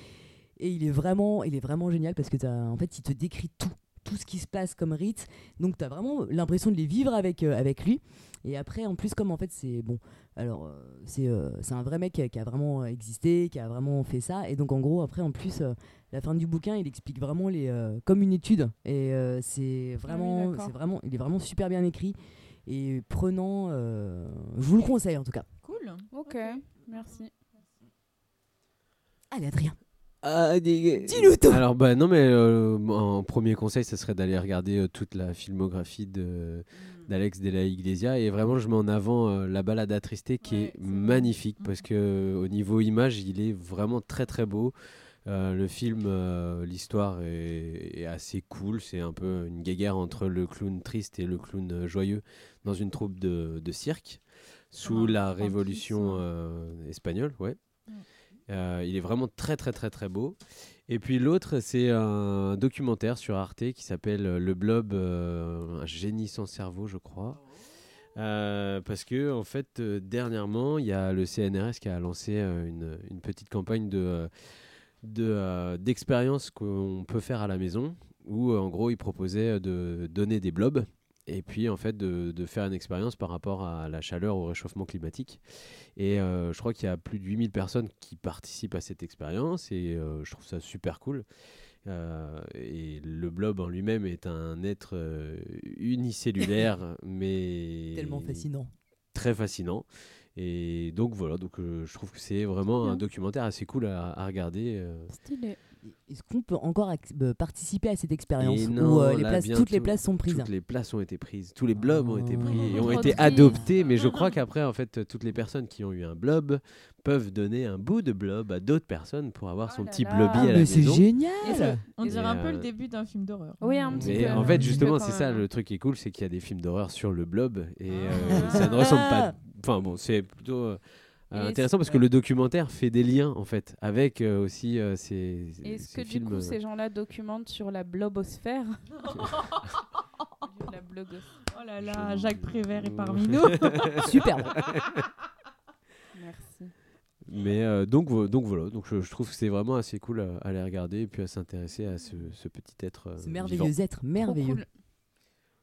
A: Et il est vraiment, il est vraiment génial parce que t'as- en fait, il te décrit tout, tout ce qui se passe comme rite. Donc, tu as vraiment l'impression de les vivre avec, euh, avec lui. Et après, en plus, comme en fait, c'est bon. Alors, euh, c'est euh, c'est un vrai mec qui a, qui a vraiment euh, existé, qui a vraiment fait ça. Et donc, en gros, après, en plus, euh, la fin du bouquin, il explique vraiment les, euh, comme une étude. Et euh, c'est vraiment,
H: d'accord.
A: c'est vraiment, il est vraiment super bien écrit et prenant. euh, je vous le conseille en tout cas.
G: Cool.
H: Ok, merci.
A: Allez, Adrien,
I: Ah,
A: dis-nous tout.
I: Alors bah non mais euh, un premier conseil ça serait d'aller regarder euh, toute la filmographie de d'Alex de la Iglesia et vraiment je mets en avant euh, la balade attristée qui
G: Ouais,
I: est
G: c'est vrai.
I: magnifique
G: Mm.
I: parce que euh, au niveau image il est vraiment très très beau. Euh, le film, euh, l'histoire est, est assez cool. C'est un peu une guéguerre entre le clown triste et le clown euh, joyeux dans une troupe de, de cirque
G: Comme
I: sous
G: un
I: la
G: franquisme.
I: révolution euh, espagnole. Ouais.
G: Ouais.
I: Euh, il est vraiment très très très très beau. Et puis l'autre, c'est un documentaire sur Arte qui s'appelle euh, Le Blob, euh, un génie sans cerveau, je crois.
G: Oh.
I: Euh, parce que en fait, euh, dernièrement, il y a le CNRS qui a lancé euh, une, une petite campagne de euh, de, euh, d'expériences qu'on peut faire à la maison, où euh, en gros, ils proposaient de donner des blobs et puis en fait de, de faire une expérience par rapport à la chaleur au réchauffement climatique. Et euh, je crois qu'il y a plus de 8000 personnes qui participent à cette expérience et euh, je trouve ça super cool. Euh, et le blob en lui-même est un être euh, unicellulaire, mais
A: Tellement fascinant.
I: très fascinant. Et donc voilà, donc euh, je trouve que c'est vraiment
H: bien.
I: un documentaire assez cool à, à regarder. euh.
H: Stylé.
A: Est-ce qu'on peut encore ac- euh, participer à cette expérience
I: Et
A: où
I: non,
A: euh, les
I: là,
A: places-
I: bientôt,
A: toutes les places sont prises
I: Toutes les places ont été prises, tous les blobs ont été
A: Oh.
I: pris et
H: Trop
I: ont été
H: triste.
I: adoptés. Mais je crois qu'après, en fait, toutes les personnes qui ont eu un blob peuvent donner un bout de blob à d'autres personnes pour avoir
H: Oh
I: son
H: là
I: petit
H: là.
I: blobby
H: Ah,
I: à la
A: mais c'est
I: maison.
A: génial
G: On
I: Et
G: dirait un peu
I: euh,
G: le début d'un film d'horreur. Mmh.
H: Oui, un petit
I: Mais
H: peu,
I: en
H: un
I: fait,
H: petit peu
I: justement,
H: quand
I: c'est ça
H: même. hein.
I: le truc qui est cool, c'est qu'il y a des films d'horreur sur le blob et euh,
G: Ah.
I: ça ne ressemble pas. Enfin bon, c'est plutôt euh,
H: Et
I: intéressant parce
H: est-ce-
I: que le documentaire fait des liens en fait avec euh, aussi euh, ces,
H: Est-ce
I: ces
H: que du
I: films.
H: coup
I: euh,
H: ces gens-là documentent sur la blobosphère Au lieu de La blogosphère.
G: Oh là
I: là,
G: là,
I: Je- Jacques
G: Jacques
I: Prévert
G: Prévert
I: est
G: est
I: parmi
G: parmi nous.
A: Superbe.
H: Merci.
I: Mais euh, donc, vo- donc voilà, donc je, je trouve que c'est vraiment assez cool à, à les regarder et puis à s'intéresser à ce, ce petit être. euh,
A: Ce
I: vivant.
A: merveilleux être, merveilleux.
H: cool.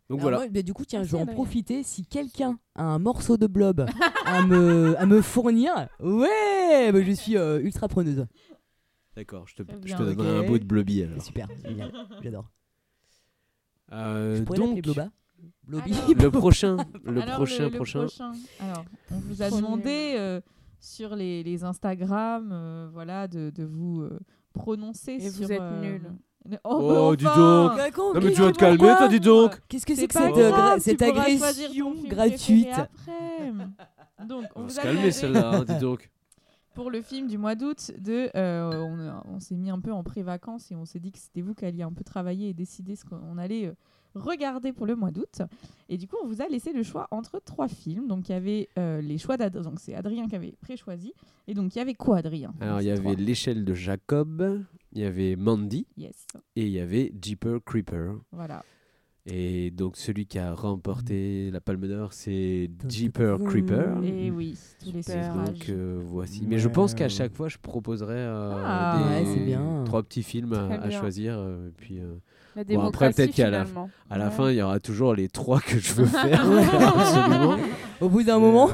I: Donc
A: Alors
I: voilà.
A: moi, bah, du coup, tiens,
H: Merci,
A: je vais en
H: Adrien.
A: profiter. Si quelqu'un a un morceau de blob à, me, à me fournir, ouais, bah, je suis euh, ultra preneuse.
I: D'accord, je te,
G: Très
I: je
G: bien.
I: te donnerai
A: Ok.
I: un bout de blobby alors.
A: Super, génial, j'adore.
I: Euh,
A: Je pourrais l'appeler
I: donc,
A: Bloba. Blobby.
I: le prochain, le
G: Alors,
I: prochain, prochain.
G: Alors, on vous a
H: Trop
G: demandé euh, sur les, les Instagram, euh, voilà, de, de vous euh, prononcer
H: Et
G: sur.
H: vous êtes
G: euh,
H: nuls.
G: Oh,
I: Oh,
G: bah,
I: dis
G: enfin
I: donc.
A: Bah, con-
I: Non, mais
A: qu'est-ce
I: tu vas
A: que-
I: te calmer, t'as dit donc.
A: Qu'est-ce que c'est que
G: pas
A: cette,
G: grave,
A: euh,
G: tu
A: cette
G: pourras choisir ton
A: agression
G: film
A: gratuite
G: préféré hein. après. Donc, on
I: On va
G: vous
I: se
G: a
I: calmer
G: demandé
I: celle-là, hein, dis donc.
G: pour le film du mois d'août de euh, on, a- on s'est mis un peu en pré-vacances et on s'est dit que c'était vous qui alliez un peu travailler et décider ce qu'on allait euh, regarder pour le mois d'août et du coup on vous a laissé le choix entre trois films donc il y avait euh, les choix d'Adrien donc c'est Adrien qui avait pré-choisi et donc il y avait quoi Adrien
I: Alors
G: Dans
I: il y
G: ces
I: avait
G: trois
I: l'échelle de Jacob, il y avait Mandy
G: yes
I: et il y avait Jeeper Creeper.
G: voilà
I: Et donc celui qui a remporté la Palme d'Or, c'est Jeeper
A: Ah
I: Creeper.
G: et Eh oui tous les
I: Et
H: Super.
G: suffrages
I: donc euh, voici. Mais je pense qu'à chaque fois, je proposerai euh,
G: Ah,
I: des-
G: ouais, c'est
A: bien.
I: trois petits films à,
H: Très
I: à
H: bien.
I: choisir. euh, et puis euh,
H: La
I: Bon,
H: démocratie
I: après, peut-être qu'il y a la-
H: finalement.
I: à la
H: Ouais.
I: fin, il y aura toujours les trois que je veux faire. absolument.
A: Au bout d'un moment.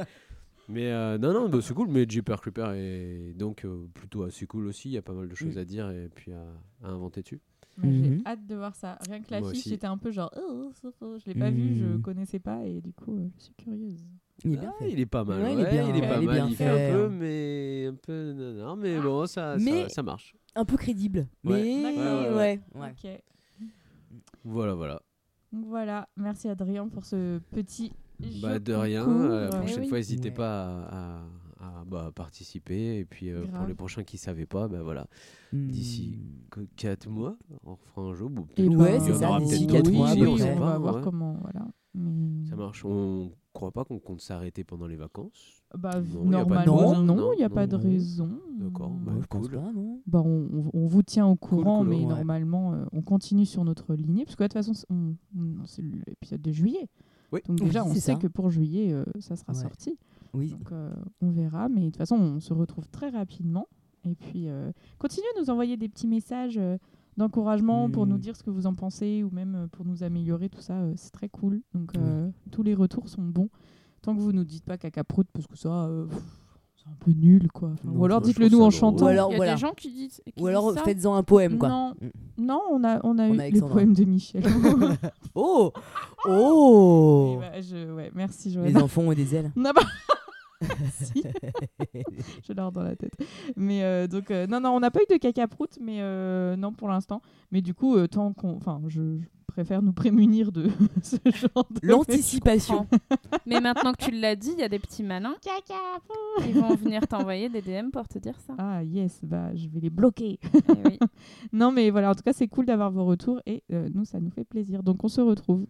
I: Mais euh, non, non, bah, c'est cool. Mais Jeeper Creeper est donc euh, plutôt assez cool aussi. Il y a pas mal de
A: Mm.
I: choses à dire et puis à, à inventer dessus.
G: Moi,
A: Mhm.
G: j'ai hâte de voir ça rien que
I: Moi
G: l'affiche
I: aussi.
G: j'étais un peu genre oh, oh, oh, je l'ai pas vu je
A: Mhm.
G: connaissais pas et du coup euh, je suis curieuse
A: Il est Eh
I: Ah,
A: bien fait.
I: il est pas mal.
A: Ouais, il est
I: ouais,
A: bien,
I: il est pas
G: il est
I: mal.
G: bien
I: Il fait un
A: fait. hein. Ah,
I: peu, mais un peu. Non, mais bon, ça, ça-
A: Mais-
I: ça marche.
A: Un peu crédible.
I: Ouais.
A: Mais
I: D'accord.
A: ouais. ouais.
G: ok
I: Voilà, voilà.
G: Donc Voilà, merci Adrien pour ce petit. jeu
I: Bah, de
G: concours.
I: rien. euh,
G: Ouais.
I: prochaine
H: oui.
I: fois, n'hésitez
A: Ouais.
I: pas à, à- à, bah, participer. Et puis euh, pour
G: Grave.
I: les prochains qui ne savaient pas, bah, voilà,
A: Hmm.
I: D'ici. 4 mois, on refera un jeu. Bon,
G: Et
I: peut-être
A: Ouais,
G: ben,
I: qu'il
A: c'est
I: y en
A: ça,
I: aura
A: d'ici
I: peut-être
A: quatre
I: d'autres
A: mois,
I: aussi,
A: à peu
I: on
G: oui,
I: sait
A: près.
G: on
I: pas,
G: va voir
I: ouais.
G: comment. Voilà. Mais-
I: Ça marche. On croit pas qu'on compte s'arrêter pendant les vacances.
G: Bah,
I: Non, y a pas de
G: normalement,
I: raison.
G: non, il n'y a
I: Non,
G: pas de
I: non.
G: raison.
I: D'accord, bah,
A: Ouais, je pense
I: cool.
A: pas, non
G: Bah, on, on- on vous tient au courant,
I: cool,
G: mais
A: ouais.
G: normalement, euh, on continue sur notre lignée, parce que de toute façon, c'est- on- on- c'est l'épisode de juillet.
I: Oui.
G: Donc
A: Oui,
G: déjà, on
A: c'est
G: sait
A: ça.
G: que pour juillet, euh, ça sera
A: Ouais.
G: sorti.
A: Oui.
G: Donc euh, on verra, mais de toute façon, on se retrouve très rapidement. Et puis, euh, continuez à nous envoyer des petits messages euh, d'encouragement pour
A: Mm.
G: nous dire ce que vous en pensez ou même euh, pour nous améliorer, tout ça, euh, c'est très cool. Donc euh, tous les retours sont bons. Tant que vous nous dites pas caca prout, parce que ça, euh, pff, c'est un peu nul, quoi. Enfin,
A: Non, bah,
G: ou alors
I: ça, je
G: dites-le nous
I: trouve
G: en
I: ça drôle.
G: chantant.
A: Ou alors,
H: Il y a
A: voilà.
H: des gens qui disent. qui
A: Ou alors
H: disent ça.
A: faites-en un poème, quoi.
G: Non.
A: Mm.
G: Non, on a, on a
A: On
G: eu
A: a
G: le
A: Alexandra.
G: poème de Michel.
A: Oh Oh
G: Et bah, je- ouais, merci, Joël.
A: Les enfants ont des ailes.
G: On n'a pas- Si. Je l'ai dans la tête. Mais euh, donc, euh, non, non, on n'a pas eu de cacaproute, mais euh, non pour l'instant. Mais du coup, euh, tant qu'on. Enfin, je, je préfère nous prémunir de ce genre de.
A: L'anticipation.
H: Mais maintenant que tu l'as dit, il y a des petits malins
G: Cacaproute
H: qui vont venir t'envoyer des DM pour te dire ça.
G: Ah, yes, bah, je vais les bloquer.
H: Eh oui.
G: non, mais voilà, en tout cas, c'est cool d'avoir vos retours et euh, nous, ça nous fait plaisir. Donc, on se retrouve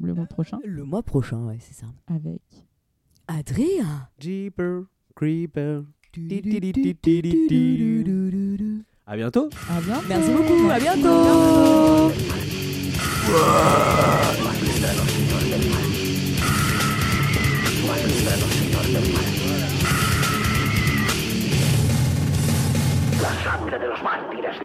G: le mois prochain
A: Le mois prochain, ouais, c'est ça.
G: avec.
A: Adrien
I: Jeeper, Creeper. À bientôt.
G: À bientôt.
A: Merci beaucoup, à bientôt.
F: La sangre de los mártires.